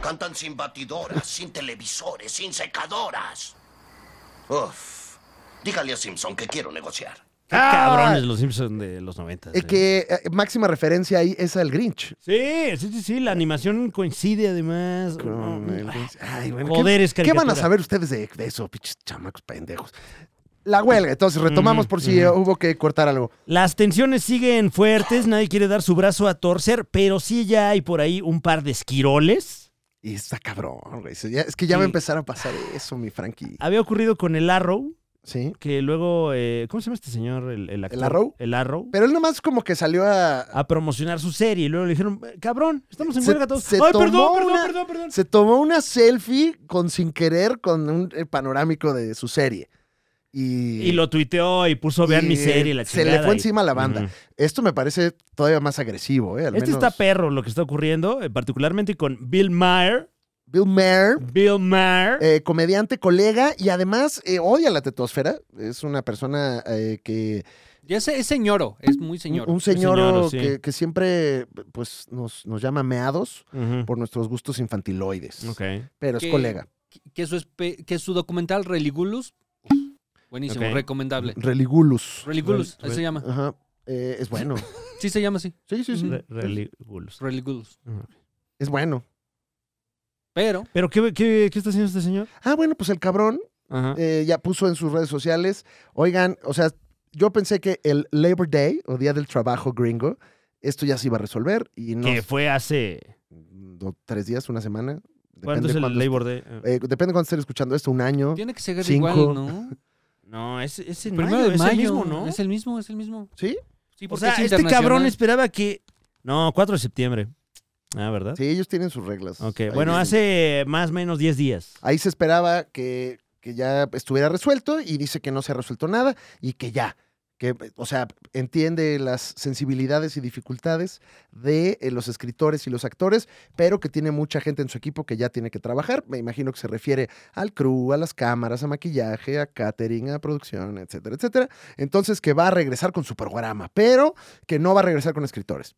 Speaker 7: Cantan sin batidoras, sin televisores, sin secadoras. Uf. Dígale a Simpson que quiero negociar.
Speaker 3: Qué cabrones los Simpsons de los 90.
Speaker 4: Eh, que eh, máxima referencia ahí es al Grinch.
Speaker 3: Sí, sí, sí, sí, la animación coincide además. No,
Speaker 4: Con
Speaker 3: no,
Speaker 4: el Grinch. Ay, bueno, ¿qué-
Speaker 3: Poderes,
Speaker 4: ¿Qué van a
Speaker 3: caricatura.
Speaker 4: saber ustedes de, de eso, pinches chamacos pendejos? La huelga, entonces retomamos por si eh, hubo que cortar algo.
Speaker 3: Las tensiones siguen fuertes, nadie quiere dar su brazo a torcer, pero sí ya hay por ahí un par de esquiroles
Speaker 4: Y está cabrón, güey. Eso ya- Es que ya va a
Speaker 3: Sí.
Speaker 4: empezar a pasar eso, mi Frankie.
Speaker 3: Había ocurrido con el Arrow,
Speaker 4: Sí.
Speaker 3: que luego. eh, ¿Cómo se llama este señor? El, el, actor?
Speaker 4: Arrow?
Speaker 3: El Arrow.
Speaker 4: Pero él nomás como que salió a...
Speaker 3: A promocionar su serie. Y luego le dijeron, "Eh, cabrón, estamos en
Speaker 4: Se-
Speaker 3: huelga todos.
Speaker 4: se
Speaker 3: Ay,
Speaker 4: tomó
Speaker 3: perdón, perdón,
Speaker 4: una-
Speaker 3: perdón, perdón.
Speaker 4: Se tomó una selfie con sin querer con un eh, panorámico de su serie. Y,
Speaker 3: Y lo tuiteó y puso vean
Speaker 4: y,
Speaker 3: mi serie y la
Speaker 4: eh, se
Speaker 3: chingada.
Speaker 4: le fue
Speaker 3: y-
Speaker 4: encima a la banda.
Speaker 3: Ujú.
Speaker 4: Esto me parece todavía más agresivo, ¿eh? Al
Speaker 3: Este
Speaker 4: menos
Speaker 3: está perro lo que está ocurriendo, eh, particularmente con Bill Maher.
Speaker 4: Bill Maher,
Speaker 3: Bill Maher.
Speaker 4: eh, comediante, colega, y además eh, odia la tetosfera. Es una persona eh, que...
Speaker 5: Ya sé, es señoro, es muy señor.
Speaker 4: Un, un señor
Speaker 3: señor, sí.
Speaker 4: que, que siempre pues, nos, nos llama meados
Speaker 3: Ujú.
Speaker 4: por nuestros gustos infantiloides.
Speaker 3: Ok.
Speaker 4: Pero es
Speaker 5: Que-
Speaker 4: colega.
Speaker 5: Que su, espe- que su documental Religulus, buenísimo,
Speaker 3: Ok.
Speaker 5: recomendable.
Speaker 4: Religulus.
Speaker 5: Religulus,
Speaker 3: Rel-
Speaker 5: así se llama.
Speaker 4: Ajá. Eh, es bueno.
Speaker 5: Sí se llama así,
Speaker 4: Sí, sí, sí.
Speaker 3: Re- religulous.
Speaker 5: Religulus.
Speaker 4: Es bueno.
Speaker 5: Pero
Speaker 3: Pero, ¿qué, qué, qué está haciendo este señor?
Speaker 4: Ah, bueno, pues el cabrón
Speaker 3: Ajá.
Speaker 4: eh, ya puso en sus redes sociales. Oigan, o sea, yo pensé que el Labor Day o Día del Trabajo gringo, esto ya se iba a resolver y no.
Speaker 3: que fue hace.
Speaker 4: do- tres días, una semana.
Speaker 3: ¿Cuándo
Speaker 4: Depende
Speaker 3: es el
Speaker 4: cuándo-
Speaker 3: Labor Day? Ah.
Speaker 4: eh, depende de cuándo estén escuchando esto, un año.
Speaker 5: tiene que ser
Speaker 4: Cinco.
Speaker 5: igual, ¿no?
Speaker 3: No, es, es en
Speaker 5: Primero
Speaker 3: mayo,
Speaker 5: de
Speaker 3: es
Speaker 5: mayo.
Speaker 3: el mismo, ¿no?
Speaker 5: Es el mismo, es el mismo.
Speaker 4: ¿Sí?
Speaker 5: Sí,
Speaker 3: O
Speaker 5: porque
Speaker 3: sea,
Speaker 5: es
Speaker 3: este cabrón
Speaker 5: internacional.
Speaker 3: esperaba que. No, 4 de septiembre. Ah, ¿verdad?
Speaker 4: Sí, ellos tienen sus reglas.
Speaker 3: Ok,
Speaker 4: Ahí
Speaker 3: bueno,
Speaker 4: dicen.
Speaker 3: hace más o menos 10 días.
Speaker 4: Ahí se esperaba que, que ya estuviera resuelto y dice que no se ha resuelto nada y que ya. Que, o sea, entiende las sensibilidades y dificultades de eh, los escritores y los actores, pero que tiene mucha gente en su equipo que ya tiene que trabajar. Me imagino que se refiere al crew, a las cámaras, a maquillaje, a catering, a producción, etcétera, etcétera. Entonces, que va a regresar con su programa, pero que no va a regresar con escritores.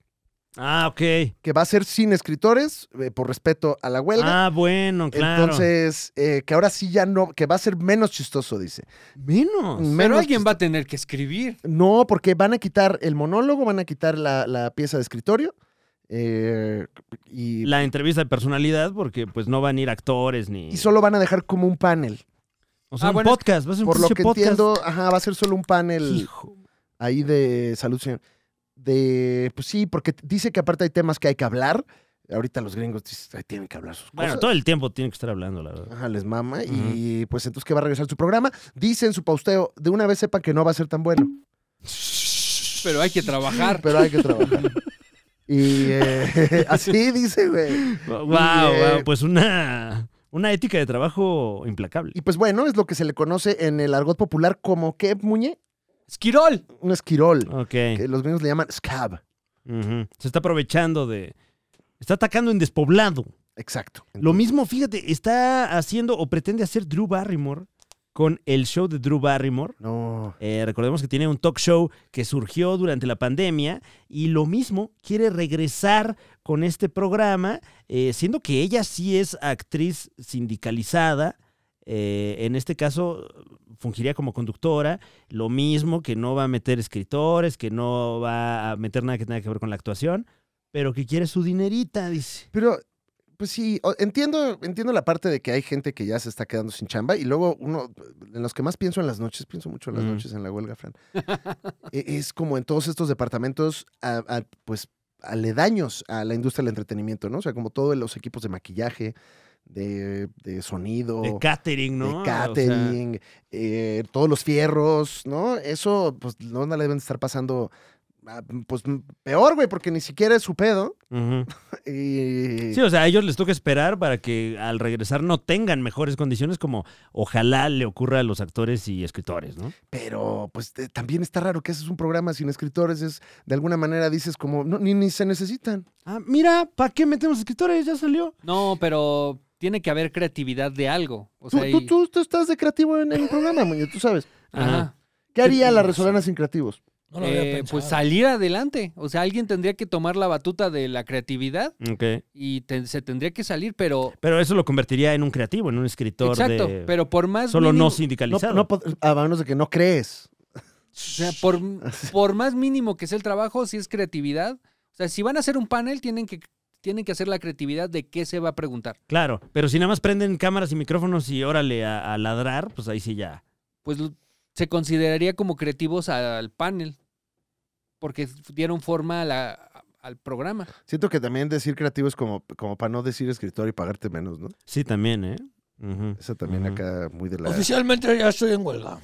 Speaker 3: Ah, ok.
Speaker 4: Que va a ser sin escritores, eh, por respeto a la huelga.
Speaker 3: Ah, bueno, claro.
Speaker 4: Entonces, eh, que ahora sí ya no, que va a ser menos chistoso, dice.
Speaker 3: menos.
Speaker 5: Pero
Speaker 4: Menos
Speaker 5: alguien va a tener que escribir.
Speaker 4: No, porque van a quitar el monólogo, van a quitar la, la pieza de escritorio. eh, y,
Speaker 3: La entrevista de personalidad, porque pues no van a ir actores ni.
Speaker 4: y solo van a dejar como un panel.
Speaker 3: O sea,
Speaker 5: Ah,
Speaker 3: un
Speaker 5: bueno, es-
Speaker 3: podcast. Va a ser un
Speaker 4: Por lo
Speaker 3: pinche
Speaker 4: que
Speaker 3: podcast.
Speaker 4: entiendo, ajá, va a ser solo un panel
Speaker 3: Hijo.
Speaker 4: ahí de salud, señor. De, pues sí, porque dice que aparte hay temas que hay que hablar. Ahorita los gringos dicen, "Ay, tienen que hablar sus
Speaker 3: Bueno,
Speaker 4: cosas.
Speaker 3: todo el tiempo tiene que estar hablando, la verdad.
Speaker 4: Ajá, les mama. Y pues entonces que va a regresar su programa. Dice en su posteo, de una vez sepan que no va a ser tan bueno.
Speaker 5: Pero hay que trabajar.
Speaker 4: pero hay que trabajar. Y eh, así dice, güey.
Speaker 3: Wow,
Speaker 4: eh,
Speaker 3: pues una, una ética de trabajo implacable.
Speaker 4: Y pues bueno, es lo que se le conoce en el argot popular como ¿qué, Muñe?
Speaker 5: ¡Esquirol!
Speaker 4: Un esquirol.
Speaker 3: Ok.
Speaker 4: Que los gringos le llaman scab.
Speaker 3: Ujú. Se está aprovechando de. Está atacando en despoblado.
Speaker 4: Exacto.
Speaker 3: Lo mismo, fíjate, está haciendo o pretende hacer Drew Barrymore con el show de Drew Barrymore.
Speaker 4: No.
Speaker 3: Eh, recordemos que tiene un talk show que surgió durante la pandemia y lo mismo quiere regresar con este programa, eh, siendo que ella sí es actriz sindicalizada. eh, en este caso, fungiría como conductora. Lo mismo que no va a meter escritores, que no va a meter nada que tenga que ver con la actuación, pero que quiere su dinerita, dice.
Speaker 4: Pero, pues sí, o- entiendo, entiendo la parte de que hay gente que ya se está quedando sin chamba. Y luego uno, en los que más pienso en las noches, pienso mucho en las
Speaker 3: Mm.
Speaker 4: noches en la huelga, Fran. E- es como en todos estos departamentos, a- a, pues aledaños a la industria del entretenimiento, ¿no? O sea, como todos los equipos de maquillaje, de, de sonido,
Speaker 3: De catering,
Speaker 4: Oh. de
Speaker 3: ¿no? O sea,
Speaker 4: catering, eh, todos los fierros, ¿no? Eso, pues, no no le deben de estar pasando, ah, pues, peor, güey, porque ni siquiera es su pedo.
Speaker 3: ujú.
Speaker 4: Y...
Speaker 3: Sí, o sea, a ellos les toca esperar para que al regresar no tengan mejores condiciones como ojalá le ocurra a los actores y escritores, ¿no?
Speaker 4: Pero, pues, te- también está raro que haces un programa sin escritores, es, de alguna manera dices como, no, ni, ni se necesitan.
Speaker 3: Ah, mira, ¿para qué metemos escritores? Ya salió.
Speaker 5: No, pero tiene que haber creatividad de algo. O
Speaker 4: Tú,
Speaker 5: sea,
Speaker 4: tú,
Speaker 5: y-
Speaker 4: tú- tú estás de creativo en el programa, Muñe, tú sabes.
Speaker 5: Ajá.
Speaker 4: ¿Qué haría la resolana sin creativos?
Speaker 1: No lo había
Speaker 5: Eh,
Speaker 1: pensado.
Speaker 5: pues salir adelante. O sea, alguien tendría que tomar la batuta de la creatividad
Speaker 3: Ok.
Speaker 5: y te- se tendría que salir, pero.
Speaker 3: Pero eso lo convertiría en un creativo, en un escritor
Speaker 5: Exacto.
Speaker 3: de...
Speaker 5: Pero por más.
Speaker 3: solo no
Speaker 5: mínimo,
Speaker 4: No,
Speaker 3: sindicalizado.
Speaker 4: no, pod- a menos de que no crees.
Speaker 5: o sea, por, por más mínimo que sea el trabajo, si es creatividad. O sea, si van a hacer un panel, tienen que, tienen que hacer la creatividad de qué se va a preguntar.
Speaker 3: Claro, pero si nada más prenden cámaras y micrófonos y órale a, a ladrar, pues ahí sí ya.
Speaker 5: Pues lo- se consideraría como creativos al panel. Porque dieron forma a la, al programa.
Speaker 4: Siento que también decir creativo es como, como para no decir escritor y pagarte menos, ¿no?
Speaker 3: Sí, también, ¿eh? Ujú.
Speaker 4: Esa también
Speaker 3: Ujú.
Speaker 4: acá muy de la...
Speaker 1: Oficialmente ya estoy en huelga.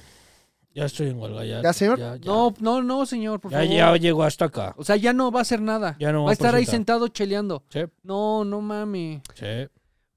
Speaker 1: Ya estoy en huelga. ¿Ya,
Speaker 4: ¿Ya, señor?
Speaker 1: Ya, ya.
Speaker 5: No, no, no, señor, por
Speaker 1: ya,
Speaker 5: favor.
Speaker 1: ya llegó hasta acá.
Speaker 5: O sea, ya no va a hacer nada.
Speaker 1: Ya no
Speaker 5: va a estar ahí
Speaker 1: presentar.
Speaker 5: sentado cheleando.
Speaker 1: Sí,
Speaker 5: No, no mami.
Speaker 1: sí.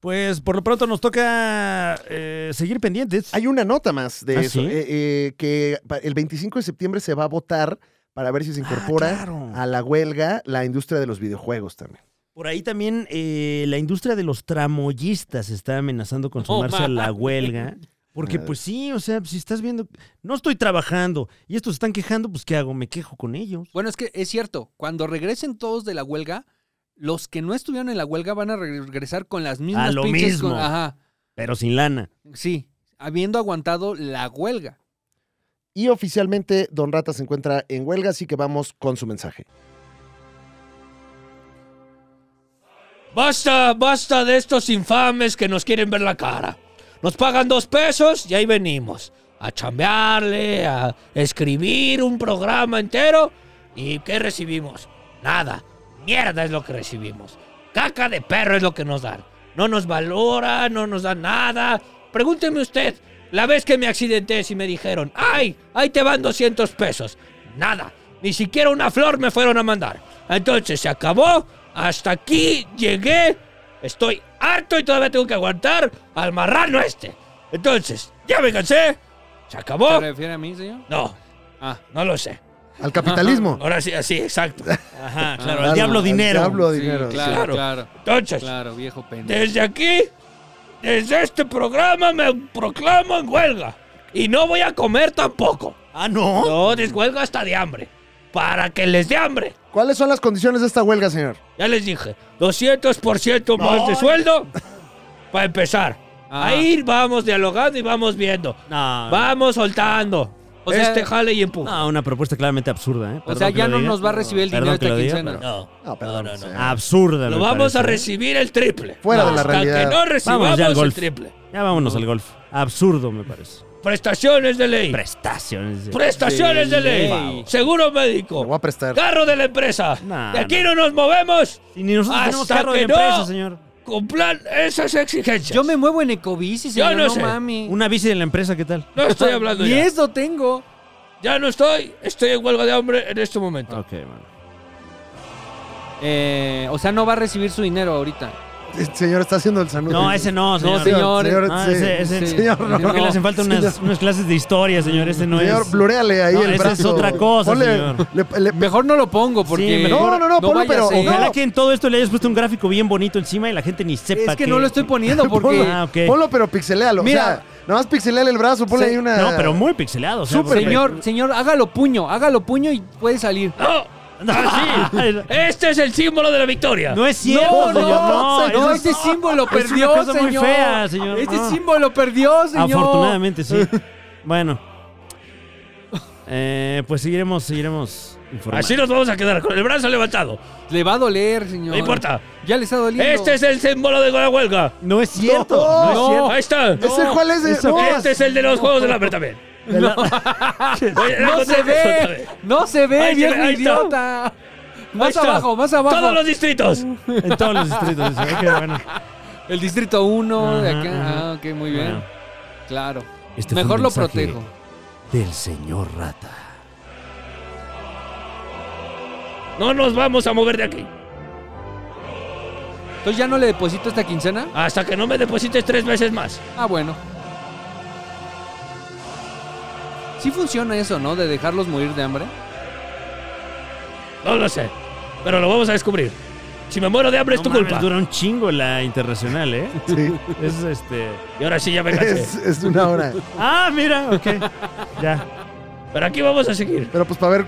Speaker 3: Pues por lo pronto nos toca eh, seguir pendientes.
Speaker 4: Hay una nota más de
Speaker 3: ¿Ah,
Speaker 4: eso,
Speaker 3: sí?
Speaker 4: eh, eh, que pa- el 25 de septiembre se va a votar para ver si se incorpora
Speaker 3: Ah, claro.
Speaker 4: a la huelga la industria de los videojuegos también.
Speaker 3: Por ahí también eh, la industria de los tramoyistas está amenazando con sumarse a la huelga. Porque pues sí, o sea, si estás viendo, no estoy trabajando y estos están quejando, pues ¿qué hago? Me quejo con ellos.
Speaker 5: Bueno, es que es cierto, cuando regresen todos de la huelga, los que no estuvieron en la huelga van a regresar con las mismas
Speaker 3: A lo
Speaker 5: pinches
Speaker 3: mismo.
Speaker 5: con- ajá.
Speaker 3: Pero sin lana.
Speaker 5: Sí, habiendo aguantado la huelga.
Speaker 4: Y oficialmente Don Rata se encuentra en huelga, así que vamos con su mensaje.
Speaker 1: Basta, basta de estos infames que nos quieren ver la cara. Nos pagan dos pesos y ahí venimos. A chambearle, a escribir un programa entero. ¿Y qué recibimos? Nada. Mierda es lo que recibimos. Caca de perro es lo que nos dan. No nos valora, no nos dan nada. Pregúnteme usted, la vez que me accidenté si me dijeron, ¡ay! Ahí te van 200 pesos. Nada. Ni siquiera una flor me fueron a mandar. Entonces se acabó. Hasta aquí llegué. Estoy harto y todavía tengo que aguantar al marrano este. Entonces, ya me cansé. Se
Speaker 5: ¿Se
Speaker 1: acabó.
Speaker 5: refiere a mí, señor?
Speaker 1: No,
Speaker 5: Ah,
Speaker 1: no lo sé.
Speaker 4: Al capitalismo.
Speaker 1: Ahora sí, así, exacto. Ajá, claro.
Speaker 3: Al diablo dinero.
Speaker 4: Al diablo
Speaker 5: sí,
Speaker 4: dinero.
Speaker 5: Ah, claro,
Speaker 1: claro.
Speaker 5: claro,
Speaker 1: Entonces,
Speaker 5: claro, viejo pendejo.
Speaker 1: desde aquí, desde este programa me proclamo en huelga. Y no voy a comer tampoco.
Speaker 3: Ah, no.
Speaker 1: No, deshuelga hasta de hambre. Para que les dé hambre.
Speaker 4: sí. ¿Cuáles son las condiciones de esta huelga, señor?
Speaker 1: Ya les dije, 200% más de sueldo para empezar.
Speaker 5: Ah.
Speaker 1: Ahí vamos dialogando y vamos viendo.
Speaker 3: No,
Speaker 1: Vamos soltando.
Speaker 5: O sea-
Speaker 1: este jale y empuja.
Speaker 3: no, Ah, una propuesta claramente absurda, ¿eh?
Speaker 5: O
Speaker 3: Perdón
Speaker 5: sea,
Speaker 3: que
Speaker 5: ya
Speaker 3: lo
Speaker 5: no
Speaker 3: diga.
Speaker 5: nos va a recibir el dinero
Speaker 3: Perdón
Speaker 5: de
Speaker 3: que lo
Speaker 5: esta
Speaker 3: diga,
Speaker 5: quincena.
Speaker 1: No.
Speaker 4: No, perdón,
Speaker 1: no, no,
Speaker 3: Ah,
Speaker 4: señor.
Speaker 3: Absurda.
Speaker 1: Lo
Speaker 3: me
Speaker 1: vamos
Speaker 3: parece.
Speaker 1: a
Speaker 3: ¿eh?
Speaker 1: recibir el triple.
Speaker 4: Fuera de la
Speaker 1: Hasta
Speaker 4: realidad.
Speaker 1: que no recibamos
Speaker 3: Vamos ya al
Speaker 1: el
Speaker 3: golf.
Speaker 1: triple.
Speaker 3: Ya vámonos al golf. Absurdo, me parece.
Speaker 1: Prestaciones de ley.
Speaker 3: Prestaciones. de-
Speaker 1: Prestaciones de
Speaker 5: De
Speaker 1: ley.
Speaker 5: ley.
Speaker 1: Seguro
Speaker 4: Lo voy
Speaker 1: médico.
Speaker 4: a prestar.
Speaker 3: ¡Ah!
Speaker 1: Carro de la empresa.
Speaker 3: Nah,
Speaker 1: de aquí no. nos movemos.
Speaker 3: Y ni nosotros tenemos
Speaker 1: Hasta
Speaker 3: carro de
Speaker 1: que
Speaker 3: la empresa,
Speaker 1: no.
Speaker 3: señor.
Speaker 1: Cumplan esas exigencias.
Speaker 5: Yo me muevo en ecobici, señor,
Speaker 1: no
Speaker 5: no,
Speaker 1: sé.
Speaker 5: mami.
Speaker 3: Una bici de la empresa, ¿qué tal?
Speaker 1: No estoy hablando
Speaker 5: y
Speaker 1: ya.
Speaker 5: eso tengo.
Speaker 1: Ya no estoy. Estoy en huelga de hambre en este momento.
Speaker 3: Ok, mano.
Speaker 5: Eh, o sea, no va a recibir su dinero ahorita.
Speaker 4: El señor está haciendo el saludo.
Speaker 3: No, ese no, señor.
Speaker 5: señor.
Speaker 3: Ah,
Speaker 4: sí.
Speaker 3: ese- ese-
Speaker 5: sí.
Speaker 4: Señor, no.
Speaker 3: Creo que le hacen falta unas,
Speaker 4: Señor.
Speaker 3: unas clases de historia, señor. Ese no
Speaker 4: Señor,
Speaker 3: es.
Speaker 4: bluréale ahí
Speaker 3: No,
Speaker 4: el
Speaker 3: esa
Speaker 4: brazo.
Speaker 3: es otra cosa,
Speaker 4: Ponle-
Speaker 3: señor.
Speaker 4: le- le-
Speaker 5: Mejor no lo pongo porque.
Speaker 3: mejor-
Speaker 4: No, no, no, ponlo,
Speaker 5: vaya
Speaker 4: pero
Speaker 5: a ser.
Speaker 3: Ojalá que en todo esto le hayas puesto un gráfico bien bonito encima y la gente ni sepa
Speaker 5: Es que no lo estoy poniendo porque.
Speaker 4: ponlo,
Speaker 3: Ah, ok.
Speaker 4: ponlo, pero pixelealo.
Speaker 5: Mira.
Speaker 4: Mira. nada más pixeleale el brazo, ponle
Speaker 5: Se-
Speaker 4: ahí una...
Speaker 3: No, pero muy pixelado. o sea,
Speaker 4: Súper
Speaker 3: porque-
Speaker 5: Señor, señor, hágalo puño, hágalo puño y puede salir.
Speaker 1: ¡No! ¡Así! ¡Este es el símbolo de la victoria!
Speaker 3: Ah, No es cierto,
Speaker 5: no,
Speaker 3: señor. No,
Speaker 5: señor,
Speaker 3: eso es-
Speaker 5: ese símbolo
Speaker 3: es una
Speaker 5: perdió,
Speaker 3: cosa muy
Speaker 5: señor.
Speaker 3: fea, señor.
Speaker 5: Ese
Speaker 3: Ah.
Speaker 5: símbolo perdió, señor.
Speaker 3: Afortunadamente, sí. Bueno. Eh, pues seguiremos, seguiremos informando.
Speaker 1: Así nos vamos a quedar, con el brazo levantado.
Speaker 5: Le va a doler, señor.
Speaker 1: No importa.
Speaker 5: Ya le está doliendo.
Speaker 1: Este es el símbolo de la huelga.
Speaker 3: No es cierto. No,
Speaker 4: No.
Speaker 3: es cierto.
Speaker 1: Ahí está.
Speaker 4: ¿Ese cuál es?
Speaker 3: eso-
Speaker 4: No,
Speaker 1: Este es el de los Juegos del Hambre también. Oye, la
Speaker 5: No
Speaker 1: otra
Speaker 5: se
Speaker 1: vez, otra vez.
Speaker 5: ve, no se ve,
Speaker 1: Ahí se
Speaker 5: viejo
Speaker 1: ve, ahí está.
Speaker 5: idiota.
Speaker 1: Ahí
Speaker 5: Más
Speaker 1: está.
Speaker 5: abajo, más abajo.
Speaker 1: Todos los distritos.
Speaker 3: En todos los distritos. dice. Ok, bueno.
Speaker 5: El distrito 1 de
Speaker 3: Ajá,
Speaker 5: acá.
Speaker 3: ajá.
Speaker 5: Ah, ok, muy bien.
Speaker 3: Bueno,
Speaker 5: Claro.
Speaker 3: este fue
Speaker 5: Mejor
Speaker 3: un
Speaker 5: lo
Speaker 3: mensaje
Speaker 5: protejo.
Speaker 3: Del señor Rata.
Speaker 1: No nos vamos a mover de aquí.
Speaker 5: Entonces ya no le deposito esta quincena.
Speaker 1: Hasta que no me deposites tres veces más.
Speaker 5: Ah, bueno. Sí funciona eso, ¿no? De dejarlos morir de hambre.
Speaker 1: No lo sé. Pero lo vamos a descubrir. Si me muero de hambre es tu
Speaker 3: No mames,
Speaker 1: culpa.
Speaker 3: Dura un chingo la internacional, ¿eh?
Speaker 4: Sí,
Speaker 3: Es este.
Speaker 1: Y ahora sí ya me
Speaker 4: es,
Speaker 1: cansé.
Speaker 4: es una hora.
Speaker 3: Ah, mira, ok. Ya.
Speaker 1: Pero aquí vamos a seguir.
Speaker 4: Pero pues para ver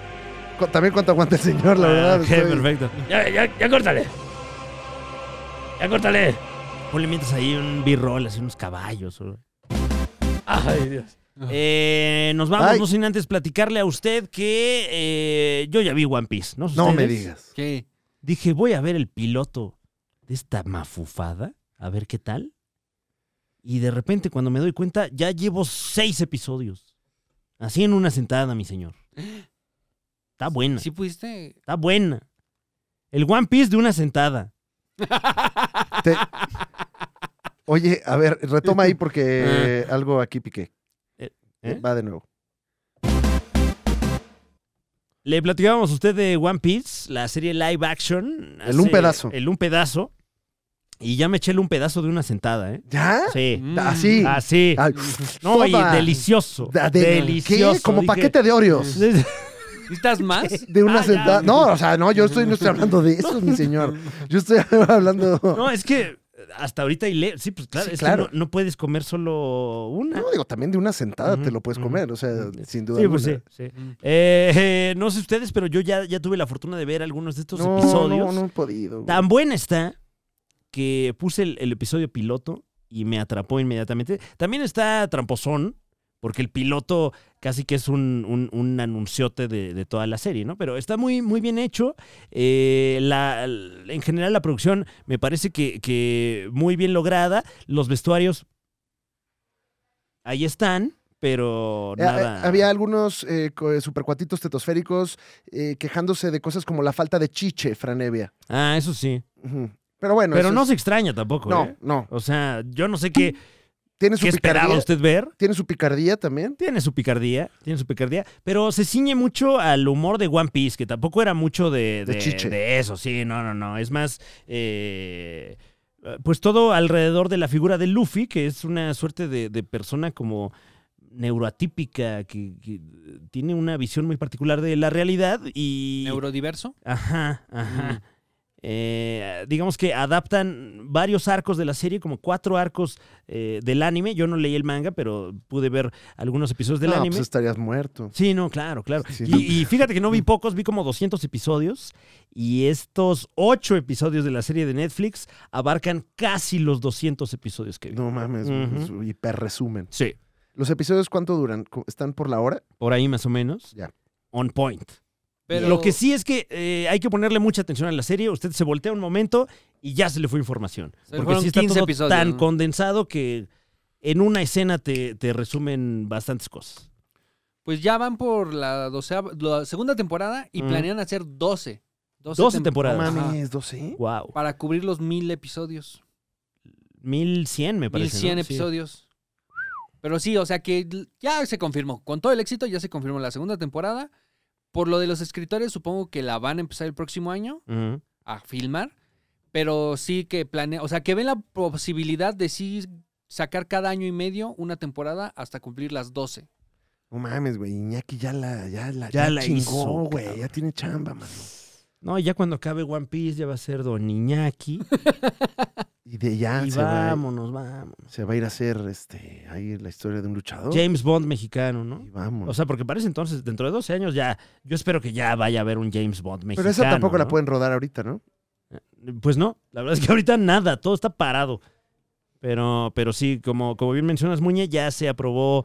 Speaker 4: cu- también cuánto aguanta el señor, la verdad.
Speaker 3: Ah, ok,
Speaker 4: estoy-
Speaker 3: perfecto.
Speaker 1: Ya, ya, ya córtale. Ya córtale.
Speaker 3: Ponle mientras ahí un b-roll, así unos caballos. o-
Speaker 1: Ay, Dios.
Speaker 3: Eh, nos vamos,
Speaker 4: Ay.
Speaker 3: no sin antes platicarle a usted que eh, yo ya vi One Piece. No,
Speaker 4: No me
Speaker 3: ¿Ustedes?
Speaker 4: digas.
Speaker 5: ¿Qué?
Speaker 3: Dije, voy a ver el piloto de esta mafufada, a ver qué tal. Y de repente, cuando me doy cuenta, ya llevo seis episodios. Así en una sentada, mi señor. Está buena,
Speaker 5: ¿Sí pudiste?
Speaker 3: está buena. El One Piece de una sentada.
Speaker 4: Te- Oye, a ver, retoma ahí porque eh, algo aquí
Speaker 3: Ah.
Speaker 4: piqué.
Speaker 3: Eh, ¿eh?
Speaker 4: Va de nuevo.
Speaker 3: Le platicábamos a usted de One Piece, la serie live action.
Speaker 4: El un pedazo.
Speaker 3: El un pedazo. Y ya me eché el un pedazo de una sentada, ¿eh?
Speaker 4: ¿Ya?
Speaker 3: Sí.
Speaker 5: Mm.
Speaker 4: Así.
Speaker 3: Así.
Speaker 4: Ay,
Speaker 3: ah, no, y
Speaker 4: toda.
Speaker 3: delicioso.
Speaker 4: Da- Ah, de-
Speaker 3: delicioso.
Speaker 4: ¿Qué? Como
Speaker 3: Dije-
Speaker 4: paquete de Oreos.
Speaker 5: ¿Necesitas más?
Speaker 4: De una
Speaker 3: Ah, ya.
Speaker 4: sentada. No, o sea, no, yo estoy, no estoy hablando de eso, mi señor. Yo estoy hablando. No,
Speaker 3: No, es que hasta ahorita y le... Sí, pues claro,
Speaker 4: Sí,
Speaker 3: es que
Speaker 4: claro.
Speaker 3: no, no puedes comer solo una.
Speaker 4: digo, también de una sentada
Speaker 3: Ujú,
Speaker 4: te lo puedes
Speaker 3: ujú.
Speaker 4: comer, o sea, sin duda.
Speaker 3: Sí, pues sí.
Speaker 4: alguna.
Speaker 3: sí. Eh, eh, no sé ustedes, pero yo ya, ya tuve la fortuna de ver algunos de estos
Speaker 4: No,
Speaker 3: episodios.
Speaker 4: no, no he podido. güey.
Speaker 3: Tan buena está que puse el, el episodio piloto y me atrapó inmediatamente. También está tramposón, porque el piloto casi que es un, un- un anunciote de, de toda la serie, ¿no? Pero está muy, muy bien hecho. Eh, la- en general la producción me parece que, que muy bien lograda. Los vestuarios ahí están, pero
Speaker 4: Eh,
Speaker 3: nada.
Speaker 4: eh, había algunos eh, co- eh, supercuatitos tetosféricos eh, quejándose de cosas como la falta de chiche, Franevia.
Speaker 3: Ah, eso sí.
Speaker 4: Ujú. Pero bueno.
Speaker 3: Pero
Speaker 4: eso
Speaker 3: no
Speaker 4: es-
Speaker 3: se extraña tampoco,
Speaker 4: No,
Speaker 3: ¿eh?
Speaker 4: no.
Speaker 3: O sea, yo no sé qué,
Speaker 4: Tiene su
Speaker 3: qué esperaba
Speaker 4: picardía.
Speaker 3: usted ver.
Speaker 4: Tiene su picardía también.
Speaker 3: Tiene su picardía, tiene su picardía, pero se ciñe mucho al humor de One Piece, que tampoco era mucho de,
Speaker 4: De
Speaker 3: de-
Speaker 4: chiche.
Speaker 3: de eso, sí, no, no, no. Es más, eh, pues todo alrededor de la figura de Luffy, que es una suerte de, de persona como neuroatípica, que, que tiene una visión muy particular de la realidad y...
Speaker 5: ¿Neurodiverso?
Speaker 3: Ajá,
Speaker 4: Mm.
Speaker 3: ajá. Eh, digamos que adaptan varios arcos de la serie, como cuatro arcos eh, del anime. Yo no leí el manga, pero pude ver algunos episodios del
Speaker 4: no,
Speaker 3: anime.
Speaker 4: pues estarías muerto.
Speaker 3: Sí, no, claro, claro.
Speaker 4: Sí,
Speaker 3: y,
Speaker 4: no.
Speaker 3: y fíjate que no vi pocos, vi como 200 episodios. Y estos ocho episodios de la serie de Netflix abarcan casi los 200 episodios que vi.
Speaker 4: No mames,
Speaker 3: Ujú.
Speaker 4: es un hiperresumen.
Speaker 3: Sí,
Speaker 4: ¿Los episodios cuánto duran? ¿Co- ¿Están por la hora?
Speaker 3: por ahí más o menos.
Speaker 4: Ya.
Speaker 3: On point.
Speaker 5: Pero
Speaker 3: Lo que sí es que eh, hay que ponerle mucha atención a la serie. Usted se voltea un momento y ya se le fue información.
Speaker 5: Se le
Speaker 3: porque
Speaker 5: fueron
Speaker 3: sí está
Speaker 5: 15
Speaker 3: todo
Speaker 5: episodios,
Speaker 3: tan
Speaker 5: ¿no?
Speaker 3: condensado que en una escena te, te resumen bastantes cosas.
Speaker 5: Pues ya van por la, doceava- la segunda temporada y
Speaker 3: Mm.
Speaker 5: planean hacer 12. 12,
Speaker 3: 12
Speaker 5: tem-
Speaker 4: No
Speaker 3: temporadas.
Speaker 5: Ajá.
Speaker 4: mames, 12.
Speaker 3: Wow.
Speaker 5: Para cubrir los mil episodios.
Speaker 3: 1100 me parece.
Speaker 5: 1100
Speaker 3: ¿no? Sí.
Speaker 5: episodios. Pero sí, o sea que l- ya se confirmó. Con todo el éxito ya se confirmó la segunda temporada. Por lo de los escritores, supongo que la van a empezar el próximo año
Speaker 3: Ujú.
Speaker 5: a filmar. Pero sí que planea, o sea, que ven la posibilidad de sí sacar cada año y medio una temporada hasta cumplir las 12.
Speaker 4: No mames, güey. Iñaki ya la, ya la,
Speaker 3: Ya
Speaker 4: ya
Speaker 3: la
Speaker 4: chingó,
Speaker 3: hizo,
Speaker 4: güey.
Speaker 3: cabrón.
Speaker 4: Ya tiene chamba, man.
Speaker 3: No, ya cuando acabe One Piece ya va a ser Don Iñaki.
Speaker 4: Y de ya
Speaker 3: y
Speaker 4: Ah, se, va, a-
Speaker 3: vámonos, vámonos.
Speaker 4: se va a ir a hacer este, ahí la historia de un luchador.
Speaker 3: James Bond mexicano, ¿no?
Speaker 4: Y vamos.
Speaker 3: O sea, porque parece entonces, dentro de 12 años ya, yo espero que ya vaya a haber un James Bond mexicano.
Speaker 4: Pero esa tampoco la
Speaker 3: ¿no?
Speaker 4: pueden rodar ahorita, ¿no?
Speaker 3: Pues no, la verdad es que ahorita nada, todo está parado. Pero, pero sí, como, como bien mencionas, Muñe, ya se aprobó.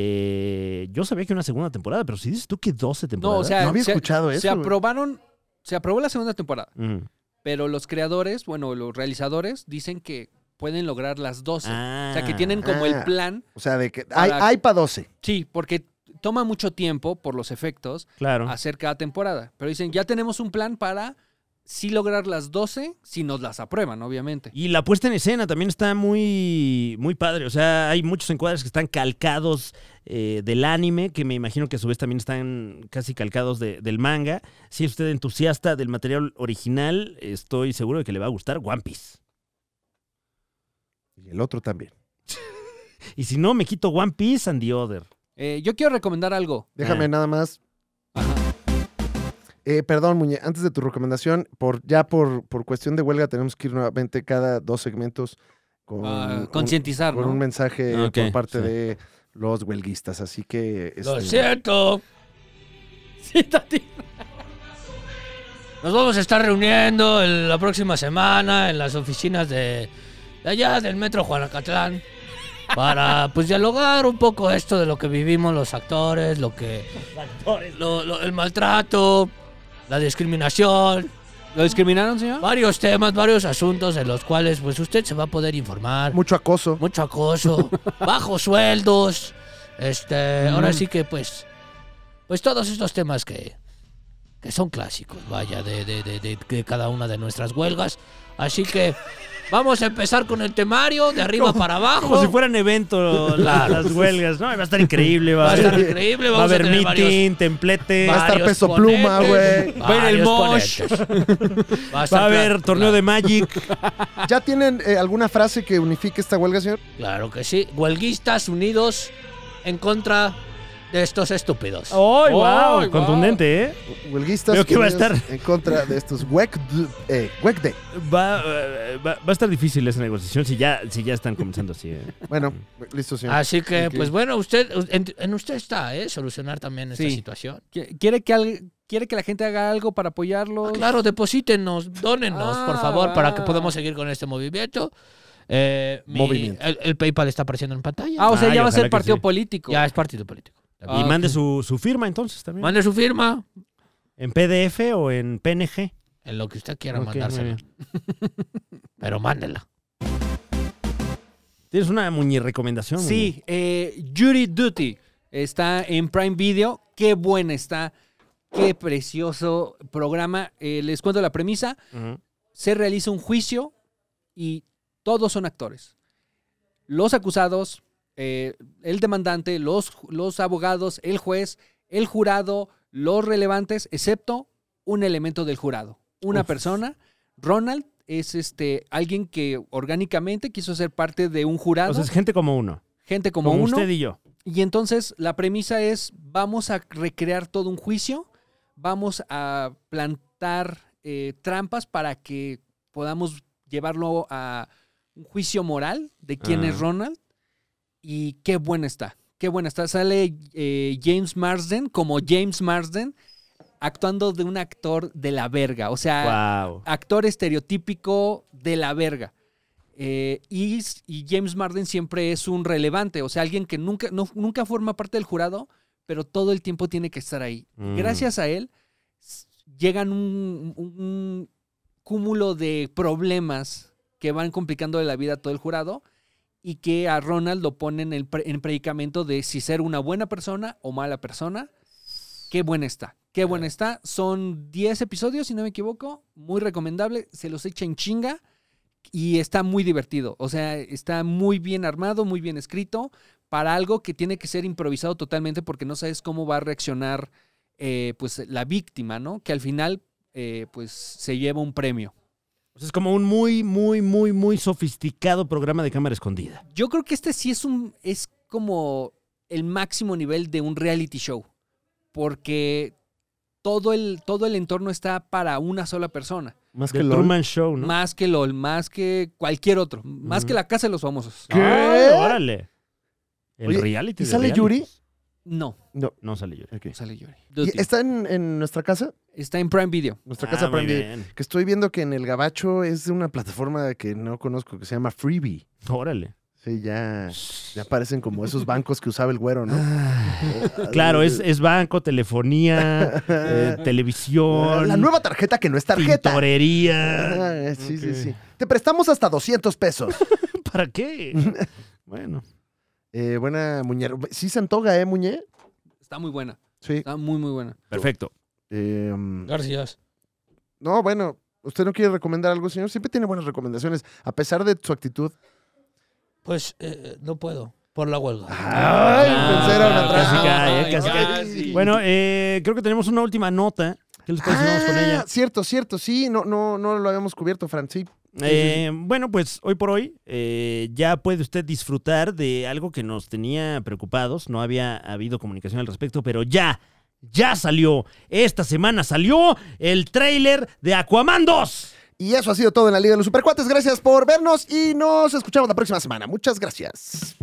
Speaker 3: eh, yo sabía que una segunda temporada, pero si dices tú que 12 temporadas.
Speaker 5: No, o sea,
Speaker 4: No había
Speaker 5: se-
Speaker 4: escuchado
Speaker 5: se
Speaker 4: eso. güey.
Speaker 5: aprobaron, se aprobó la segunda temporada.
Speaker 3: Mm.
Speaker 5: Pero los creadores, bueno, los realizadores dicen que pueden lograr las 12. o sea, que
Speaker 3: Ah.
Speaker 5: tienen como
Speaker 4: Ah.
Speaker 5: el plan.
Speaker 4: O sea, de que hay,
Speaker 5: Para-
Speaker 4: hay para 12.
Speaker 5: Sí, porque toma mucho tiempo por los efectos
Speaker 3: Claro.
Speaker 5: hacer cada temporada. Pero dicen, ya tenemos un plan para sí lograr las 12 si nos las aprueban, obviamente.
Speaker 3: Y la puesta en escena también está muy, muy padre. O sea, hay muchos encuadres que están calcados eh, del anime, que me imagino que a su vez también están casi calcados de- del manga. Si es usted entusiasta del material original, estoy seguro de que le va a gustar One Piece.
Speaker 4: Y el otro también.
Speaker 3: Y si no, me quito One Piece and the Other.
Speaker 5: Eh, yo quiero recomendar algo.
Speaker 4: Déjame
Speaker 3: Ah.
Speaker 4: nada más.
Speaker 5: Eh. Ajá.
Speaker 4: Eh, perdón, Muñe, antes de tu recomendación, por, ya por, por cuestión de huelga tenemos que ir nuevamente cada dos segmentos con,
Speaker 5: Ah,
Speaker 4: un-
Speaker 5: concientizar,
Speaker 4: con
Speaker 5: ¿no?
Speaker 4: un mensaje
Speaker 3: Ah, ok,
Speaker 4: por parte
Speaker 3: sí.
Speaker 4: de los huelguistas. Así que...
Speaker 1: Lo
Speaker 4: este,
Speaker 1: siento. Nos vamos a estar reuniendo el- la próxima semana en las oficinas de, de allá del Metro Juanacatlán para pues dialogar un poco esto de lo que vivimos los actores, lo que lo- lo- el maltrato, la discriminación,
Speaker 5: ¿Lo discriminaron, señor?
Speaker 1: varios temas, varios asuntos en los cuales pues usted se va a poder informar
Speaker 4: Mucho acoso.
Speaker 1: mucho acoso, bajos sueldos, este, ahora sí que pues, pues todos estos temas que, que son clásicos, vaya, de, de- de- de- de cada una de nuestras huelgas. Así que vamos a empezar con el temario, de arriba
Speaker 3: Como-
Speaker 1: para abajo.
Speaker 3: Como si fueran evento la- las huelgas, ¿no? Va a estar increíble, va,
Speaker 1: Va a estar
Speaker 3: haber-
Speaker 1: increíble,
Speaker 3: va a
Speaker 1: vamos a
Speaker 3: haber
Speaker 1: tener varios-
Speaker 3: meeting, templete,
Speaker 4: Va a estar
Speaker 1: varios
Speaker 4: peso pluma,
Speaker 1: ponentes,
Speaker 4: güey.
Speaker 5: Va a haber el
Speaker 1: varios
Speaker 5: mosh.
Speaker 1: ponentes. Va
Speaker 3: va
Speaker 1: estar
Speaker 3: a haber
Speaker 1: claro-
Speaker 3: torneo de Magic.
Speaker 4: ¿Ya tienen eh, alguna frase que unifique esta huelga, señor?
Speaker 1: Claro que sí. Huelguistas unidos en contra de estos estúpidos.
Speaker 3: ¡Oh, wow!
Speaker 5: wow!
Speaker 3: Contundente, ¿eh?
Speaker 4: Huelguistas
Speaker 3: Veo que va a
Speaker 4: unidos
Speaker 3: estar-
Speaker 4: en contra de estos WEC, eh, WEC Day.
Speaker 3: Va, eh, va, va a estar difícil esa negociación si ya, si ya están comenzando así. ¿eh?
Speaker 4: Bueno, listo,
Speaker 5: Ah,
Speaker 4: señor.
Speaker 1: Así que,
Speaker 4: Ok.
Speaker 1: pues bueno, usted en, en usted está, ¿eh? Solucionar también esta
Speaker 5: Sí.
Speaker 1: situación. Ah,
Speaker 5: Qui- ¿Quiere que, al- ¿Quiere que la gente haga algo para apoyarlos?
Speaker 1: Claro, deposítenos, dónenos, por
Speaker 5: Pues Ah,
Speaker 1: favor, para que
Speaker 5: va.
Speaker 1: podamos seguir con este movimiento. Eh, mi-
Speaker 4: Movimiento.
Speaker 1: El, el PayPal está apareciendo en pantalla.
Speaker 5: Ah, o sea,
Speaker 3: Ay,
Speaker 5: ya va a
Speaker 3: ojalá
Speaker 5: ser
Speaker 3: que
Speaker 5: partido
Speaker 3: sí.
Speaker 5: político.
Speaker 1: ya es partido político.
Speaker 5: Ah,
Speaker 3: y
Speaker 5: ok.
Speaker 3: mande su, su firma entonces también.
Speaker 1: Mande su firma
Speaker 3: ¿En PDF o en PNG?
Speaker 1: en lo que usted quiera
Speaker 3: Ok, muy
Speaker 1: mandársela,
Speaker 3: bien.
Speaker 1: pero mándela.
Speaker 3: Tienes una muñe recomendación.
Speaker 5: Sí, eh, Jury Duty está en Prime Video. Qué buena está. Qué precioso programa. Eh, les cuento la premisa.
Speaker 3: Muñe? Ujú.
Speaker 5: Se realiza un juicio y todos son actores. Los acusados, eh, el demandante, los, ju- los abogados, el juez, el jurado, los relevantes, excepto un elemento del jurado. Una
Speaker 3: Uf.
Speaker 5: persona, Ronald, es este alguien que orgánicamente quiso ser parte de un jurado,
Speaker 3: O sea, es gente como uno.
Speaker 5: gente como,
Speaker 3: Como,
Speaker 5: uno.
Speaker 3: usted y yo.
Speaker 5: Y entonces la premisa es, vamos a recrear todo un juicio, vamos a plantar eh, trampas para que podamos llevarlo a un juicio moral de quién es
Speaker 3: Ah.
Speaker 5: Ronald. Y qué buena está, qué buena está. Sale eh, James Marsden como James Marsden actuando de un actor de la verga. O sea,
Speaker 3: wow.
Speaker 5: actor estereotípico de la verga. Eh, y, y James Marden siempre es un relevante, o sea, alguien que nunca, no- nunca forma parte del jurado, pero todo el tiempo tiene que estar ahí.
Speaker 3: Mm.
Speaker 5: Gracias a él s- llegan un, un cúmulo de problemas que van complicando la vida a todo el jurado y que a Ronald lo ponen en, pre- en predicamento de si ser una buena persona o mala persona. Qué buena está, qué buena está. Son 10 episodios, si no me equivoco, muy recomendable, se los echa en chinga y está muy divertido. O sea, está muy bien armado, muy bien escrito para algo que tiene que ser improvisado totalmente porque no sabes cómo va a reaccionar eh, pues la víctima, ¿no? Que al final eh, pues se lleva un premio.
Speaker 3: O sea, es como un muy, muy, muy, muy sofisticado programa de cámara escondida.
Speaker 5: Yo creo que este sí es un es como el máximo nivel de un reality show porque todo el todo el entorno está para una sola persona,
Speaker 4: Más
Speaker 3: The
Speaker 4: que LOL.
Speaker 3: Truman Show, ¿no?
Speaker 5: más que LOL, más que cualquier otro, más
Speaker 3: Ujú.
Speaker 5: que la casa de los famosos.
Speaker 4: ¿Qué?
Speaker 3: Ay, órale. El
Speaker 4: Oye,
Speaker 3: reality.
Speaker 4: ¿y
Speaker 3: de
Speaker 4: sale
Speaker 3: reality.
Speaker 4: Yuri?
Speaker 5: No,
Speaker 3: No sale Yuri.
Speaker 4: Ok.
Speaker 5: no sale Yuri.
Speaker 4: ¿Y ¿Está en, en nuestra casa?
Speaker 5: Está en Prime Video.
Speaker 4: Nuestra
Speaker 3: Ah,
Speaker 4: casa
Speaker 3: muy
Speaker 4: Prime Video.
Speaker 3: bien.
Speaker 4: Que estoy viendo que en el Gabacho es de una plataforma que no conozco, que se llama Freebie.
Speaker 3: Órale.
Speaker 4: Sí, ya, ya parecen como esos bancos que usaba el güero, ¿no?
Speaker 3: Ah,
Speaker 4: Ah,
Speaker 3: Claro, es, es banco, telefonía, eh, televisión.
Speaker 4: La nueva tarjeta que no es tarjeta.
Speaker 3: Pintorería.
Speaker 4: Ah, sí,
Speaker 3: Ok.
Speaker 4: sí, sí. Te prestamos hasta 200 pesos.
Speaker 3: ¿Para qué? bueno.
Speaker 4: Eh, buena muñera. Sí se antoja, ¿eh, Muñe?
Speaker 5: Está muy buena.
Speaker 4: Sí.
Speaker 3: Ah.
Speaker 5: Está muy, muy buena.
Speaker 3: Perfecto.
Speaker 4: Eh, mm,
Speaker 1: Gracias.
Speaker 4: no, bueno, ¿usted no quiere recomendar algo, señor? Siempre tiene buenas recomendaciones, a pesar de su actitud.
Speaker 1: Pues eh, no puedo por la huelga.
Speaker 4: Ay, pensé era una
Speaker 3: Ah, casi
Speaker 4: trampa.
Speaker 3: cae, eh, casi
Speaker 4: Ay,
Speaker 3: cae. Bueno, eh, creo que tenemos una última nota. ¿Qué les parece si Pues, vamos con
Speaker 4: Ah,
Speaker 3: ella?
Speaker 4: Cierto, cierto, sí, no, no, no lo habíamos cubierto, Fran, sí.
Speaker 3: Eh, bueno, pues hoy por hoy eh, ya puede usted disfrutar de algo que nos tenía preocupados. No había habido comunicación al respecto, pero ya, ya salió. Esta semana salió el tráiler de Aquaman 2.
Speaker 4: Y eso ha sido todo en la Liga de los Supercuates. Gracias por vernos y nos escuchamos la próxima semana. Muchas gracias.